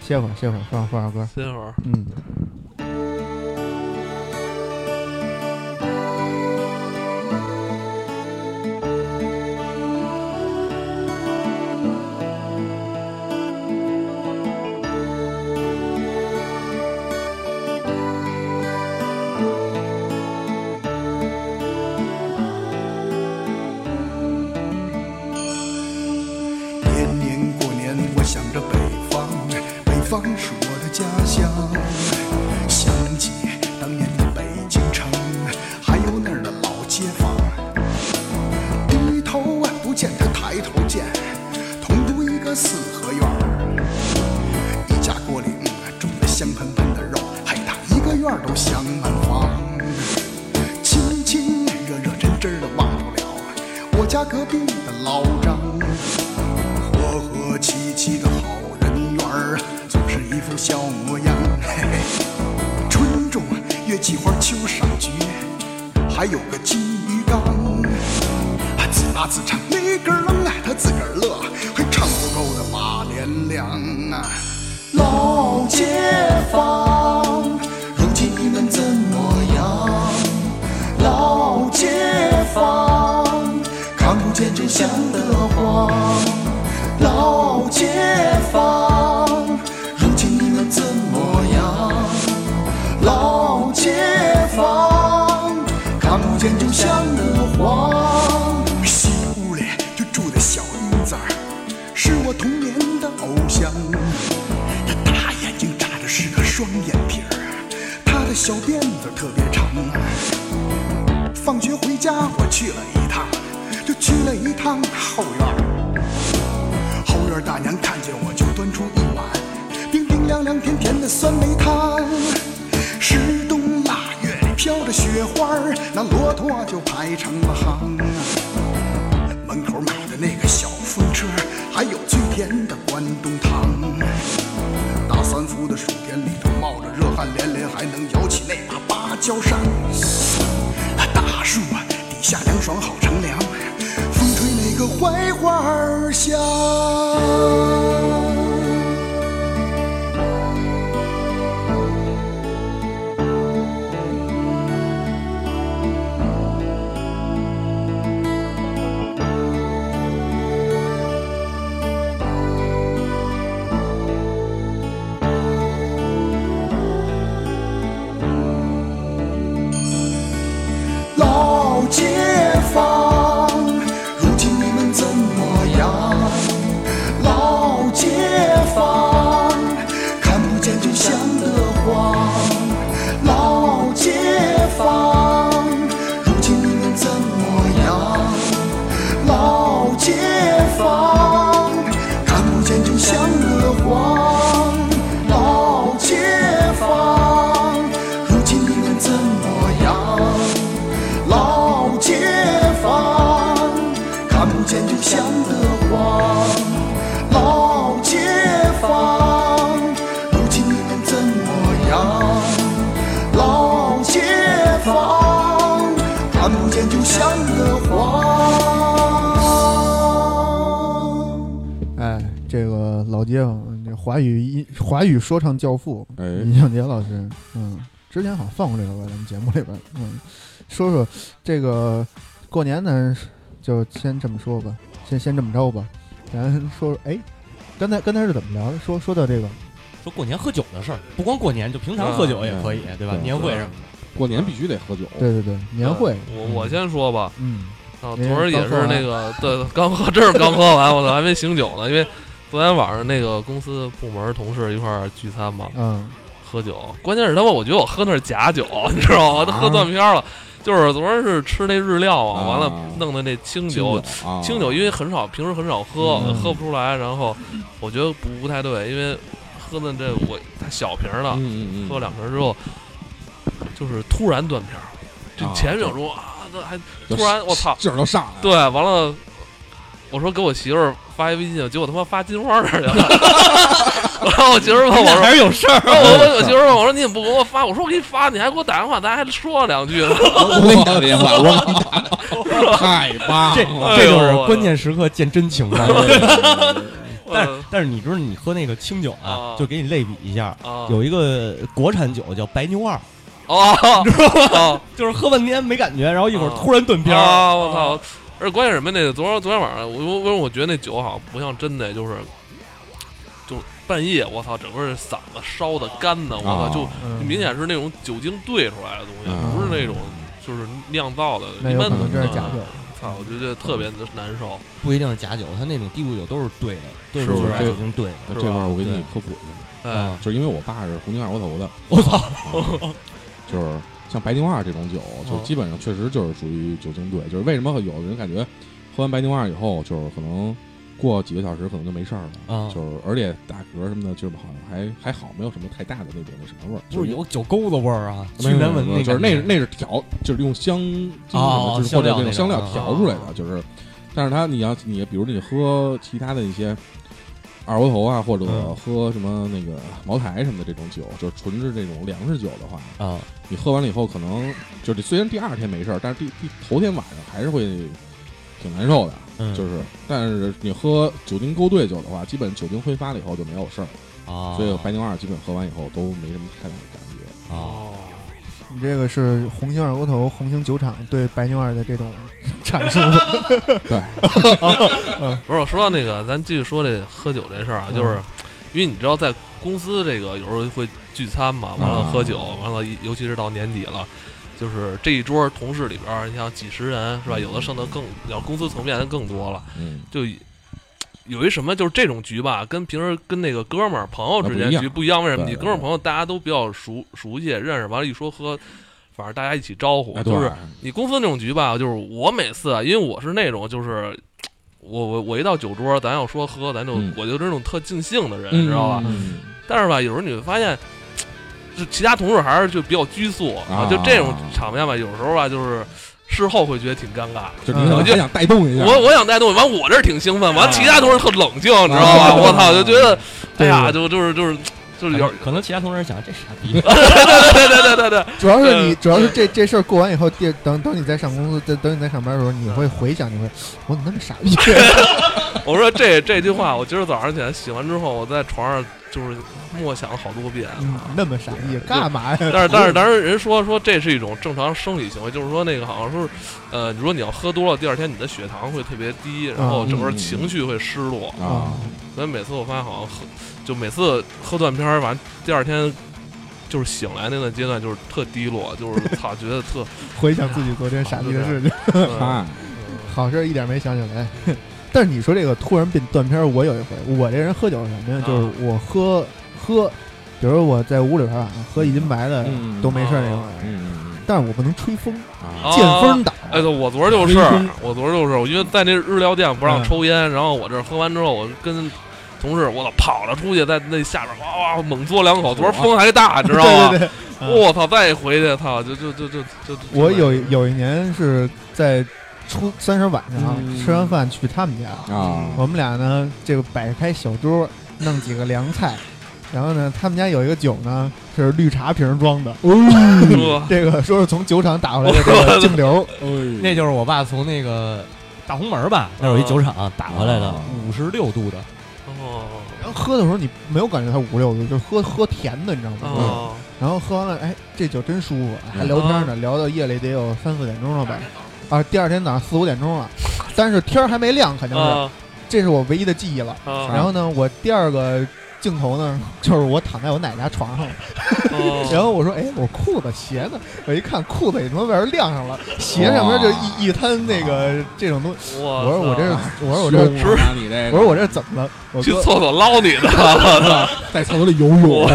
Speaker 2: 歇会儿，歇会儿，放放首歌。
Speaker 3: 歇会儿。
Speaker 2: 嗯，
Speaker 7: 年年过年，我想着北方，北方是我的家乡。想起当年的北京城，还有那儿的老街坊。低头啊不见他抬头见，同住一个四合院儿。一家锅里种的香喷喷的肉，嘿，他一个院儿都香满房。亲亲热热真真的忘不了我家隔壁的老张。和和气气的好人缘儿，总是一副小模样。嘿嘿，春种月季花，秋赏菊，还有个金鱼缸。啊自拉自唱那根儿愣啊，他自个儿乐，还唱不够的马连良啊。老街坊，如今你们怎么样？老街坊，看不见就想得慌。老街坊，如今你们怎么样？老街坊，看不见就想得慌。西屋里就住的小英子儿，是我童年的偶像。她大眼睛眨着是个双眼皮儿，她的小辫子特别长。放学回家我去了一趟，就去了一趟后院儿。后院大娘看见我就端出一碗冰冰凉凉、甜甜的酸梅汤。十冬腊月里飘着雪花儿，那骆驼就排成了行啊。门口买的那个小风车，还有最甜的关东糖。大三伏的暑天里头冒着热汗连连，还能摇起那把芭蕉扇。大树啊，底下凉爽好乘凉，风吹那个槐花儿香。老街坊，如今你们怎么样？老街坊，看不见就想得慌。老街坊，如今你们怎么样？老街坊，看不见就想得慌。老街坊，如今你们怎么样？老街坊，看不见就想得慌。老街坊，如今你们怎么样？老街坊，看不见就想得慌。
Speaker 2: 哎，这个老街坊，这华语音华语说唱教父
Speaker 6: 哎
Speaker 2: 尹相杰老师，嗯，之前好像放过这首歌，咱们节目里边，嗯，说说这个过年呢，就先这么说吧，先先这么着吧，咱说说，哎，刚才刚才是怎么聊的？说说到这个，
Speaker 5: 说过年喝酒的事儿，不光过年，就平常喝酒也可以，对吧？
Speaker 6: 对
Speaker 5: 年会什么的。
Speaker 6: 过年必须得喝酒，
Speaker 2: 对对对，年会，
Speaker 3: 我呃我先说吧，
Speaker 2: 嗯，
Speaker 3: 啊，
Speaker 2: 您
Speaker 3: 昨儿也
Speaker 2: 刚喝
Speaker 3: 是
Speaker 2: 完
Speaker 3: [laughs] 那个，对，刚喝，这是刚喝完，我操，还没醒酒呢，因为昨天晚上那个公司部门同事一块儿聚餐嘛，
Speaker 2: 嗯，
Speaker 3: 喝酒，关键是他妈，我觉得我喝那是假酒，你知道吗？都喝断片儿了。就是昨儿是吃那日料啊，
Speaker 6: 啊
Speaker 3: 完了弄的那清酒，
Speaker 6: 啊，
Speaker 3: 清酒因为很少，平时很少喝，
Speaker 2: 嗯
Speaker 3: 喝不出来。然后我觉得不不太对，因为喝的这我它小瓶儿的，
Speaker 6: 嗯嗯嗯，
Speaker 3: 喝两瓶儿之后，就是突然断片儿。这
Speaker 6: 啊
Speaker 3: 前一秒钟啊，这还
Speaker 6: 就
Speaker 3: 突然我操
Speaker 6: 劲儿都上来了，
Speaker 3: 对，完
Speaker 5: 啊
Speaker 3: 了，我说给我媳妇儿发一微信，结果他妈发金花那
Speaker 5: [laughs]
Speaker 3: 儿去了。然后我媳妇儿问我说
Speaker 5: 还是有事儿，
Speaker 3: 然后我我媳妇儿问我说你怎么不给我发？我说我给你发，你还给我打电话，咱还说了两句
Speaker 5: [laughs]
Speaker 3: 呢。
Speaker 4: 我给你打个电话，我给你打。
Speaker 6: 太棒
Speaker 5: 这 [laughs]
Speaker 6: 了！
Speaker 5: 这就是关键时刻见真 [laughs] 情嘛。 [laughs] 但是
Speaker 3: 嗯
Speaker 5: 但是你知道你喝那个清酒啊
Speaker 3: 啊，
Speaker 5: 就给你类比一下，
Speaker 3: 啊
Speaker 5: 有一个国产酒叫白牛二，
Speaker 3: 哦，
Speaker 5: 知道吧？
Speaker 3: 哦
Speaker 5: 就是喝半天没感觉，然后一会儿
Speaker 3: 啊
Speaker 5: 突然断片儿
Speaker 3: 啊！我操！而且关键是什么？那个昨天昨天晚上，我我我我觉得那酒好像不像真的，就是就是半夜，我操，整个嗓子烧的干的，我操，
Speaker 6: 啊
Speaker 3: 就
Speaker 2: 嗯
Speaker 3: 明显是那种酒精兑出来的东西，
Speaker 6: 嗯
Speaker 3: 不是那种就是酿造的。
Speaker 2: 那
Speaker 3: 一
Speaker 2: 有
Speaker 3: 般
Speaker 2: 可能这是
Speaker 3: 嗯
Speaker 2: 假酒。
Speaker 3: 操，我觉得特别的难受。
Speaker 5: 不一定是假酒，它那种地固酒都是兑的，兑出
Speaker 3: 是
Speaker 5: 来
Speaker 6: 这
Speaker 5: 已经兑
Speaker 6: 这块儿我给你科普一
Speaker 3: 哎，
Speaker 6: 下。
Speaker 5: 啊！
Speaker 6: 就是因为我爸是红星二锅头的，
Speaker 5: 我操
Speaker 6: 啊，就是像白丁二这种酒，就基本上确实就是属于酒精兑。就是为什么有的人感觉喝完白丁二以后，就是可能过几个小时可能就没事儿了，
Speaker 5: 啊！
Speaker 6: 就是而且打嗝什么的，就是好像还还好，没有什么太大的那种那什么味儿，
Speaker 5: 不
Speaker 6: 就是
Speaker 5: 有酒沟子味儿啊，去
Speaker 6: 没有
Speaker 5: 年闻
Speaker 6: 没有没有就是
Speaker 5: 那
Speaker 6: 那
Speaker 5: 个
Speaker 6: 是那是调，就是用香精什
Speaker 5: 哦
Speaker 6: 么，就是
Speaker 5: 香
Speaker 6: 或者
Speaker 5: 料
Speaker 6: 那
Speaker 5: 那
Speaker 6: 种香料
Speaker 5: 种
Speaker 6: 调出来的，就是，但是它你要你比如你喝其他的一些二锅头啊，或者
Speaker 5: 嗯
Speaker 6: 喝什么那个茅台什么的这种酒，就是纯是这种粮食酒的话，
Speaker 5: 啊
Speaker 6: 你喝完了以后可能就是虽然第二天没事儿，但是第第头天晚上还是会挺难受的，
Speaker 5: 嗯
Speaker 6: 就是，但是你喝酒精勾兑酒的话，基本酒精挥发了以后就没有事儿，
Speaker 5: 啊，
Speaker 6: 所以白牛二基本喝完以后都没什么太大的感觉。
Speaker 3: 哎
Speaker 5: 啊，
Speaker 2: 你这个是红星二锅头、红星酒厂对白牛二的这种阐 [laughs] 述。
Speaker 6: 对，
Speaker 3: 不是，我说到那个，咱继续说这喝酒这事儿啊，
Speaker 2: 嗯
Speaker 3: 就是因为你知道，在公司这个有时候会聚餐嘛，完了
Speaker 6: 啊
Speaker 3: 喝酒，完了尤其是到年底了，就是这一桌同事里边儿，你像几十人是吧？有的剩的更，要公司层面的更多了，
Speaker 6: 嗯。
Speaker 3: 就有一什么就是这种局吧，跟平时跟那个哥们儿朋友之
Speaker 6: 啊不一
Speaker 3: 间
Speaker 6: 样
Speaker 3: 局不一样，为什么？
Speaker 6: 对
Speaker 3: 你
Speaker 6: 对
Speaker 3: 哥们儿朋友大家都比较熟熟悉认识，完了，一说喝。反正大家一起招呼
Speaker 6: 哎，对
Speaker 3: 就是你公司那种局吧，就是我每次啊，因为我是那种就是。我我我一到酒桌，咱要说喝，咱就、
Speaker 6: 嗯
Speaker 3: 我就是那种特尽兴的人，
Speaker 6: 嗯
Speaker 3: 你知道吧？
Speaker 6: 嗯
Speaker 3: 但是吧，有时候你会发现，就其他同事还是就比较拘束
Speaker 6: 啊
Speaker 3: 就这种场面吧，有时候吧，就是事后会觉得挺尴尬。
Speaker 2: 嗯
Speaker 6: 就你可能还想带动一下，
Speaker 3: 嗯我我想带动，完我这儿挺兴奋，完
Speaker 5: 啊
Speaker 3: 其他同事特冷静，你知道吧？
Speaker 6: 啊
Speaker 3: 我操，就觉得，哎呀，就
Speaker 2: 对
Speaker 3: 就是就是就是有， [laughs]
Speaker 5: 可能其他同事想这傻 [laughs] 逼
Speaker 3: 对对对对对对，
Speaker 2: 主要是你，
Speaker 3: 嗯
Speaker 2: 主要是这这事儿过完以后，第等等你在上公司，等等你在上班的时候，你会回想，你会我怎么那么傻逼？
Speaker 3: 我说这这句话，我今儿早上起来洗完之后，我在床上就是默想了好多遍。
Speaker 2: 嗯那么傻逼干嘛呀？
Speaker 3: 但是但是当时人说说这是一种正常生理行为，就是说那个好像说是，呃，如果你要喝多了，第二天你的血糖会特别低，然后
Speaker 2: 啊
Speaker 3: 整个情绪会失落。
Speaker 6: 啊，
Speaker 3: 所以每次我发现好像喝，就每次喝断片儿完，第二天就是醒来那段阶段就是特低落，就是操，觉得特、
Speaker 2: 回想自己昨天傻逼的事情，
Speaker 3: 嗯、
Speaker 6: 嗨，
Speaker 2: [laughs] 好事儿一点没想起来。 [laughs] 但是你说这个突然变断片儿，我有一回，我这人喝酒是什么呀？
Speaker 3: 啊
Speaker 2: 就是我喝喝，比如说我在屋里边儿啊，喝一斤白的
Speaker 6: 嗯
Speaker 2: 都没事儿那种，
Speaker 6: 嗯
Speaker 2: 但是我不能吹风，
Speaker 6: 啊
Speaker 3: 啊
Speaker 2: 见风倒。
Speaker 3: 哎，对，我昨儿就是，我昨儿就是，我因为在那日料店不让抽烟，然后我这喝完之后，我跟同事我操跑了出去，在那下边哇哇猛嘬两口，昨儿风还大，你知道吗？
Speaker 2: [laughs] 对对对，啊
Speaker 3: 我操！再一回去，操，就就就就就就
Speaker 2: 我有有一年是在初三十晚上啊
Speaker 6: 嗯
Speaker 2: 吃完饭去他们家，
Speaker 6: 啊
Speaker 2: 我们俩呢，这个摆开小桌，弄几个凉菜，然后呢，他们家有一个酒呢是绿茶瓶装的，
Speaker 3: 呃
Speaker 2: 这个说是从酒厂打回来的这
Speaker 6: [laughs]
Speaker 2: 个净流，
Speaker 5: 那就是我爸从那个大红门吧，那儿
Speaker 3: 啊
Speaker 5: 有一酒厂打回来的，五十六度的，
Speaker 3: 哦
Speaker 2: 然后喝的时候你没有感觉它五六度，就是喝喝甜的，你知道
Speaker 6: 嗯
Speaker 2: 吗？
Speaker 3: 哦，
Speaker 2: 然后喝完了，哎，这酒真舒服，还聊天呢，聊到夜里得有三四点钟了吧。
Speaker 6: 嗯
Speaker 2: 啊，第二天早上四五点钟了，
Speaker 6: 哦
Speaker 2: 但是天儿还没亮，肯定是，
Speaker 3: 啊
Speaker 2: 这是我唯一的记忆了。
Speaker 3: 啊
Speaker 2: 然后呢，我第二个镜头呢， [laughs] 就是我躺在我奶奶家床上，
Speaker 3: 哦
Speaker 2: 然后我说，哎，我裤子鞋呢？我一看裤子也他妈被人晾上了，鞋上面就一一滩那个这种东西。
Speaker 3: 我
Speaker 2: 我说我这
Speaker 3: 操
Speaker 2: [laughs] 是，我说我这
Speaker 6: 凶啊你这
Speaker 2: 我
Speaker 6: 个，
Speaker 2: 说我这怎么了？我
Speaker 3: 哦去
Speaker 2: 哥，
Speaker 3: 厕所捞你的，
Speaker 2: [laughs]
Speaker 6: 在厕所里游泳，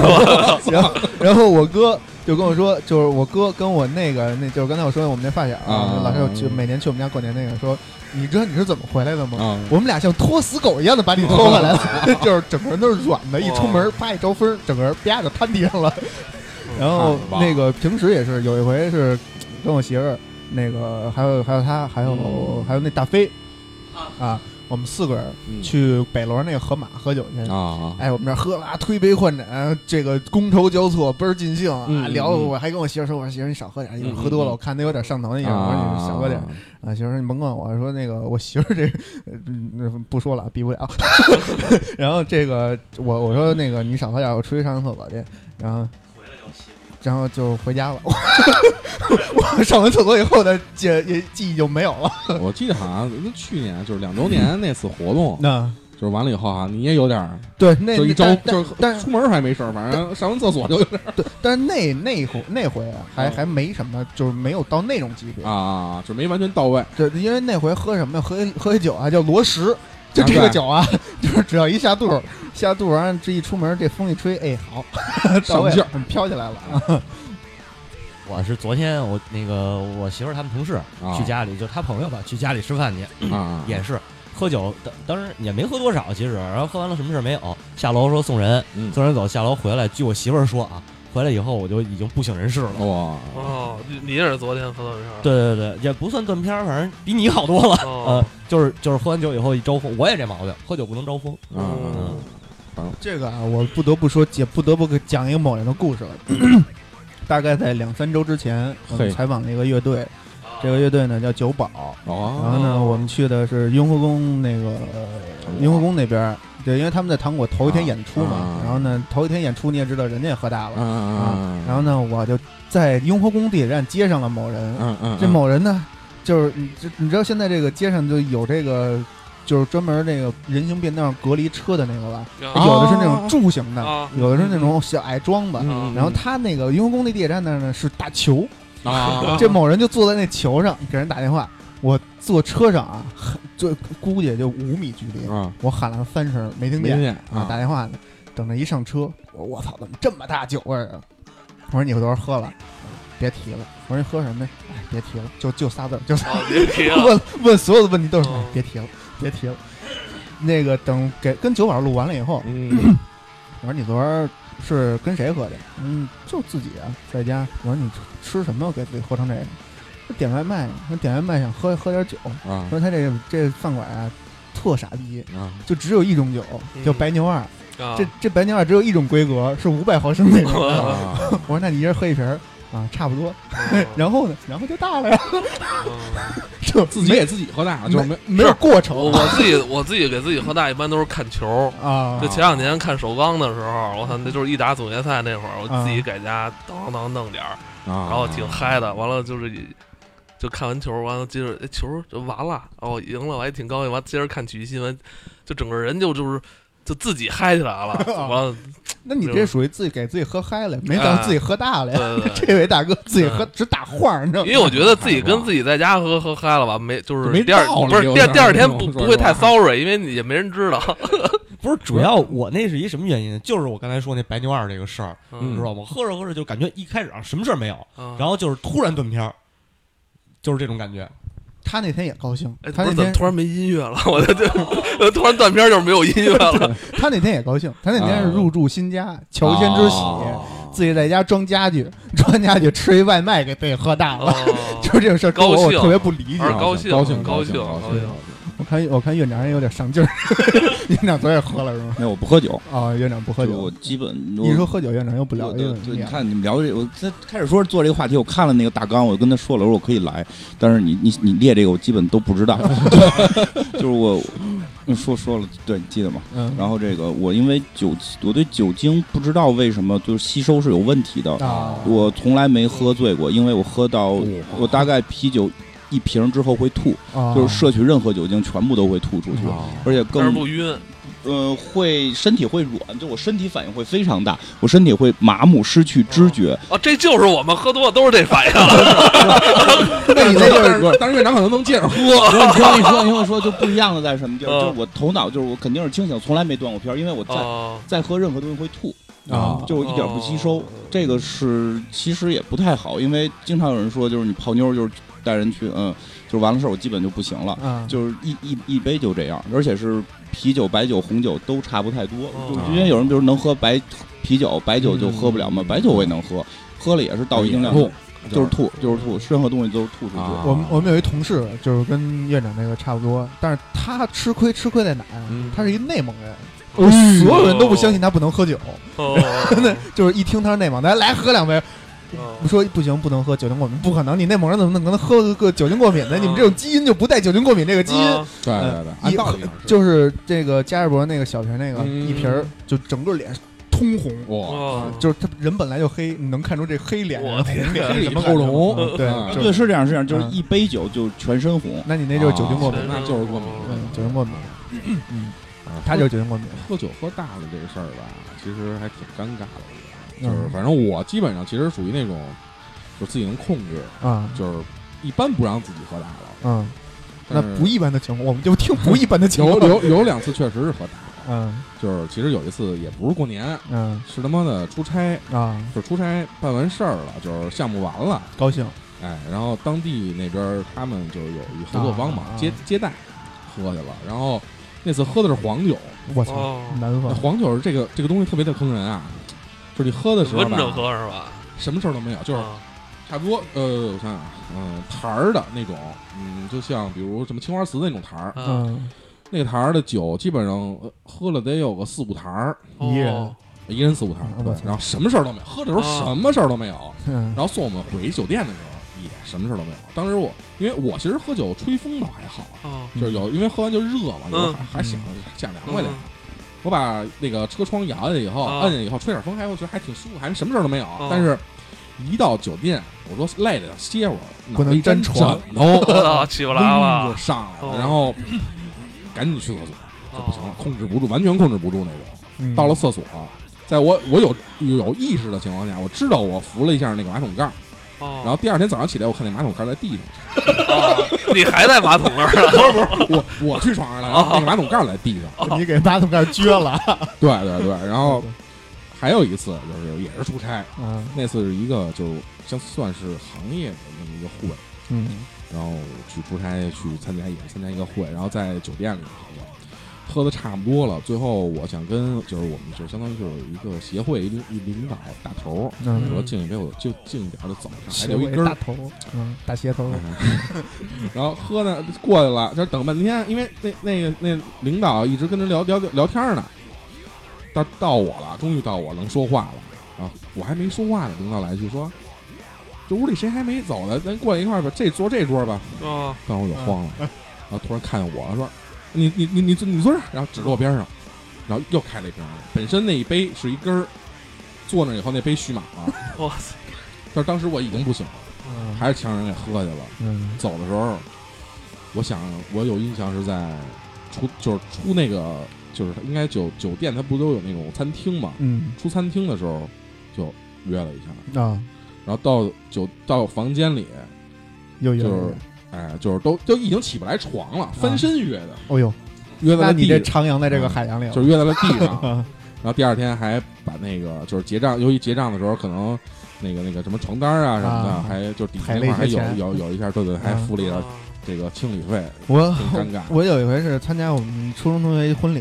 Speaker 2: 然后然后我哥就跟我说，就是我哥跟我那个，那就是刚才我说的我们那发小
Speaker 6: 啊
Speaker 2: 老师有去
Speaker 6: 嗯
Speaker 2: 每年去我们家过年那个，说你知道你是怎么回来的吗？
Speaker 6: 啊
Speaker 2: 我们俩像拖死狗一样的把你拖回来
Speaker 6: 哦
Speaker 2: 了， [laughs] 就是整个人都是软的，一出门啪一招风，整个人啪就瘫地上了。
Speaker 6: 嗯
Speaker 2: 然后
Speaker 6: 棒
Speaker 2: 那个平时也是有一回是跟我媳妇儿，那个还有还有她，还有、
Speaker 6: 嗯
Speaker 2: 还有那大飞啊，我们四个人
Speaker 6: 嗯
Speaker 2: 去北楼那个河马喝酒去。
Speaker 6: 啊啊
Speaker 2: 哎，我们这儿喝啊，推杯换盏，这个觥筹交错，倍儿尽兴啊！
Speaker 6: 嗯嗯
Speaker 2: 聊，
Speaker 6: 嗯
Speaker 2: 我还跟我媳妇儿说，我说媳妇儿你少喝点儿，一会儿喝多了，
Speaker 6: 嗯嗯
Speaker 2: 我看她有点上头那样，我说你
Speaker 6: 啊！
Speaker 2: 少喝点儿。啊，媳妇儿说你甭管我，说那个我媳妇儿这，呃嗯，不说了，比不
Speaker 6: [laughs]
Speaker 2: 了。然后这个我我说那个你少喝点儿，我出去上个厕所去。然后然后就回家了。 [laughs] 我上完厕所以后的记也记忆就没有了。
Speaker 6: [laughs] 我记得好像去年就是两周年那次活动，
Speaker 2: 那
Speaker 6: 就是完了以后啊，你也有点儿，
Speaker 2: 对那
Speaker 6: 就一招
Speaker 2: 但
Speaker 6: 就
Speaker 2: 但
Speaker 6: 出门还没事儿，反正上完厕所
Speaker 2: [laughs]
Speaker 6: 就有点
Speaker 2: 对，但是那那回那回啊还
Speaker 6: 嗯
Speaker 2: 还没什么，就是没有到那种级别
Speaker 6: 儿。啊，就没完全到位。
Speaker 2: 对，因为那回喝什么呀？喝一喝一酒啊，叫罗什，就这个酒啊， [laughs] 就是只要一下肚 [laughs] 儿，下肚儿完了这一出门，这风一吹，哎， [laughs] 好，到位
Speaker 6: 上劲儿
Speaker 2: 了，飘起来了啊！
Speaker 5: 我是昨天我那个我媳妇儿他们同事
Speaker 6: 啊
Speaker 5: 去家里，就他朋友吧，去家里吃饭去，
Speaker 6: 啊，
Speaker 5: 也是喝酒，当当时也没喝多少，其实，然后喝完了什么事儿没有，下楼说送人，
Speaker 6: 嗯，
Speaker 5: 送人走，下楼回来，据我媳妇儿说啊，回来以后我就已经不省人事了。
Speaker 6: 哇，啊
Speaker 3: 哦，你你也是昨天喝到这事儿，
Speaker 5: 对对对，也不算断片儿，反正比你好多了。
Speaker 3: 哦
Speaker 5: 呃，就是就是喝完酒以后一招风，我也这毛病，喝酒不能招风。
Speaker 6: 啊
Speaker 2: 嗯
Speaker 6: 啊
Speaker 2: 这个啊，我不得不说，也不得不给讲一个某人的故事了。 [clears throat] 大概在两三周之前，我们
Speaker 6: 嘿
Speaker 2: 采访了一个乐队，这个乐队呢叫九宝，然
Speaker 6: 哦
Speaker 2: 后呢，我们去的是雍和宫那个呃
Speaker 6: 糖果
Speaker 2: 雍和宫那边儿，对，因为他们在糖果头一天
Speaker 6: 啊
Speaker 2: 演出嘛
Speaker 6: 啊，
Speaker 2: 然后呢，头一天演出你也知道，人家也喝大了
Speaker 6: 啊。啊
Speaker 2: 啊，然后呢，我就在雍和宫地铁站接上了某人。
Speaker 6: 嗯嗯，
Speaker 2: 这某人呢，就是你这你知道现在这个街上就有这个，就是专门那个人行便道隔离车的那个吧，
Speaker 6: 啊
Speaker 2: 有的是那种柱形的，
Speaker 6: 哦
Speaker 3: 啊
Speaker 2: 有的是那种小矮桩子。
Speaker 3: 嗯
Speaker 2: 然后他那个雍和宫那地铁站那儿呢是大球，
Speaker 6: 啊，
Speaker 2: 这某人就坐在那球上给人打电话。我坐车上啊，就估计也就五米距离，
Speaker 6: 啊，
Speaker 2: 我喊了三声没听
Speaker 6: 没
Speaker 2: 见
Speaker 6: 听。见
Speaker 2: 啊，打
Speaker 6: 啊
Speaker 2: 电话呢，等着一上车，我说我操，怎么这么大酒味儿啊？我说你昨儿喝了，别提了。我说你喝什么呀？哎，别提了，就就仨字儿，就仨
Speaker 3: 哦，别提 [laughs] 了，
Speaker 2: 问问所有的问题都是、
Speaker 3: 哦
Speaker 2: 哎、别提了，别提了。那个等给跟酒保录完了以后，
Speaker 6: 嗯
Speaker 2: 我说你昨儿是跟谁喝的？嗯，就自己啊，在家。我说你吃什么给自己喝成这样？说点外卖，说点外卖想喝喝点酒。
Speaker 6: 啊
Speaker 2: 说他这这饭馆啊，特傻逼，
Speaker 6: 啊，
Speaker 2: 就只有一种酒，叫
Speaker 3: 嗯
Speaker 2: 白牛二。
Speaker 3: 啊
Speaker 2: 这这白牛二只有一种规格，是五百毫升那种。
Speaker 6: 啊
Speaker 2: 我说那你一人喝一瓶儿啊，差不多。然后呢，然后就大了呀，
Speaker 3: 嗯
Speaker 2: 就
Speaker 6: 自己给自己喝大，就是没
Speaker 2: 没没有过程
Speaker 3: 我我自己我自己给自己喝大，一般都是看球。
Speaker 2: 啊
Speaker 3: 就前两年看首钢的时候，我操，那就是一打总决赛那会儿，
Speaker 2: 啊
Speaker 3: 我自己在家当当弄点儿，
Speaker 6: 啊，
Speaker 3: 然后挺嗨的。完了就是以，就看完球，完了接着哎球就完了，哦赢了，我还挺高兴。完了接着看体育新闻，就整个人就就是就自己嗨起
Speaker 2: [laughs]
Speaker 3: 来了。
Speaker 2: 啊
Speaker 3: 完了，
Speaker 2: 那你这属于自己给自己喝嗨了，没到
Speaker 3: 哎
Speaker 2: 自己喝大了呀。
Speaker 3: 对对对。嗯
Speaker 2: 这位大哥自己喝只打晃儿，你知道
Speaker 3: [laughs] 因
Speaker 2: 吗？
Speaker 3: 为我觉得自己跟自己在家喝喝嗨了吧，没就
Speaker 6: 就是没
Speaker 3: 第二
Speaker 6: 道理
Speaker 3: 不是
Speaker 6: 有
Speaker 3: 第二
Speaker 6: 点
Speaker 3: 第二天
Speaker 6: 那
Speaker 3: 不
Speaker 6: 种
Speaker 3: 不
Speaker 6: 说
Speaker 3: 会
Speaker 6: 实
Speaker 3: 太
Speaker 6: 话
Speaker 3: sorry，因为你也没人知道。
Speaker 5: 不是，
Speaker 6: 嗯
Speaker 5: 主要我那是一什么原因？就是我刚才说那白牛二这个事儿，
Speaker 6: [laughs] 嗯
Speaker 5: 你知道吗？喝着喝着就感觉一开始啊什么事儿没有，
Speaker 3: 然
Speaker 5: 然后就是突然断片儿，就是这种感觉。
Speaker 2: 他那天也高兴
Speaker 3: 哎，，
Speaker 2: 他
Speaker 3: 不
Speaker 2: 那
Speaker 3: 是怎么
Speaker 2: 天
Speaker 3: 突然没音乐了？ [laughs] 我的这突然断片儿就是没有音乐
Speaker 6: [laughs]
Speaker 3: 了。
Speaker 2: [laughs]
Speaker 3: 啊
Speaker 2: 他那天也高兴，他那天是入住新家，乔迁之喜，
Speaker 3: 哦
Speaker 2: 自己在家装家具，装家具吃一外卖给自己喝大了，
Speaker 3: 哦
Speaker 2: 就是这种事儿，跟
Speaker 3: 高
Speaker 2: 我我
Speaker 3: 兴
Speaker 2: 特别不理解
Speaker 3: 而。
Speaker 6: 高高兴兴兴，
Speaker 2: 我看我看院长也有点上劲儿， [laughs] 院长昨儿也喝了是吗？
Speaker 4: 没有，我不喝酒，
Speaker 2: 啊，院长不喝
Speaker 4: 就我
Speaker 2: 酒。
Speaker 4: 基本
Speaker 2: 你说喝酒，院长又不
Speaker 4: 不
Speaker 2: 聊这
Speaker 4: 对
Speaker 2: 个
Speaker 4: 对，你
Speaker 2: 了啊
Speaker 4: 看你们聊这，我这开始说做这个话题，我看了那个大纲，我跟他说了，我说我可以来，但是你你你列这个我基本都
Speaker 2: [laughs]
Speaker 4: 不知道，就是我嗯说说了，对，你记得吗？
Speaker 2: 嗯
Speaker 4: 然后这个我因为酒，我对酒精不知道为什么就是吸收是有问题的，
Speaker 2: 啊，
Speaker 4: 我从来没喝醉过，因为我喝到我大概啤酒一瓶之后会吐，
Speaker 2: 啊
Speaker 6: 哦
Speaker 4: 就是摄取任何酒精全部都会吐出去，而且
Speaker 3: 但是
Speaker 4: 更
Speaker 3: 不晕，
Speaker 4: 呃，会身体会软，就我身体反应会非常大，我身体会麻木、失去知觉。 [laughs]
Speaker 3: 啊，这就是我们喝多了都是这反
Speaker 6: [laughs]
Speaker 3: 应。啊
Speaker 6: 那你那就是，但是院长可能能接着喝。
Speaker 4: 我跟你说，
Speaker 2: [laughs]
Speaker 4: 你听我说，就不一样的在什么地儿？
Speaker 3: 嗯
Speaker 4: 就是我头脑就是我肯定是清醒，从来没断过片儿，因为我在、
Speaker 3: 哦，
Speaker 4: 在喝任何东西会吐。
Speaker 6: 啊
Speaker 4: 就我一点不吸收
Speaker 3: 哦，
Speaker 4: 这个是其实也不太好，因为经常有人说，就是你泡妞就是带人去，嗯，就是完了事儿，我基本就不行了，
Speaker 2: 啊，
Speaker 4: 就是一一一杯就这样，而且是啤酒、白酒、红酒都差不太多，
Speaker 3: 哦
Speaker 4: 就因为有人比如能喝白啤酒，白酒就喝不了
Speaker 3: 嗯
Speaker 4: 嘛，白酒我也能喝，喝了也是到一
Speaker 3: 啊
Speaker 4: 定量
Speaker 6: 吐，
Speaker 4: 就是吐，就是吐，任何东西都是吐出去。
Speaker 6: 啊
Speaker 2: 我们我们有一同事，就是跟院长那个差不多，但是他吃亏吃亏在哪儿啊
Speaker 6: 嗯？
Speaker 2: 他是一内蒙人，
Speaker 4: 哎
Speaker 2: 所有人都不相信他不能喝酒，
Speaker 3: 哦哦
Speaker 2: 就是一听他是内蒙的，来喝两杯，
Speaker 3: 哦
Speaker 2: 不说不行不能喝酒精过敏，不可能，你内蒙人怎么能喝个酒精过敏呢？你们这种基因就不带酒精过敏这个基因
Speaker 3: 啊，
Speaker 6: 对对对，按道理
Speaker 2: 就是这个加士伯那个小瓶那个
Speaker 6: 嗯
Speaker 2: 一瓶儿，就整个脸通红。
Speaker 6: 哇，
Speaker 3: 哦
Speaker 2: 就是他人本来就黑，你能看出这黑脸、
Speaker 3: 我
Speaker 2: 红脸
Speaker 3: 天
Speaker 2: 什么
Speaker 6: 啊黑里透龙
Speaker 2: 感觉
Speaker 6: 嗯
Speaker 2: 对，就
Speaker 4: 对，是这样，是这样，就是
Speaker 2: 嗯
Speaker 4: 一杯酒就全身红。
Speaker 2: 那你那就是酒精过敏
Speaker 6: 啊，那就是过敏
Speaker 2: 嗯，酒精过敏，嗯，
Speaker 6: 啊
Speaker 2: 他就是酒精过敏。
Speaker 6: 喝酒喝大了这个事儿吧，其实还挺尴尬的。我觉得嗯
Speaker 2: 嗯
Speaker 6: 就是反正我基本上其实属于那种，就自己能控制，
Speaker 2: 啊，
Speaker 6: 就是一般不让自己喝大了。
Speaker 2: 嗯，那
Speaker 6: 但是
Speaker 2: 不一般的情况，我们就听不一般的情
Speaker 6: 有
Speaker 2: [laughs] 况。
Speaker 6: 有有两次确实是喝大了，
Speaker 2: 嗯
Speaker 6: 就是其实有一次也不是过年，
Speaker 2: 嗯
Speaker 6: 是他妈的出差，
Speaker 2: 啊，
Speaker 6: 就是出差办完事儿了，就是项目完了，
Speaker 2: 高兴
Speaker 6: 哎，然后当地那边儿他们就是有一合作方嘛，
Speaker 2: 啊啊
Speaker 6: 接接待喝去了，然后那次喝的是黄酒，
Speaker 2: 我操，
Speaker 3: 哦，
Speaker 2: 南
Speaker 6: 那
Speaker 2: 方
Speaker 6: 黄酒是这个这个东西特别的坑人啊，就是你喝的时候
Speaker 3: 温着
Speaker 6: 吧，
Speaker 3: 喝是吧？
Speaker 6: 什么事儿都没有，就是
Speaker 3: 啊
Speaker 6: 差不多呃，我想想，嗯、坛儿的那种，嗯，就像比如什么青花瓷那种坛儿，
Speaker 3: 啊
Speaker 2: 嗯
Speaker 6: 那个坛儿的酒基本上呃喝了得有个四五坛儿，
Speaker 2: 一人
Speaker 3: 哦
Speaker 6: 一人四五坛儿，
Speaker 2: 嗯
Speaker 6: 对
Speaker 2: 我，操
Speaker 6: 然后什么事儿都没有，喝的时候
Speaker 3: 啊
Speaker 6: 什么事儿都没有，
Speaker 2: 嗯
Speaker 6: 然后送我们回酒店的时候也什么事儿都没有。当时我因为我其实喝酒吹风倒还好，啊
Speaker 3: 哦
Speaker 6: 就是有因为喝完就热嘛，有时候
Speaker 3: 嗯
Speaker 6: 还还想想凉快点
Speaker 3: 嗯。
Speaker 6: 我把那个车窗摇下去以后，
Speaker 3: 啊
Speaker 6: 摁下去以后吹点风还，我觉得还挺舒服，还什么事儿都没有啊
Speaker 3: 哦。
Speaker 6: 但是，一到酒店，我说累了歇会儿，
Speaker 2: 不能
Speaker 6: 脑袋一沾
Speaker 2: 沾床
Speaker 6: 枕头，
Speaker 3: 我操，哦起 [laughs] 不来
Speaker 6: [laughs] 嗡
Speaker 3: 了
Speaker 6: 就，上来
Speaker 3: 哦
Speaker 6: 了，然后赶紧去厕所，
Speaker 3: 哦
Speaker 6: 就不行了，控制不住，完全控制不住那种。
Speaker 2: 嗯，
Speaker 6: 到了 [laughs] 厕所，在我我有有意识的情况下，我知道我扶了一下那个马桶盖，
Speaker 3: 哦
Speaker 6: 然后第二天早上起来，我看那马桶盖在地上，
Speaker 3: 哦你还在马桶那儿呢？ [laughs]
Speaker 6: 我我去床上了，然后那个马桶盖在地上，
Speaker 2: 你给马桶盖撅了，
Speaker 6: 对对对，然后还有一次就是也是出差，
Speaker 2: 嗯
Speaker 6: 那次是一个就是像算是行业的那么一个会，
Speaker 2: 嗯
Speaker 6: 然后去出差去参加也是参加一个会，然后在酒店里喝的，喝的差不多了，最后我想跟就是我们就相当于就是一个协会一领一领导大头儿，我
Speaker 2: 嗯，
Speaker 6: 说敬一杯我就敬一点儿就走了，还留
Speaker 2: 我
Speaker 6: 一根儿
Speaker 2: 大。头，嗯，大斜头，
Speaker 6: [laughs] 然后喝呢过去了，这等半天，因为那那个那领导一直跟他聊聊聊天呢，到到我了，终于到我能说话了。然后我还没说话呢，领导来一句说：“这屋里谁还没走呢？咱过来一块儿吧，这坐这桌吧。
Speaker 3: 哦”
Speaker 6: 当时我就慌了，
Speaker 2: 嗯
Speaker 6: 然后突然看见我说：“你你你你坐你坐这儿。”然后指着我边上，然后又开了一瓶儿。本身那一杯是一根儿，坐那以后那杯续满了，
Speaker 3: 我操，
Speaker 6: 但是当时我已经不行了，
Speaker 2: 嗯
Speaker 6: 还是强人给喝去了。
Speaker 2: 嗯
Speaker 6: 走的时候，我想我有印象是在出就是出那个就是应该酒酒店，它不都有那种餐厅嘛？
Speaker 2: 嗯
Speaker 6: 出餐厅的时候就约了一下，
Speaker 2: 啊，
Speaker 6: 然后到酒到房间里
Speaker 2: 又
Speaker 6: 就
Speaker 2: 有
Speaker 6: 是，哎就是都都已经起不来床了，翻身约的，
Speaker 2: 哦呦，
Speaker 6: 约在
Speaker 2: 那
Speaker 6: 了
Speaker 2: 你
Speaker 6: 地
Speaker 2: 这
Speaker 6: 上，
Speaker 2: 徜徉在这个海洋里了，
Speaker 6: 就是约在了地
Speaker 2: [laughs]
Speaker 6: 上。
Speaker 2: 啊
Speaker 6: 然后第二天还把那个就是结账，由于结账的时候可能。那个那个什么床单啊什么的，
Speaker 2: 啊
Speaker 6: 还就底下
Speaker 2: 赔
Speaker 6: 那
Speaker 2: 了一
Speaker 6: 块儿还
Speaker 2: 些
Speaker 6: 有
Speaker 2: 钱
Speaker 6: 有有一下，对对，还
Speaker 2: 嗯
Speaker 6: 付了一点
Speaker 3: 哦
Speaker 6: 这个清理费，
Speaker 2: 我
Speaker 6: 挺尴尬。
Speaker 2: 我有一回是参加我们初中同学一婚礼，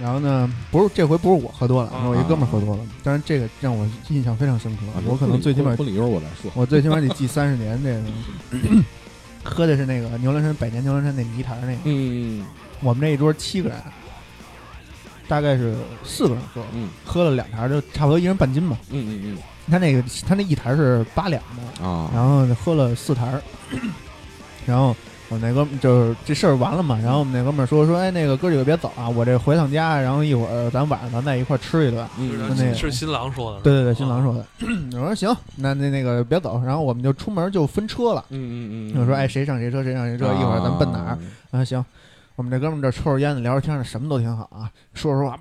Speaker 2: 然后呢，不是这回不是我喝多了，
Speaker 3: 啊
Speaker 2: 是我一哥们儿喝多了，但是这个让我印象非常深刻，我可能最起码
Speaker 6: 婚礼一啊会儿我再说。
Speaker 2: 我最起码得记三十年这个。喝的是那个牛栏山百年牛栏山那泥坛儿那个，
Speaker 6: 嗯
Speaker 2: 我们这一桌七个人，大概是四个人喝，
Speaker 6: 嗯
Speaker 2: 喝了两坛儿就差不多一人半斤吧。
Speaker 6: 嗯嗯
Speaker 2: 他那个他那一坛儿是八两的，
Speaker 6: 嗯啊，
Speaker 2: 然后喝了四坛儿，然后我那哥们就是这事儿完了嘛，然后我们那哥们儿说说，哎，那个哥几个别走啊，我这回趟家，然后一会儿咱晚上咱在一块儿吃一顿。
Speaker 6: 嗯
Speaker 3: 是
Speaker 2: 就那个
Speaker 3: 是新郎说的是吧，
Speaker 2: 对对对，新郎说的。 [clears throat] 我说行，那那那个别走，然后我们就出门就分车了。
Speaker 6: 嗯嗯嗯，
Speaker 2: 我说哎，谁上谁车，谁上谁车，一会儿咱奔哪儿？啊行，我们这哥们儿这抽着烟呢，聊着天呢，什么都挺好啊，说说话，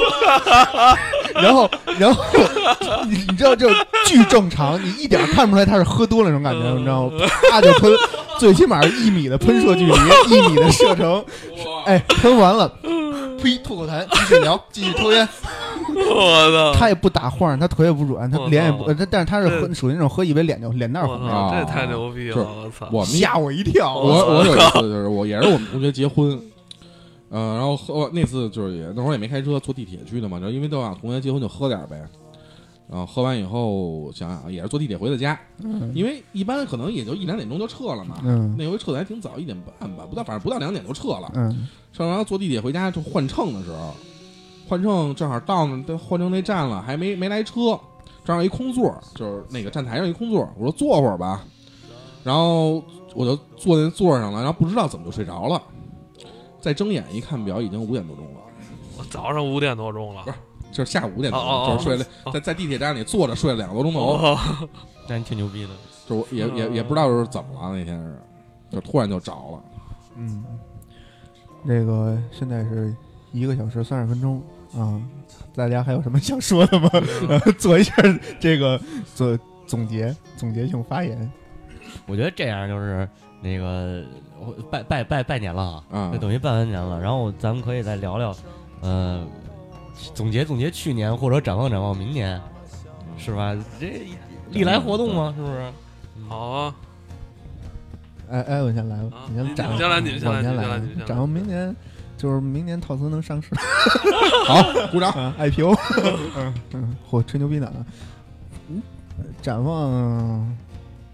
Speaker 2: [laughs] 然后然后你你知道就巨正常，你一点儿看不出来他是喝多了那种感觉，你知道吗？啪就喷，最起码是一米的喷射距离，一米的射程，哎，喷完了，呸，吐口痰，继续聊，继续抽烟，
Speaker 3: 啊我操！
Speaker 2: 他也不打晃，他腿也不软，他
Speaker 3: 我
Speaker 2: 脸也
Speaker 3: 操
Speaker 2: 不，呃他但是他是喝
Speaker 3: 这
Speaker 2: 属于那种喝一杯脸就脸蛋儿
Speaker 3: 我
Speaker 2: 红，
Speaker 3: 操，这太牛逼了！我操！
Speaker 6: 我们
Speaker 2: 嗯
Speaker 6: 一
Speaker 2: 吓我一跳，
Speaker 6: 我我有一次就是我也是我们同学结婚，呃，然后喝那次就是也那会儿也没开车，坐地铁去的嘛，然后因为都想同学结婚就喝点儿呗，然后喝完以后想想也是坐地铁回的家，因为一般可能也就一两点钟就撤了嘛，
Speaker 2: 嗯
Speaker 6: 那回撤的还挺早，一点半吧，不到反正不到两点就撤了，
Speaker 2: 嗯
Speaker 6: 上完坐地铁回家就换乘的时候，换乘正好到那都换乘那站了，还没没来车，正好一空座，就是那个站台上一空座，我说坐会儿吧，然后我就坐那座上了，然后不知道怎么就睡着了，再睁眼一看表，已经五点多钟了。
Speaker 3: 我早上五点多钟了
Speaker 6: 不，是就是下午五点
Speaker 3: 哦哦
Speaker 6: 多，
Speaker 3: 哦
Speaker 6: 就是睡了，
Speaker 3: 哦
Speaker 6: 在在地铁站里坐着睡了两个多钟头，
Speaker 3: 我
Speaker 5: 但挺牛逼的。
Speaker 6: 就是我也
Speaker 3: 嗯
Speaker 6: 也也不知道是怎么了，那天是，就突然就着了，
Speaker 2: 嗯，这个现在是一个小时三十分钟啊，大家还有什么想说的吗？ [laughs] 做一下这个做总结总结性发言，
Speaker 5: 我觉得这样就是那个我拜拜拜拜年了啊，
Speaker 6: 嗯
Speaker 5: 就等于拜完年了。然后咱们可以再聊聊，呃，总结总结去年，或者展望展望明年，是吧？这历来活动嘛，是不是？
Speaker 3: [laughs] 好啊，
Speaker 2: 哎哎，我先来吧
Speaker 3: 啊，
Speaker 2: 你
Speaker 3: 你
Speaker 2: 先展
Speaker 3: 你
Speaker 2: 望，
Speaker 3: 先来你
Speaker 2: 我
Speaker 3: 先来你
Speaker 2: 先
Speaker 3: 先来
Speaker 2: 来
Speaker 3: 你先来，
Speaker 2: 展望明年。就是明年套词能上市
Speaker 3: [laughs]
Speaker 6: 好，鼓掌，
Speaker 2: 啊，IPO，嗯嗯，嚯，吹牛逼呢啊！嗯，展望，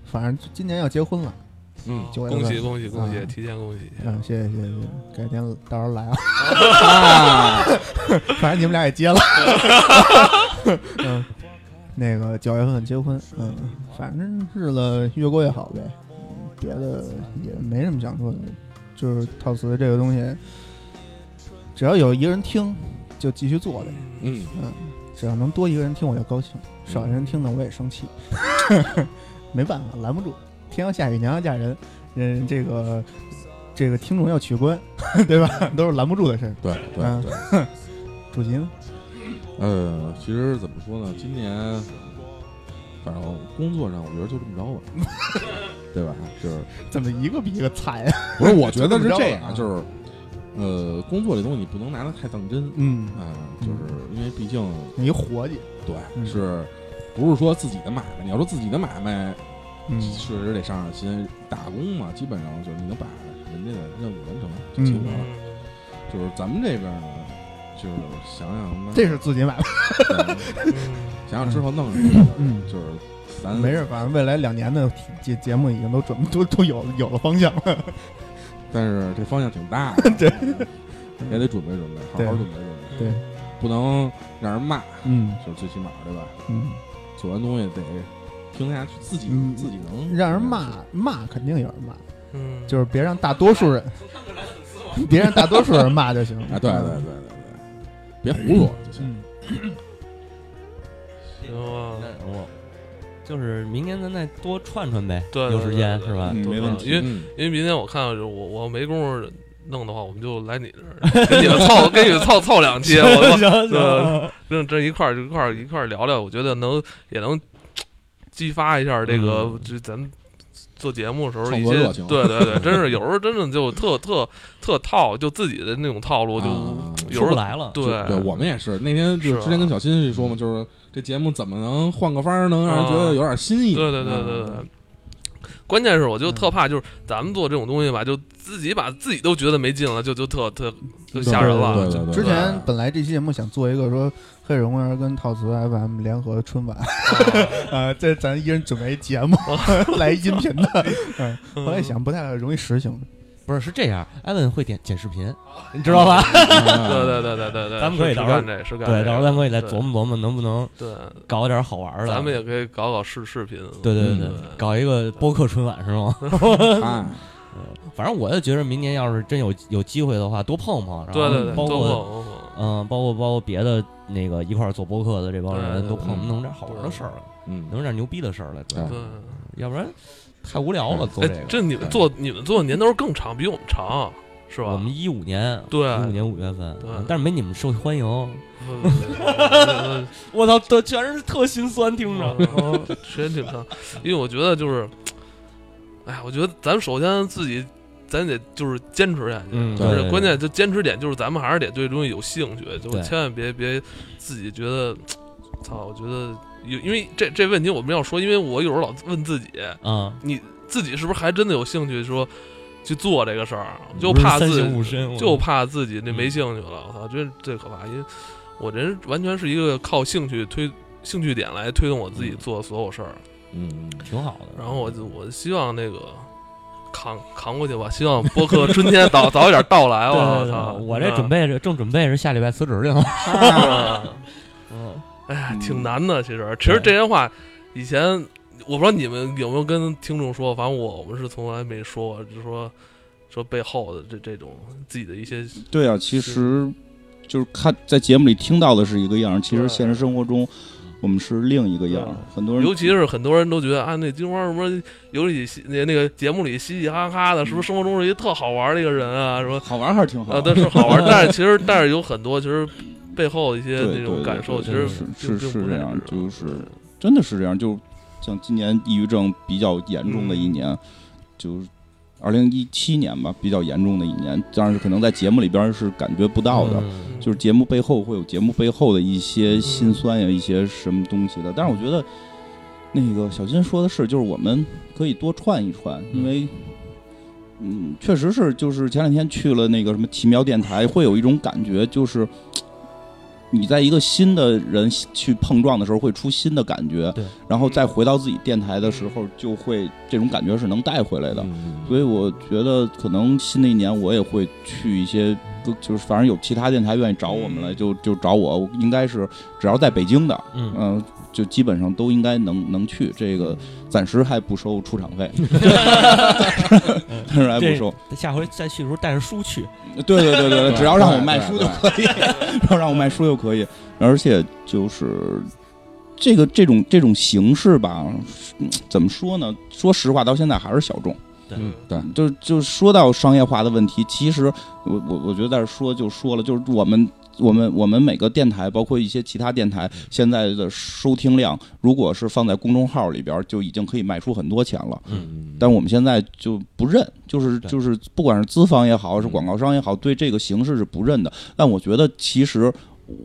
Speaker 2: 反正今年要结婚了，
Speaker 6: 嗯，
Speaker 2: 九月份
Speaker 3: 恭喜恭喜恭喜！
Speaker 2: 啊
Speaker 3: 提前恭喜！
Speaker 2: 嗯，谢谢谢谢谢谢，改天到时候来啊。
Speaker 6: 啊，
Speaker 2: 反正你们俩也结了。 [laughs] 嗯，那个九月份结婚，嗯，反正日子越过越好呗，嗯别的也没什么想说的，就是套词这个东西，只要有一个人听，就继续做呗。
Speaker 6: 嗯，
Speaker 2: 只要能多一个人听，我就高兴；少一人听呢，我也生气。 [laughs] 没办法，拦不住。天要下雨，娘要嫁人，嗯，这个这个听众要取关， [laughs] 对吧？都是拦不住的事儿。
Speaker 6: 对对
Speaker 2: 嗯
Speaker 6: 对。
Speaker 2: 主席呢？
Speaker 6: 呃，其实怎么说呢，今年反正工作上我觉得就这么着吧，
Speaker 2: [laughs]
Speaker 6: 对吧？就是
Speaker 2: 怎么一个比一个菜啊？
Speaker 6: 不是，我觉得是
Speaker 2: [laughs] 就这么着吧啊
Speaker 6: 这样，就是呃，工作这东西你不能拿它太当真
Speaker 2: 嗯
Speaker 6: 啊、就是因为毕竟
Speaker 2: 你一伙计，
Speaker 6: 对、
Speaker 2: 嗯
Speaker 6: 是。不是说自己的买卖，你要说自己的买卖，
Speaker 2: 嗯
Speaker 6: 确实得上上心。打工嘛，基本上就是你能把人家的任务完成就结束了。
Speaker 3: 嗯
Speaker 6: 就是咱们这边呢，就是想想妈，
Speaker 2: 这是自己买卖，
Speaker 6: 对
Speaker 2: [laughs]
Speaker 3: 嗯
Speaker 6: 想想之后弄什么，
Speaker 2: 嗯，
Speaker 6: 就是咱
Speaker 2: 没事，反正未来两年的节节目已经都准都都有有了方向了，
Speaker 6: 但是这方向挺大
Speaker 2: [laughs]
Speaker 6: 的，对，也得准备准备，好
Speaker 2: 对
Speaker 6: 好准备准备，
Speaker 2: 对，
Speaker 6: 不能让人骂，
Speaker 2: 嗯
Speaker 6: 就是最起码对吧？
Speaker 2: 嗯，
Speaker 6: 做完东西得听得下去，自己
Speaker 2: 嗯
Speaker 6: 自己能啊
Speaker 2: 让人骂骂肯定有人骂，
Speaker 3: 嗯，
Speaker 2: 就是别让大多数人，别让大多数人骂就行
Speaker 6: 啊，对对对对，对，别胡说就行。
Speaker 2: 嗯
Speaker 3: 行啊
Speaker 5: 那我就是明年咱再多串串呗，
Speaker 3: 对对
Speaker 5: 有时间
Speaker 3: 对
Speaker 5: 是吧
Speaker 3: 对？
Speaker 4: 嗯
Speaker 3: 对啊
Speaker 4: 没
Speaker 5: [laughs]
Speaker 4: 问题
Speaker 3: 因为
Speaker 6: 嗯
Speaker 3: 因为明天我看我我没工夫弄的话，我们就来你这儿，给你们凑给你们凑凑两期，我
Speaker 5: 行
Speaker 3: 对，这这一块儿一块
Speaker 6: 嗯
Speaker 3: 儿一块儿聊聊，我觉得能也能激发一下这个
Speaker 6: 嗯
Speaker 3: 这咱们做节目的时候
Speaker 6: 创
Speaker 3: 一
Speaker 6: 作
Speaker 3: 些
Speaker 6: 热情
Speaker 3: 对对对，真是有时候真的就特特特套，就自己的那种套路就
Speaker 6: 啊
Speaker 3: 有时
Speaker 5: 出不
Speaker 3: 候
Speaker 5: 来了。
Speaker 3: 对
Speaker 6: 对，我们也是那天就是
Speaker 3: 啊
Speaker 6: 之前跟小新去说嘛，就是这节目怎么能换个法儿，能让人觉得有点新意？
Speaker 3: 啊对对对对
Speaker 6: 嗯
Speaker 3: 对。关键是，我就特怕，就是咱们做这种东西吧，就自己把自己都觉得没劲了，就就特特就吓人了。
Speaker 6: 对
Speaker 3: 就
Speaker 6: 对对，
Speaker 2: 之前本来这期节目想做一个说黑水公园跟套词 FM 联合的春晚， [laughs] 啊，这咱一人准备一节目 [laughs] 来一音频的，嗯，后来想不太容易实行，
Speaker 5: 不是，是这样，艾文会剪剪视
Speaker 3: [laughs]
Speaker 5: 频，你知道
Speaker 3: 哦
Speaker 5: 吧？
Speaker 3: 对
Speaker 6: 对
Speaker 3: 对对对对对，
Speaker 5: 咱们可以
Speaker 3: 是
Speaker 5: 到时候
Speaker 3: 干这，是干这
Speaker 5: 对，
Speaker 3: 个。
Speaker 5: 到时候咱可以再
Speaker 3: 对
Speaker 5: 琢磨琢磨，能不能
Speaker 3: 对，
Speaker 5: 搞点好玩的。
Speaker 3: 咱们也可以搞搞视视频。
Speaker 5: 对对
Speaker 6: 嗯
Speaker 5: 对，搞一个播客春晚是吗？ [laughs]
Speaker 6: 对，哎
Speaker 3: 嗯
Speaker 5: 反正我就觉得明年要是真有有机会的话，多碰碰，然
Speaker 3: 对对
Speaker 5: 后
Speaker 3: 对，
Speaker 5: 包
Speaker 3: 多
Speaker 5: 括
Speaker 3: 碰
Speaker 5: 嗯，包括包括别的那个一块儿做播客的这帮
Speaker 3: 对对
Speaker 5: 人，
Speaker 3: 对
Speaker 5: 都碰
Speaker 6: 嗯
Speaker 5: 弄点好玩的事儿，啊
Speaker 6: 嗯，
Speaker 5: 弄点牛逼的事儿来做
Speaker 4: 嗯
Speaker 6: 对，
Speaker 3: 碰
Speaker 5: 要不然太无聊了做
Speaker 3: 对，
Speaker 5: 这
Speaker 3: 哎
Speaker 5: 个。，
Speaker 3: 这你们做你们做的年头更长，比我们长。是吧？
Speaker 5: 我们一五年，
Speaker 3: 对
Speaker 5: 一五年五月份，
Speaker 3: 对
Speaker 5: 嗯但是没你们受欢迎。
Speaker 3: 嗯嗯
Speaker 5: 我操，都全是特心酸，听着。
Speaker 3: 嗯嗯时间挺长，因为我觉得就是，哎呀，我觉得咱们首先自己，咱得就是坚持下去，
Speaker 5: 嗯
Speaker 3: 就
Speaker 6: 对
Speaker 3: 是
Speaker 6: 对
Speaker 3: 关键就坚持点，就是咱们还是得对这东西有兴趣，就
Speaker 5: 对
Speaker 3: 千万别别自己觉得，操，我觉得有，因为这这问题我们要说，因为我有时候老问自己，
Speaker 5: 啊，
Speaker 3: 你自己是不是还真的有兴趣说去做这个事儿，啊就
Speaker 5: 不是
Speaker 3: 怕
Speaker 5: 三
Speaker 3: 自己
Speaker 5: 省吾身，我
Speaker 3: 就怕自己那没兴趣了，我操，真最可怕！因为我这人完全是一个靠兴趣推兴趣点来推动我自己做所有事儿。
Speaker 6: 嗯，
Speaker 5: 挺好的。
Speaker 3: 然后我就我希望那个扛扛过去吧，希望播客春天早早一点到来。
Speaker 5: 对
Speaker 3: 哎我
Speaker 5: 对对
Speaker 3: 操，，
Speaker 5: 我这准备着，正准备着下礼拜辞职去了。
Speaker 3: 啊，
Speaker 5: 嗯，
Speaker 3: 哎呀，挺难的。其实，其实这些话以前我不知道你们有没有跟听众说，反正我我们是从来没说过，就说说背后的这这种自己的一些
Speaker 4: [laughs] 对啊，其实就是看在节目里听到的是一个样儿，其实现实生活中我们是另一个样儿。很多人
Speaker 3: 嗯尤其是很多人都觉得啊，那金花什么有里嘻那那个节目里嘻嘻哈哈的，是
Speaker 4: 嗯
Speaker 3: 不是生活中是一特好玩的一个人啊？什么
Speaker 4: 好玩还是挺好
Speaker 3: 啊，
Speaker 4: 玩
Speaker 3: 但
Speaker 4: 的，
Speaker 3: 是好
Speaker 4: [laughs]
Speaker 3: 玩，但是其实但是有很多其实背后一些
Speaker 4: 对
Speaker 3: 那种
Speaker 4: 对
Speaker 3: 感
Speaker 4: 对
Speaker 3: 受，其
Speaker 4: 对
Speaker 3: 实
Speaker 4: 是
Speaker 3: 并
Speaker 4: 是
Speaker 3: 并
Speaker 4: 是
Speaker 3: 不
Speaker 4: 这
Speaker 3: 太
Speaker 4: 样
Speaker 3: 值得
Speaker 4: 就是真的是这样。就像今年抑郁症比较严重的一年，就是二零一七年吧，比较严重的一年，但是可能在节目里边是感觉不到的。
Speaker 5: 嗯
Speaker 4: 就是节目背后会有节目背后的一些辛酸呀，一些什么东西的。但是我觉得，那个小金说的是，就是我们可以多串一串，因为，嗯，确实是，就是前两天去了那个什么奇妙电台，会有一种感觉，就是你在一个新的人去碰撞的时候，会出新的感觉
Speaker 5: 对，
Speaker 4: 然后再回到自己电台的时候，就会这种感觉是能带回来的。
Speaker 6: 嗯
Speaker 4: 所以我觉得可能新的一年我也会去一些，就就是反正有其他电台愿意找我们来，就就找我，我应该是只要在北京的，
Speaker 5: 嗯，
Speaker 4: 嗯、就基本上都应该能能去。这个暂时还不收出场费，暂时还不收。
Speaker 5: 下回再去的时候带着书去。
Speaker 4: 对对对对对，
Speaker 6: 对
Speaker 4: 只要让我卖
Speaker 6: 对
Speaker 4: 书
Speaker 6: 对
Speaker 4: 就可以， [laughs] 只要让我卖书就可以。而且就是这个这种这种形式吧，嗯怎么说呢？说实话，到现在还是小众。
Speaker 6: 嗯，对，
Speaker 4: 就就说到商业化的问题，其实我我我觉得在这说就说了，就是我们我们我们每个电台，包括一些其他电台，现在的收听量，如果是放在公众号里边，就已经可以卖出很多钱了。
Speaker 6: 嗯，
Speaker 4: 但我们现在就不认，就是
Speaker 5: 对嗯
Speaker 4: 就是，不管是资方也好，是广告商也好，对这个形式是不认的。但我觉得其实我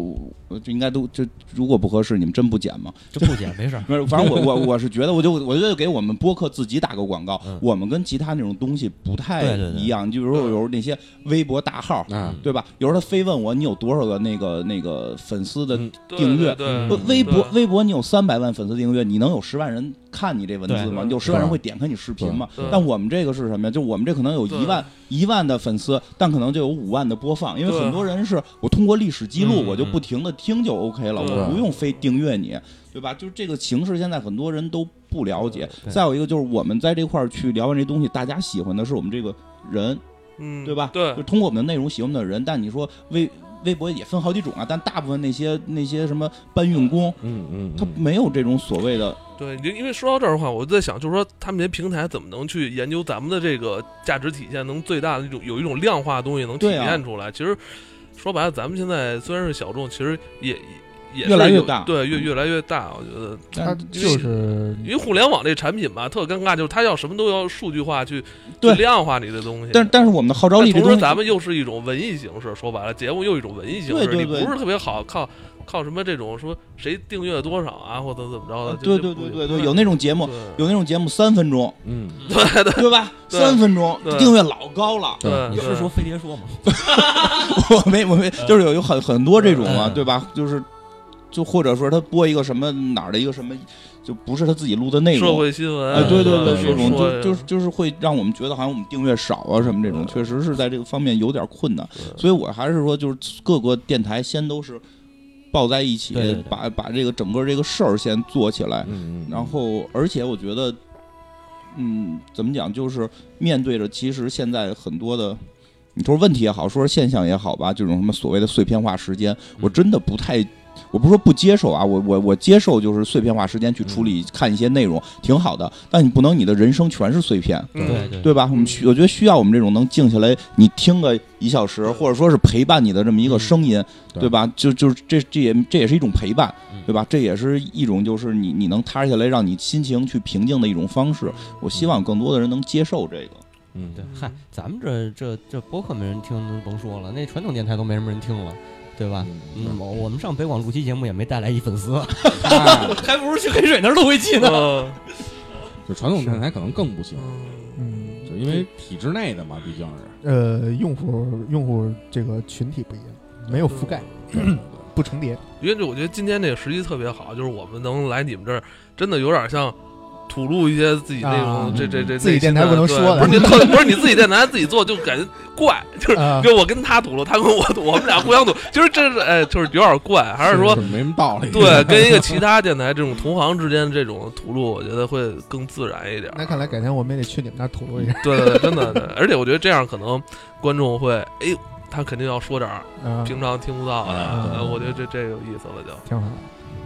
Speaker 4: 我我就应该都就如果不合适，你们真不剪吗？ [laughs]
Speaker 5: 这不剪没事儿，
Speaker 4: 不是，反正
Speaker 5: [laughs]
Speaker 4: 我我我是觉得，我就我觉得给我们播客自己打个广告，
Speaker 5: 嗯
Speaker 4: 我们跟其他那种东西不太
Speaker 5: 对对对嗯
Speaker 4: 一样。你就比如说有时候那些微博大号，
Speaker 6: 啊，
Speaker 4: 对吧？有时候他非问我你有多少个那个那个粉丝的
Speaker 6: 嗯
Speaker 3: 对
Speaker 4: 订阅，
Speaker 3: 对
Speaker 5: 嗯
Speaker 4: 不
Speaker 3: 对
Speaker 4: 微博
Speaker 3: 对
Speaker 4: 微博你有三百万粉丝订阅，你能有十万人看你这文字
Speaker 5: 对
Speaker 4: 吗？
Speaker 3: 对
Speaker 4: 你有十万人
Speaker 6: 对
Speaker 4: 会点开你视频吗
Speaker 3: 对？
Speaker 4: 但我们这个是什么呀？就我们这可能有
Speaker 3: 对
Speaker 4: 一万一万的粉丝，但可能就有五万的播放，因为
Speaker 3: 对
Speaker 4: 很多人是我通过历史记录，
Speaker 5: 嗯
Speaker 4: 我就不停的听就 OK 了，
Speaker 3: 对
Speaker 4: 我不用非订阅你，对吧？就是这个形式，现在很多人都不了解。
Speaker 5: 对
Speaker 4: 再有一个就是我们在这块儿去聊完这东西，大家喜欢的是我们这个人，
Speaker 3: 嗯，
Speaker 4: 对吧？
Speaker 3: 对
Speaker 4: 就，通过我们的内容喜欢我们的人，但你说微微博也分好几种啊，但大部分那些那些什么搬运工，
Speaker 6: 嗯嗯，
Speaker 4: 他没有这种所谓的
Speaker 3: 对，因因为说到这儿的话，我在想，就是说他们这些平台怎么能去研究咱们的这个价值体现，能最大的一种有一种量化的东西能体
Speaker 4: 对啊
Speaker 3: 现出来。其实说白了，咱们现在虽然是小众，其实也也也
Speaker 4: 越来
Speaker 3: 是
Speaker 4: 越
Speaker 3: 有
Speaker 4: 大嗯
Speaker 3: 对，越越来越大。我觉得，
Speaker 2: 它就是
Speaker 3: 因为互联网这产品吧，特尴尬，就是它要什么都要数据化去
Speaker 4: 对
Speaker 3: 去量化你的东西。
Speaker 4: 但但是我们的号召
Speaker 3: 但
Speaker 4: 力这
Speaker 3: 同
Speaker 4: 东
Speaker 3: 时，
Speaker 4: 西，
Speaker 3: 咱们又是一种文艺形式，说白了，节目又一种文艺形
Speaker 4: 对
Speaker 3: 式，
Speaker 4: 对对
Speaker 3: 你不是特别好靠靠什么这种说谁订阅多少啊，或者怎么着的。
Speaker 4: 对
Speaker 3: 就就
Speaker 4: 对
Speaker 3: 不
Speaker 4: 对
Speaker 3: 行
Speaker 4: 对对，有那种节目，有那种节目三
Speaker 3: [laughs]
Speaker 4: 分钟，
Speaker 6: 嗯，
Speaker 3: 对对
Speaker 4: 对吧？
Speaker 3: 对
Speaker 4: 三分钟
Speaker 3: 对
Speaker 4: 订阅老高
Speaker 3: [laughs]
Speaker 4: 了，
Speaker 3: 对，
Speaker 5: 你是说飞碟说吗？
Speaker 4: 我没我没，
Speaker 3: 嗯
Speaker 4: 就是有有很很多这种啊，
Speaker 5: 嗯
Speaker 4: 对吧？就是就或者说他播一个什么哪儿的一个什么，就不是他自己录的内容
Speaker 3: 社，会新闻
Speaker 4: 哎，对对对，
Speaker 5: 嗯
Speaker 4: 这种
Speaker 3: 说
Speaker 4: 就就是就是会让我们觉得好像我们订阅少啊什么这种，确实是在这个方面有点困难。所以我还是说，就是各个电台先都是抱在一起
Speaker 5: 对对对，
Speaker 4: 把把这个整个这个事儿先做起来。
Speaker 6: 嗯嗯，
Speaker 4: 然后，而且我觉得，嗯，怎么讲，就是面对着其实现在很多的，你说问题也好，说是现象也好吧，这种什么所谓的碎片化时间，我真的不太我不是说不接受啊，我我我接受就是碎片化时间去处理、看一些内容挺好的，但你不能你的人生全是碎片，
Speaker 3: 嗯
Speaker 5: 对对
Speaker 4: 对吧？我们需我觉得需要我们这种能静下来，你听个一小时，或者说是陪伴你的这么一个声音，
Speaker 6: 对
Speaker 4: 对吧？就就是这这也这也是一种陪伴
Speaker 5: 嗯，
Speaker 4: 对吧？这也是一种就是你你能塌下来，让你心情去平静的一种方式。我希望更多的人能接受这个。
Speaker 6: 嗯，
Speaker 5: 对，嗨，咱们这这这播客没人听，甭说了，那传统电台都没什么人听了，对吧？嗯，我我们上北广录期节目也没带来一粉丝，
Speaker 3: [laughs]
Speaker 5: 还不如去黑水那儿录一期呢。
Speaker 3: 嗯
Speaker 6: 就传统电台可能更不行，
Speaker 2: 嗯，
Speaker 6: 就因为体制内的嘛，毕竟是
Speaker 2: 呃，用户用户这个群体不一样，没有覆盖，
Speaker 4: 嗯
Speaker 3: 嗯
Speaker 2: 不重叠。
Speaker 3: 因为这我觉得今天这个时机特别好，就是我们能来你们这儿，真的有点像吐露一些自己那种、
Speaker 2: 啊
Speaker 3: 这这这
Speaker 2: 自己
Speaker 3: 内心
Speaker 2: 电台不能
Speaker 3: 对
Speaker 2: 说
Speaker 3: 不
Speaker 2: 的
Speaker 3: 是你特不是你自己电台自己做就感觉怪，就是。
Speaker 2: [laughs] 啊，
Speaker 3: 就我跟他吐露，他跟我吐，我们俩互相吐，就是这是哎，就是有点怪，还是说
Speaker 6: 就没什么 [laughs] 道理。
Speaker 3: 对，跟一个其他电台这种同行之间这种吐露，我觉得会更自然一点。
Speaker 2: 那看来改天我们也得去你们那儿吐露一下
Speaker 3: 对对对，真的，对而且我觉得这样可能观众会，哎呦，他肯定要说点儿
Speaker 6: 嗯
Speaker 2: 啊，
Speaker 3: 平常听不到的，
Speaker 6: 啊
Speaker 3: 呃我觉得这这有意思了就。
Speaker 2: 挺好。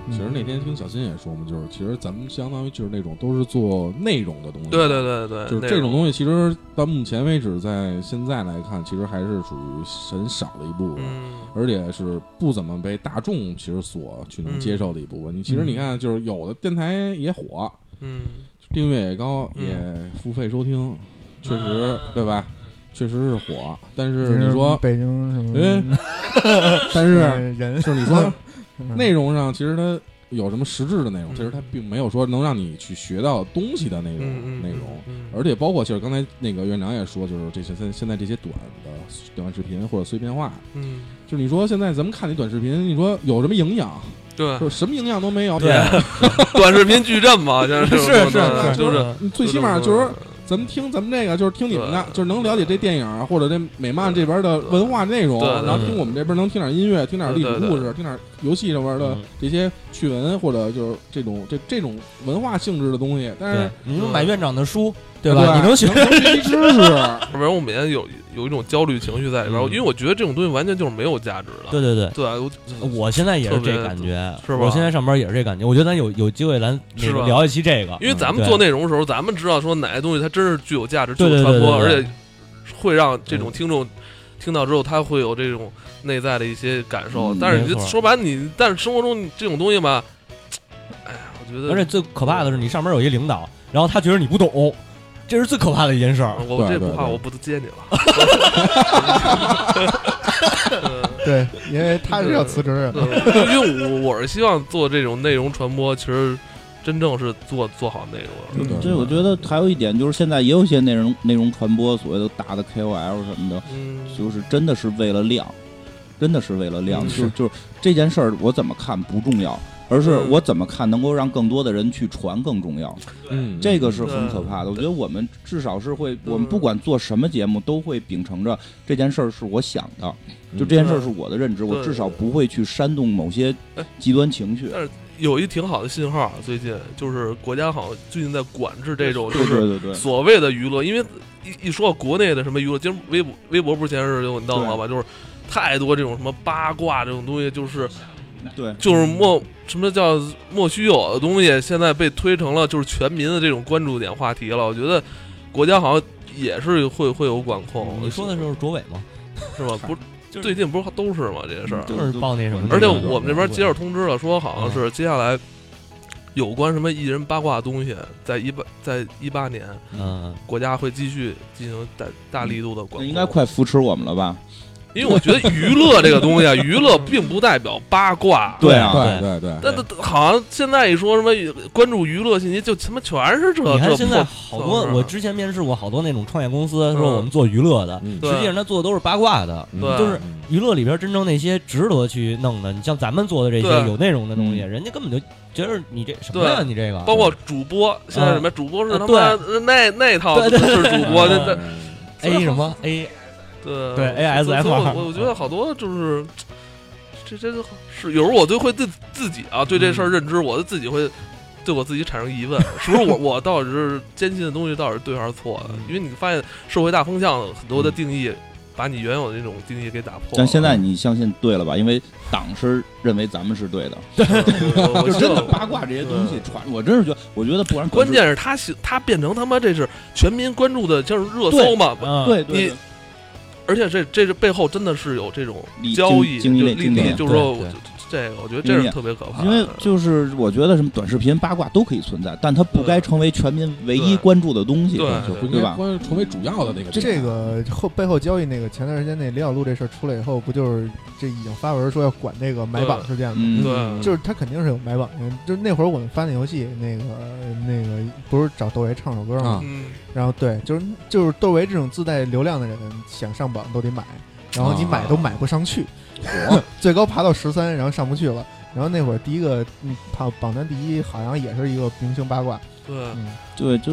Speaker 6: 其实那天听小新也说嘛，就是其实咱们相当于就是那种都是做内容的东西，
Speaker 3: 对对对对，
Speaker 6: 就是这种东西，其实到目前为止，在现在来看，其实还是属于很少的一部分，
Speaker 3: 嗯，
Speaker 6: 而且是不怎么被大众其实所去
Speaker 3: 嗯
Speaker 6: 能接受的一部分。你其实
Speaker 2: 嗯
Speaker 6: 你看，就是有的电台也火，
Speaker 3: 嗯
Speaker 6: 订阅也高，
Speaker 3: 嗯
Speaker 6: 也付费收听，确实对吧？确实是火，但
Speaker 2: 就是
Speaker 6: 你说，
Speaker 2: 北京什么？ [laughs]
Speaker 6: 嗯但 [laughs] 是
Speaker 2: 呃人
Speaker 6: 就是你说
Speaker 2: 嗯
Speaker 6: 内容上，其实它有什么实质的内容，其实它
Speaker 3: 嗯
Speaker 6: 并没有说能让你去学到东西的内
Speaker 3: 嗯嗯
Speaker 6: 容内容。
Speaker 3: 嗯
Speaker 6: 而且包括就是刚才那个院长也说，就是这些现现在这些短的短视频或者碎片化，
Speaker 3: 嗯，
Speaker 6: 就是你说现在咱们看那短视频，你说有什么
Speaker 3: [laughs]
Speaker 6: 营养？
Speaker 3: 对，
Speaker 6: 就是什么营养都没有。 [laughs]
Speaker 5: 对，
Speaker 3: 短视频矩阵嘛，就是
Speaker 6: 是
Speaker 3: 是
Speaker 6: 是
Speaker 3: 啊就是是
Speaker 6: 你最起码就是
Speaker 3: 是
Speaker 6: 咱们听咱们这个，就是听你们的，
Speaker 3: 对
Speaker 6: 就是能了解这电影啊或者这美漫这边的文化内容，
Speaker 3: 对对对
Speaker 6: 然后听我们这边能听点音乐，听点历史
Speaker 3: 对对对
Speaker 6: 故事，听点游戏这边的
Speaker 5: 嗯
Speaker 6: 这些趣闻或者就是这种这这种文化性质的东西。但
Speaker 5: 对
Speaker 6: 是，
Speaker 5: 你能买院长的书，
Speaker 6: 嗯对嗯
Speaker 5: 吧？你能学，
Speaker 6: 习知识。
Speaker 3: 要不然我每天有有一种焦虑情绪在里边，
Speaker 5: 嗯
Speaker 3: 因为我觉得这种东西完全就是没有价值的。
Speaker 5: 对对对。
Speaker 3: 对，啊我
Speaker 5: 我现在也是
Speaker 3: 特别
Speaker 5: 这感觉，
Speaker 3: 是吧
Speaker 5: 我现在上班也是这感觉。我觉得咱有有机会，咱那
Speaker 3: 是
Speaker 5: 个
Speaker 3: 吧
Speaker 5: 聊一期这个，
Speaker 3: 因为咱们
Speaker 5: 嗯
Speaker 3: 做内容的时候，咱们知道说哪些东西它真是具有价值、具
Speaker 5: 对
Speaker 3: 有
Speaker 5: 对
Speaker 3: 传
Speaker 5: 对
Speaker 3: 播，
Speaker 5: 对
Speaker 3: 而
Speaker 5: 对嗯
Speaker 3: 且会让这种听众听到之后，他会有这种内在的一些感受。
Speaker 4: 嗯
Speaker 3: 但是你
Speaker 5: 没
Speaker 3: 就
Speaker 5: 错
Speaker 3: 说白，了，你但是生活中你这种东西吧，哎呀，我觉得，
Speaker 5: 而且最可怕的是，你上班有一领导，然后他觉得你不懂，这是最可怕的一件事儿。
Speaker 3: 啊我
Speaker 6: 对
Speaker 3: 这不
Speaker 6: 对
Speaker 3: 怕，
Speaker 6: 对
Speaker 3: 我不接你了。
Speaker 2: 对，因为他是要辞职
Speaker 3: 对，对嗯因为我我是希望做这种内容传播，其实真正是做做好内容。
Speaker 2: 嗯
Speaker 4: 对，我觉得还有一点就是，现在也有一些内容内容传播，所谓的大的 KOL 什么的，
Speaker 3: 嗯，
Speaker 4: 就是真的是为了量，真的是为了量。
Speaker 3: 嗯
Speaker 4: 就是就是这件事儿，我怎么看不重要，而是
Speaker 3: 嗯
Speaker 4: 我怎么看能够让更多的人去传更重要。
Speaker 6: 嗯，
Speaker 4: 这个是很可怕的。我觉得我们至少是会，
Speaker 3: 嗯
Speaker 4: 我们不管做什么节目，都会秉承着这件事儿是我想的，
Speaker 6: 嗯
Speaker 4: 就这件事儿是我的认知，我至少不会去煽动某些
Speaker 3: 哎
Speaker 4: 极端情绪。
Speaker 3: 有一挺好的信号，啊最近就是国家好像最近在管制这种，就
Speaker 4: 对
Speaker 3: 是
Speaker 4: 对对对，
Speaker 3: 所谓的娱乐，因为一一说到国内的什么娱乐，今儿微博微博不是前日有你弄了吧？就是太多这种什么八卦这种东西，就是
Speaker 4: 对
Speaker 3: 就是莫什么叫莫须有的东西，现在被推成了就是全民的这种关注点话题了。我觉得国家好像也是会会有管控，
Speaker 5: 嗯你说的就是卓伟吗？
Speaker 3: 是吧？不，是最近不是都是吗？这些事儿，
Speaker 4: 对
Speaker 5: 就是报那什么的，
Speaker 3: 而且
Speaker 6: 对对
Speaker 3: 我们这边接
Speaker 5: 着
Speaker 3: 着通知了，说好像是接下来有关什么艺人八卦的东西，在一八在一八年
Speaker 5: 嗯，
Speaker 3: 国家会继续进行大大力度的管
Speaker 4: 那
Speaker 3: 控。
Speaker 4: 应该快扶持我们了吧？
Speaker 3: 因为我觉得娱乐这个东
Speaker 5: [laughs]
Speaker 3: 西啊，娱乐并不代表八卦。
Speaker 4: 对啊，
Speaker 6: 对对对，
Speaker 3: 但但好像现在一说什么关注娱乐信息，就他妈全是这
Speaker 5: 你
Speaker 3: 呃
Speaker 5: 看
Speaker 3: 这
Speaker 5: 现在
Speaker 3: 破
Speaker 5: 好多
Speaker 3: 这，
Speaker 5: 我之前面试过好多那种创业公司，
Speaker 3: 嗯
Speaker 5: 说我们做娱乐的，
Speaker 6: 嗯
Speaker 3: 对
Speaker 5: 实际上他做的都是八卦的。
Speaker 6: 嗯
Speaker 3: 对
Speaker 5: 就是
Speaker 6: 嗯
Speaker 5: 娱乐里边真正那些值得去弄的，你像咱们做的这些
Speaker 3: 对
Speaker 5: 有内容的东西，
Speaker 4: 嗯
Speaker 5: 人家根本就觉得你这什么呀，
Speaker 3: 对
Speaker 5: 你这个
Speaker 3: 包括主播，现在什么主播是他妈
Speaker 5: 啊
Speaker 3: 那那套
Speaker 5: 对对
Speaker 3: 是主播，那那
Speaker 6: 嗯
Speaker 5: A 什么 A，
Speaker 3: 对
Speaker 5: 对
Speaker 3: 所以
Speaker 5: ASMR
Speaker 3: 所以我我觉得好多就是。这这是有时候我就会对自己啊，对这事儿认知，我自己会对我自己产生疑问，是不是我我到底是坚信的东西到底是对还是错的？因为你发现社会大风向很多的定义把你原有的那种定义给打破了。
Speaker 4: 但现在你相信对了吧？因为党是认为咱们是对的，
Speaker 3: 我我
Speaker 4: 就真的
Speaker 3: 我
Speaker 4: 八卦这些东西传，我真是觉得，我觉得不然
Speaker 3: 关键是他喜他变成他妈这是全民关注的，就是热搜嘛。
Speaker 5: 嗯，
Speaker 4: 对对
Speaker 3: 你而且这这是背后真的是有这种
Speaker 4: 利
Speaker 3: 交易
Speaker 4: 经经济类
Speaker 3: 就
Speaker 4: 经济类
Speaker 3: 利益，就是说
Speaker 5: 对对
Speaker 3: 这个，我觉得这是特别可怕的。
Speaker 4: 因为就是我觉得什么短视频八卦都可以存在，但它不该成为全民唯一关注的东西，
Speaker 3: 对
Speaker 4: 就
Speaker 3: 对
Speaker 6: 不应
Speaker 4: 对
Speaker 6: 该
Speaker 4: 吧？
Speaker 6: 关成为主要的那个点。
Speaker 2: 这个后背后交易那个，前段时间那李小璐这事儿出来以后，不就是这已经发文说要管这个买榜事件吗？
Speaker 4: 嗯，
Speaker 3: 对，
Speaker 2: 就是他肯定是有买榜的，就是那会儿我们翻的游戏，那个那个不是找窦唯唱首歌吗？
Speaker 6: 啊
Speaker 3: 嗯，
Speaker 2: 然后对，就是就是窦唯这种自带流量的人，想上榜都得买，然后你
Speaker 6: 啊
Speaker 2: 买都买不上去， [laughs] 最高爬到十三，然后上不去了。然后那会儿第一个嗯，榜榜单第一好像也是一个明星八卦，嗯
Speaker 3: 对，
Speaker 4: 嗯对，就，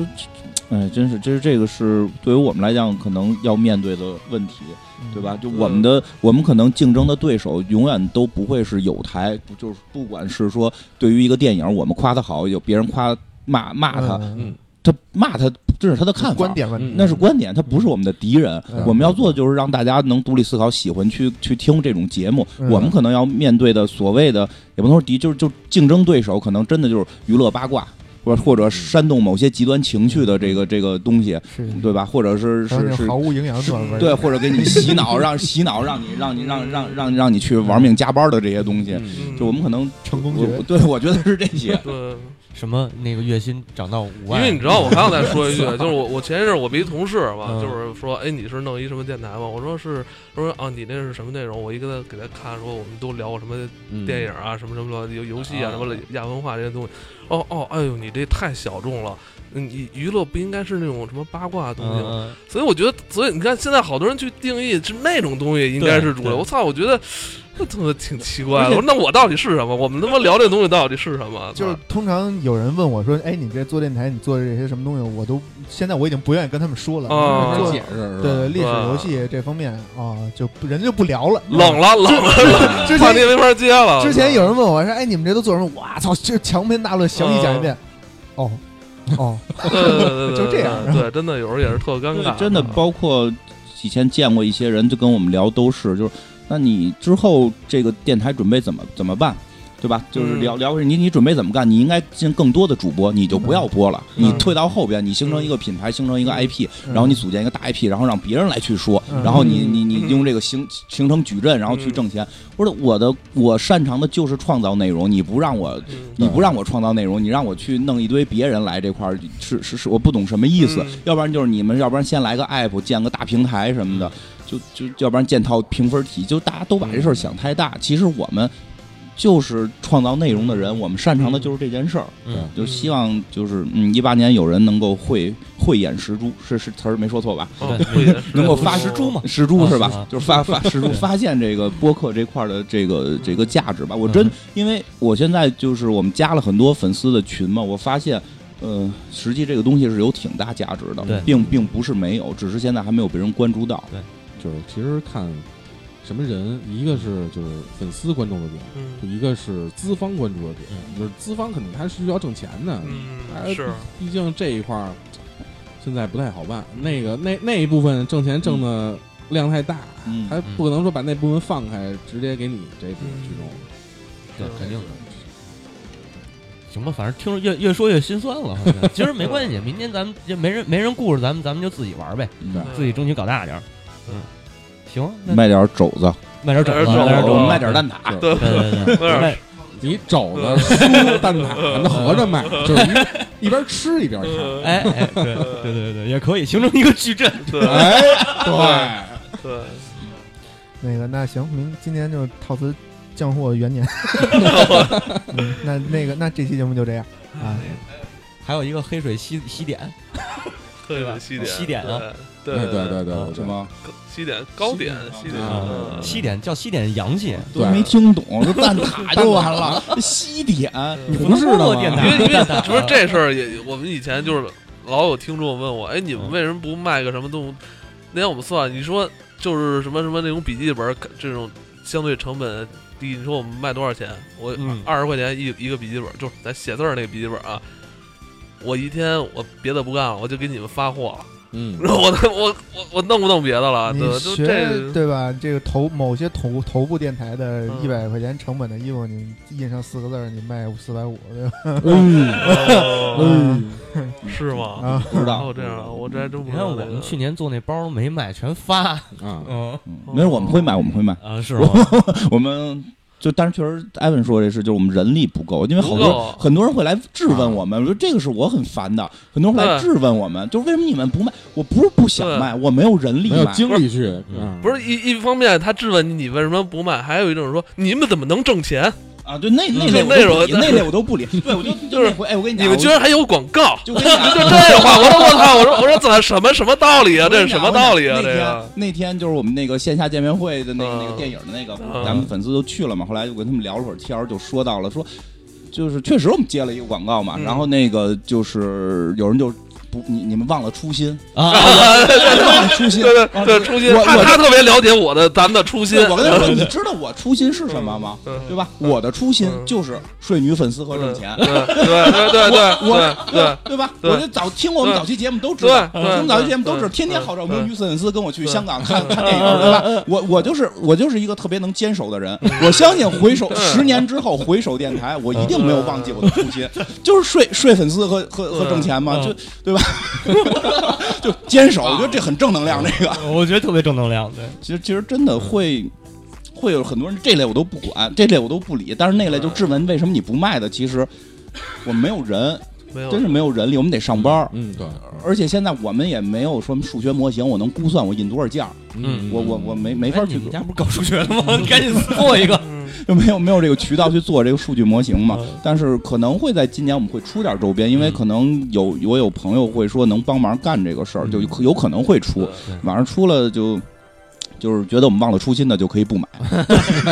Speaker 4: 哎，真是，这是这个是对于我们来讲可能要面对的问题，
Speaker 2: 嗯
Speaker 4: 对吧？？就我们的，我们可能竞争的对手永远都不会是有台，就是不管是说对于一个电影，我们夸他好，有别人夸骂骂他，
Speaker 2: 嗯，
Speaker 4: 他骂他，这是他的看法，
Speaker 2: 观点问
Speaker 6: 嗯
Speaker 2: 题，
Speaker 4: 那是观点，他不是我们的敌人。
Speaker 2: 嗯
Speaker 4: 我们要做的就是让大家能独立思考，喜欢去去听这种节目。
Speaker 2: 嗯
Speaker 4: 我们可能要面对的所谓的也不能说敌，就是就竞争对手，可能真的就是娱乐八卦，或者或者煽动某些极端情绪的这个这个东西，
Speaker 2: 是
Speaker 4: 对吧？或者是
Speaker 2: 嗯还有
Speaker 4: 是
Speaker 2: 那种
Speaker 4: 是
Speaker 2: 毫。无营养的短文，
Speaker 4: 对，或者给你洗脑，让洗脑，让你让你让让让让你去玩命加班的这些东西，
Speaker 3: 嗯
Speaker 4: 就我们可能
Speaker 2: 成功
Speaker 4: 我
Speaker 2: 学，
Speaker 4: 对我觉得是这些。
Speaker 3: 对。
Speaker 5: 什么那个月薪涨到五
Speaker 3: 因
Speaker 5: 万，
Speaker 3: 为你知道，我还要再说一句，就是我我前一阵儿我们一同事嘛
Speaker 5: 嗯，
Speaker 3: 就是说，哎，你是弄一什么电台吗？我说是，他说啊，你那是什么内容？我一跟他给他看，说我们都聊过什么电影啊，什么什么乱游游戏啊，
Speaker 4: 嗯啊
Speaker 3: 什么亚文化这些东西。哦哦，哎呦，你这太小众了。嗯你娱乐不应该是那种什么八卦的东西吗，
Speaker 5: 嗯，
Speaker 3: 所以我觉得，所以你看，现在好多人去定义是那种东西应该是主
Speaker 5: 对
Speaker 3: 流。我操，我觉得这他妈挺奇怪
Speaker 4: 而
Speaker 3: 的。
Speaker 4: 且
Speaker 3: 我说那我到底是什么？我们他妈聊这东西到底是什么？
Speaker 2: [laughs]
Speaker 3: 啊
Speaker 2: 就是通常有人问我说：“哎，你这做电台，你做这些什么东西？”我都现在我已经不愿意跟他们说了。
Speaker 3: 哦
Speaker 6: 没法
Speaker 2: 做
Speaker 6: 解释是吧？
Speaker 2: 对历史游戏这方面啊，就不人就不聊了。
Speaker 3: 冷了，冷了，冷
Speaker 2: [laughs] 之
Speaker 3: 了话
Speaker 2: 前
Speaker 3: 题没法接了。
Speaker 2: 之前有人问我说：“哎，你们这都做什么？”我操，这长篇大论详细讲一遍。
Speaker 3: 嗯
Speaker 2: 哦，
Speaker 4: [laughs]
Speaker 2: 哦，
Speaker 3: 对对对对，
Speaker 2: [laughs] 就这样
Speaker 3: 对，真的有时啊候也是特尴尬，嗯
Speaker 4: 对，真的包括以前见过一些人，就跟我们聊都是，就是那你之后这个电台准备怎么怎么办？对吧？就是
Speaker 3: 嗯
Speaker 4: 聊、聊你你准备怎么干？你应该进更多的主播，你就不要播了，
Speaker 2: 嗯
Speaker 4: 你退到后边，你形成一个品牌，形成一个 IP，、然后你组建一个大 IP，然后让别人来去说，
Speaker 2: 嗯
Speaker 4: 然后你你
Speaker 3: 嗯
Speaker 4: 你用这个形形成矩阵，然后去挣钱。或者我的我擅长的就是创造内容，你不让我
Speaker 3: 嗯
Speaker 4: 你不让我创造内容，你让我去弄一堆别人来这块儿，是是是，我不懂什么意思。
Speaker 3: 嗯
Speaker 4: 要不然就是你们，要不然先来个 app，建个大平台什么的，就就要不然建套评分体，就大家都把这事儿想太大。其实我们就是创造内容的人，我们擅长的就是这件事儿。
Speaker 5: 嗯
Speaker 4: 就希望就是嗯，一八年有人能够慧慧眼识珠，是是词儿没说错吧？
Speaker 3: 哦
Speaker 5: 对
Speaker 3: 会的是
Speaker 4: 能够
Speaker 3: 的
Speaker 4: 发
Speaker 5: 蜘蛛嘛，
Speaker 4: 识珠
Speaker 5: 啊
Speaker 4: 是吧？
Speaker 5: 是啊
Speaker 4: 就是发发识珠，
Speaker 5: 对
Speaker 4: 发现这个播客这块儿的这个这个价值吧。我真
Speaker 5: 嗯
Speaker 4: 因为我现在就是我们加了很多粉丝的群嘛，我发现。呃，实际这个东西是有挺大价值
Speaker 5: 对
Speaker 4: 的，并并不是没有，只是现在还没有被人关注到。
Speaker 6: 就是其实看什么人，一个是就是粉丝关注的点，
Speaker 3: 嗯
Speaker 6: 一个是资方关注的点，就是资方肯定他是需要挣钱的，
Speaker 3: 嗯，是，
Speaker 6: 毕竟这一块儿现在不太好办。那个那那一部分挣钱挣的量太大，
Speaker 4: 嗯
Speaker 6: 他不可能说把那部分放开，直接给你这一部分去弄。
Speaker 4: 嗯
Speaker 5: 对，肯定的。行吧，反正听着越越说越心酸了。好像其实没关系，明天咱们就没人没人顾着，咱们咱们就自己玩儿呗，
Speaker 4: 嗯
Speaker 3: 嗯
Speaker 5: 自己争取搞大点儿。嗯，行，那
Speaker 4: 卖点儿肘子，
Speaker 5: 卖点
Speaker 3: 点
Speaker 5: 肘
Speaker 3: 肘
Speaker 5: 子，
Speaker 3: 子
Speaker 5: 卖点
Speaker 4: 我
Speaker 5: 肘
Speaker 4: 们
Speaker 5: 子，
Speaker 4: 卖点儿蛋挞，
Speaker 5: 对对对对，
Speaker 3: 点
Speaker 5: 卖
Speaker 6: 你肘
Speaker 4: 嗯
Speaker 6: 子、书、蛋挞，那合着卖，就是一一边吃一边
Speaker 4: 嗯
Speaker 6: 看。
Speaker 3: 嗯
Speaker 5: 哎哎，对对对对对，也可以形成一个矩阵。
Speaker 3: 对
Speaker 6: 哎，对，
Speaker 3: 对，
Speaker 2: 那个那行，明今年就套词降祸
Speaker 3: [laughs]
Speaker 2: 元年。嗯那那个那这期节目就这样
Speaker 3: 哎
Speaker 2: 啊，
Speaker 5: 还有一个黑水西西点，
Speaker 3: 特别西点，
Speaker 5: 西点啊，
Speaker 3: 对
Speaker 6: 哎对对对对，
Speaker 5: 嗯
Speaker 4: 哦是吗？
Speaker 3: 西点高点，西点，
Speaker 6: 啊
Speaker 3: 嗯
Speaker 5: 西点叫西点洋气，
Speaker 4: 都
Speaker 6: 对
Speaker 4: 没听懂，这 [laughs] 蛋挞就完了， [laughs] 西点，
Speaker 6: 你
Speaker 5: 不
Speaker 6: 不是
Speaker 5: 能
Speaker 6: 的
Speaker 5: 做
Speaker 6: 吗
Speaker 5: 电
Speaker 3: 因为
Speaker 5: 台，
Speaker 3: 因
Speaker 5: [laughs]
Speaker 3: 为不是这事儿也，我们以前就是老有听众问我，哎，
Speaker 5: 嗯
Speaker 3: 你们为什么不卖个什么动物？那天我们算，你说就是什么什么那种笔记本这种相对成本低，你说我们卖多少钱？我
Speaker 5: 嗯
Speaker 3: 二十块钱一一个笔记本，就是咱写字儿那个笔记本啊。我一天我别的不干了，我就给你们发货了。 [laughs]
Speaker 6: 嗯，
Speaker 3: 我我我我弄不弄别的了？
Speaker 2: 你
Speaker 3: 对，就
Speaker 2: 学
Speaker 3: 这
Speaker 2: 对吧？这个头某些头头部电台的
Speaker 3: 嗯
Speaker 2: 一百块钱成本的衣服，你印上四个字儿，你卖四百五，对吧？ [laughs]
Speaker 6: 嗯
Speaker 3: 哦
Speaker 6: 嗯，
Speaker 3: [laughs] 是吗？
Speaker 2: 啊，
Speaker 4: 不知道
Speaker 3: 哦，这样啊，我这还真不知
Speaker 5: 你看
Speaker 3: 道
Speaker 5: 我
Speaker 3: 这个。
Speaker 5: 们去年做那包没卖，全发，
Speaker 6: 啊，
Speaker 5: 嗯
Speaker 4: 嗯没事，我们会买，我们会买。
Speaker 5: 啊是吗？
Speaker 4: 我们就，但是确实，艾文说这事，就是我们人力不够，因为好
Speaker 3: 不够
Speaker 4: 多很多人会来质问我们，我说这个是我很烦的，很多人会来质问我们，就是为什么你们不卖？我不是不想卖，我没有人力
Speaker 6: 没有
Speaker 4: 卖。
Speaker 6: 精力去，
Speaker 4: 嗯
Speaker 6: 啊
Speaker 3: 不是一一方面，他质问你你为什么不卖，还有一种说你们怎么能挣钱？
Speaker 4: 啊，对，那那
Speaker 3: 嗯
Speaker 4: 类
Speaker 3: 那种
Speaker 4: 我都不理那类我都不理，对，我就就那回，哎，我跟你讲，
Speaker 3: 你们居然还有广告？
Speaker 4: 我就跟你
Speaker 3: [laughs]
Speaker 4: 讲，
Speaker 3: 就这话，我说我操，我说我说怎么什么什么道理啊？这是什么道理啊？
Speaker 4: 那
Speaker 3: 这
Speaker 4: 天
Speaker 3: 个
Speaker 4: 那天就是我们那个线下见面会的那个
Speaker 3: 嗯
Speaker 4: 那个电影的那个
Speaker 3: 嗯，
Speaker 4: 咱们粉丝都去了嘛。后来就跟他们聊了会儿天儿，就说到了说，就是确实我们接了一个广告嘛，
Speaker 3: 嗯
Speaker 4: 然后那个就是有人就不你你们忘了
Speaker 3: [laughs]
Speaker 4: 初心，
Speaker 5: 啊，
Speaker 4: 忘了初心，
Speaker 3: 对 [laughs] 对
Speaker 4: 忘了
Speaker 3: 对，初心，
Speaker 4: 啊我
Speaker 3: 他
Speaker 4: 我
Speaker 3: 他特别了解我的咱们的初心
Speaker 4: 对。我跟他
Speaker 3: [laughs]
Speaker 4: 说，你知道我初心是什么吗？
Speaker 3: 嗯
Speaker 4: 对吧？我的初心
Speaker 3: 嗯
Speaker 4: 就是睡女粉丝和挣钱。
Speaker 3: 对对对对哎对
Speaker 4: 我
Speaker 3: 对对。
Speaker 4: 对吧？
Speaker 3: 对
Speaker 4: 我就早听我们
Speaker 3: 对
Speaker 4: 早期节目都知道，
Speaker 3: 对
Speaker 4: 我们早期节目都知道，
Speaker 3: 对
Speaker 4: 天天号召我们
Speaker 3: 对
Speaker 4: 女粉丝跟我去
Speaker 3: 对
Speaker 4: 香港看看电影，对吧？我我就是我就是一个特别能坚守的人，我相信回首
Speaker 3: 对
Speaker 4: 十年之后回首电台，我一定没有忘记我的初心， [laughs] 就是睡睡粉丝和和和
Speaker 3: 对
Speaker 4: 挣钱嘛，
Speaker 5: 嗯
Speaker 4: 就对吧？ [laughs] 就坚守，我觉得这很正能量。这
Speaker 3: 嗯
Speaker 4: 个
Speaker 5: 我觉得特别正能量，对，
Speaker 4: 其实其实真的会。会有很多人这类我都不管，这类我都不理，但是那类就
Speaker 3: 嗯
Speaker 4: 质问为什么你不卖的，其实我们没有人，
Speaker 3: 没有
Speaker 4: 真是没有人力，我们得上班儿。
Speaker 6: 嗯，对，
Speaker 4: 而且现在我们也没有说数学模型，我能估算我印多少件儿，
Speaker 3: 嗯
Speaker 4: 我我我没没法
Speaker 5: 哎
Speaker 4: 去
Speaker 5: 你们
Speaker 4: 做，
Speaker 5: 家不是搞数学的吗？你 [laughs] 赶紧做一个，
Speaker 4: 就没有没有这个渠道去做这个数据模型
Speaker 5: 嗯
Speaker 4: 嘛。但是可能会在今年我们会出点周边，因为
Speaker 6: 嗯
Speaker 4: 可能有我有朋友会说能帮忙干这个事儿，就
Speaker 5: 嗯
Speaker 4: 有有可能会出。晚上出了就就是觉得我们忘了初心的就可以不买，
Speaker 5: [laughs]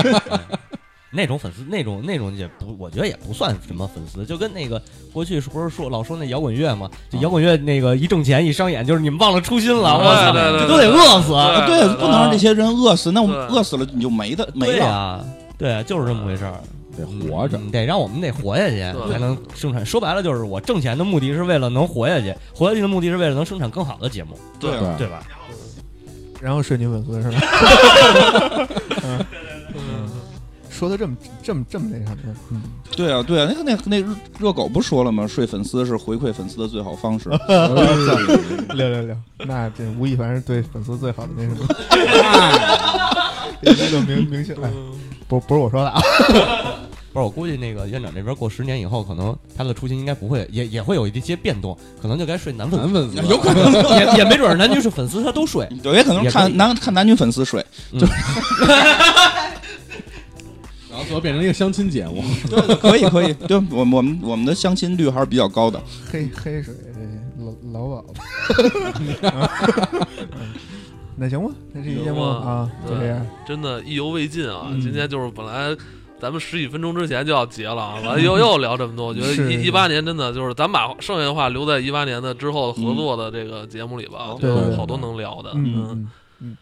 Speaker 5: 那种粉丝，那种那种也不，我觉得也不算什么粉丝，就跟那个过去是不是说老说那摇滚乐嘛，就摇滚乐那个一挣钱一商演，就是你们忘了初心了，我操，
Speaker 3: 对对对
Speaker 5: 这都得饿死啊！
Speaker 3: 对
Speaker 4: 对，不能让这些人饿死，那我们
Speaker 3: 对
Speaker 4: 饿死了你就没的没
Speaker 5: 对
Speaker 4: 了。
Speaker 5: 啊，对啊，就是这么回事儿，
Speaker 6: 得活着，
Speaker 5: 嗯得让我们得活下去
Speaker 3: 对
Speaker 5: 才能生产。说白了就是我挣钱的目的是为了能活下去，活下去的目的是为了能生产更好的节目，
Speaker 3: 对
Speaker 4: 啊
Speaker 6: 对
Speaker 5: 对吧？
Speaker 2: 然后睡女粉丝是
Speaker 3: [laughs]
Speaker 2: 吧？ [laughs] 嗯说的这么这么这么那什么，嗯，
Speaker 4: 对啊，对啊，那个那个那个热狗不说了吗？睡粉丝是回馈粉丝的最好方式。 [laughs]
Speaker 2: [laughs] 聊聊聊，那这吴亦凡是对粉丝最好的那什么，这个明明星，哎，不不是我说的啊，
Speaker 5: 不是，我估计那个院长这边过十年以后，可能他的初心应该不会，也也会有一些变动，可能就该睡男粉丝
Speaker 6: 难问死，
Speaker 4: 有可能，
Speaker 5: [laughs] 也也没准儿男女是粉丝他都睡，
Speaker 4: 对，也可能
Speaker 5: 也可
Speaker 4: 看
Speaker 5: 以
Speaker 4: 男看男女粉丝睡，
Speaker 6: 然后最后变成一个相亲节目，
Speaker 4: 对，可以可以，对，我们我们我们的相亲率还是比较高的。
Speaker 2: 黑黑水这老老鸨吧， [laughs] 那行吧，那这期节目
Speaker 3: 行
Speaker 2: 啊
Speaker 3: 吧
Speaker 2: 就这样，
Speaker 3: 真的意犹未尽啊！
Speaker 2: 嗯
Speaker 3: 今天就是本来咱们十几分钟之前就要结
Speaker 2: [laughs]
Speaker 3: 了啊，完了又又聊这么多，我觉得
Speaker 2: 是
Speaker 3: 一一八年真的就是咱们把剩下的话留在一八年的之后合作的这个节目里吧，
Speaker 4: 嗯
Speaker 3: 我觉得
Speaker 2: 对对
Speaker 3: 有好多能聊的。
Speaker 2: 嗯嗯嗯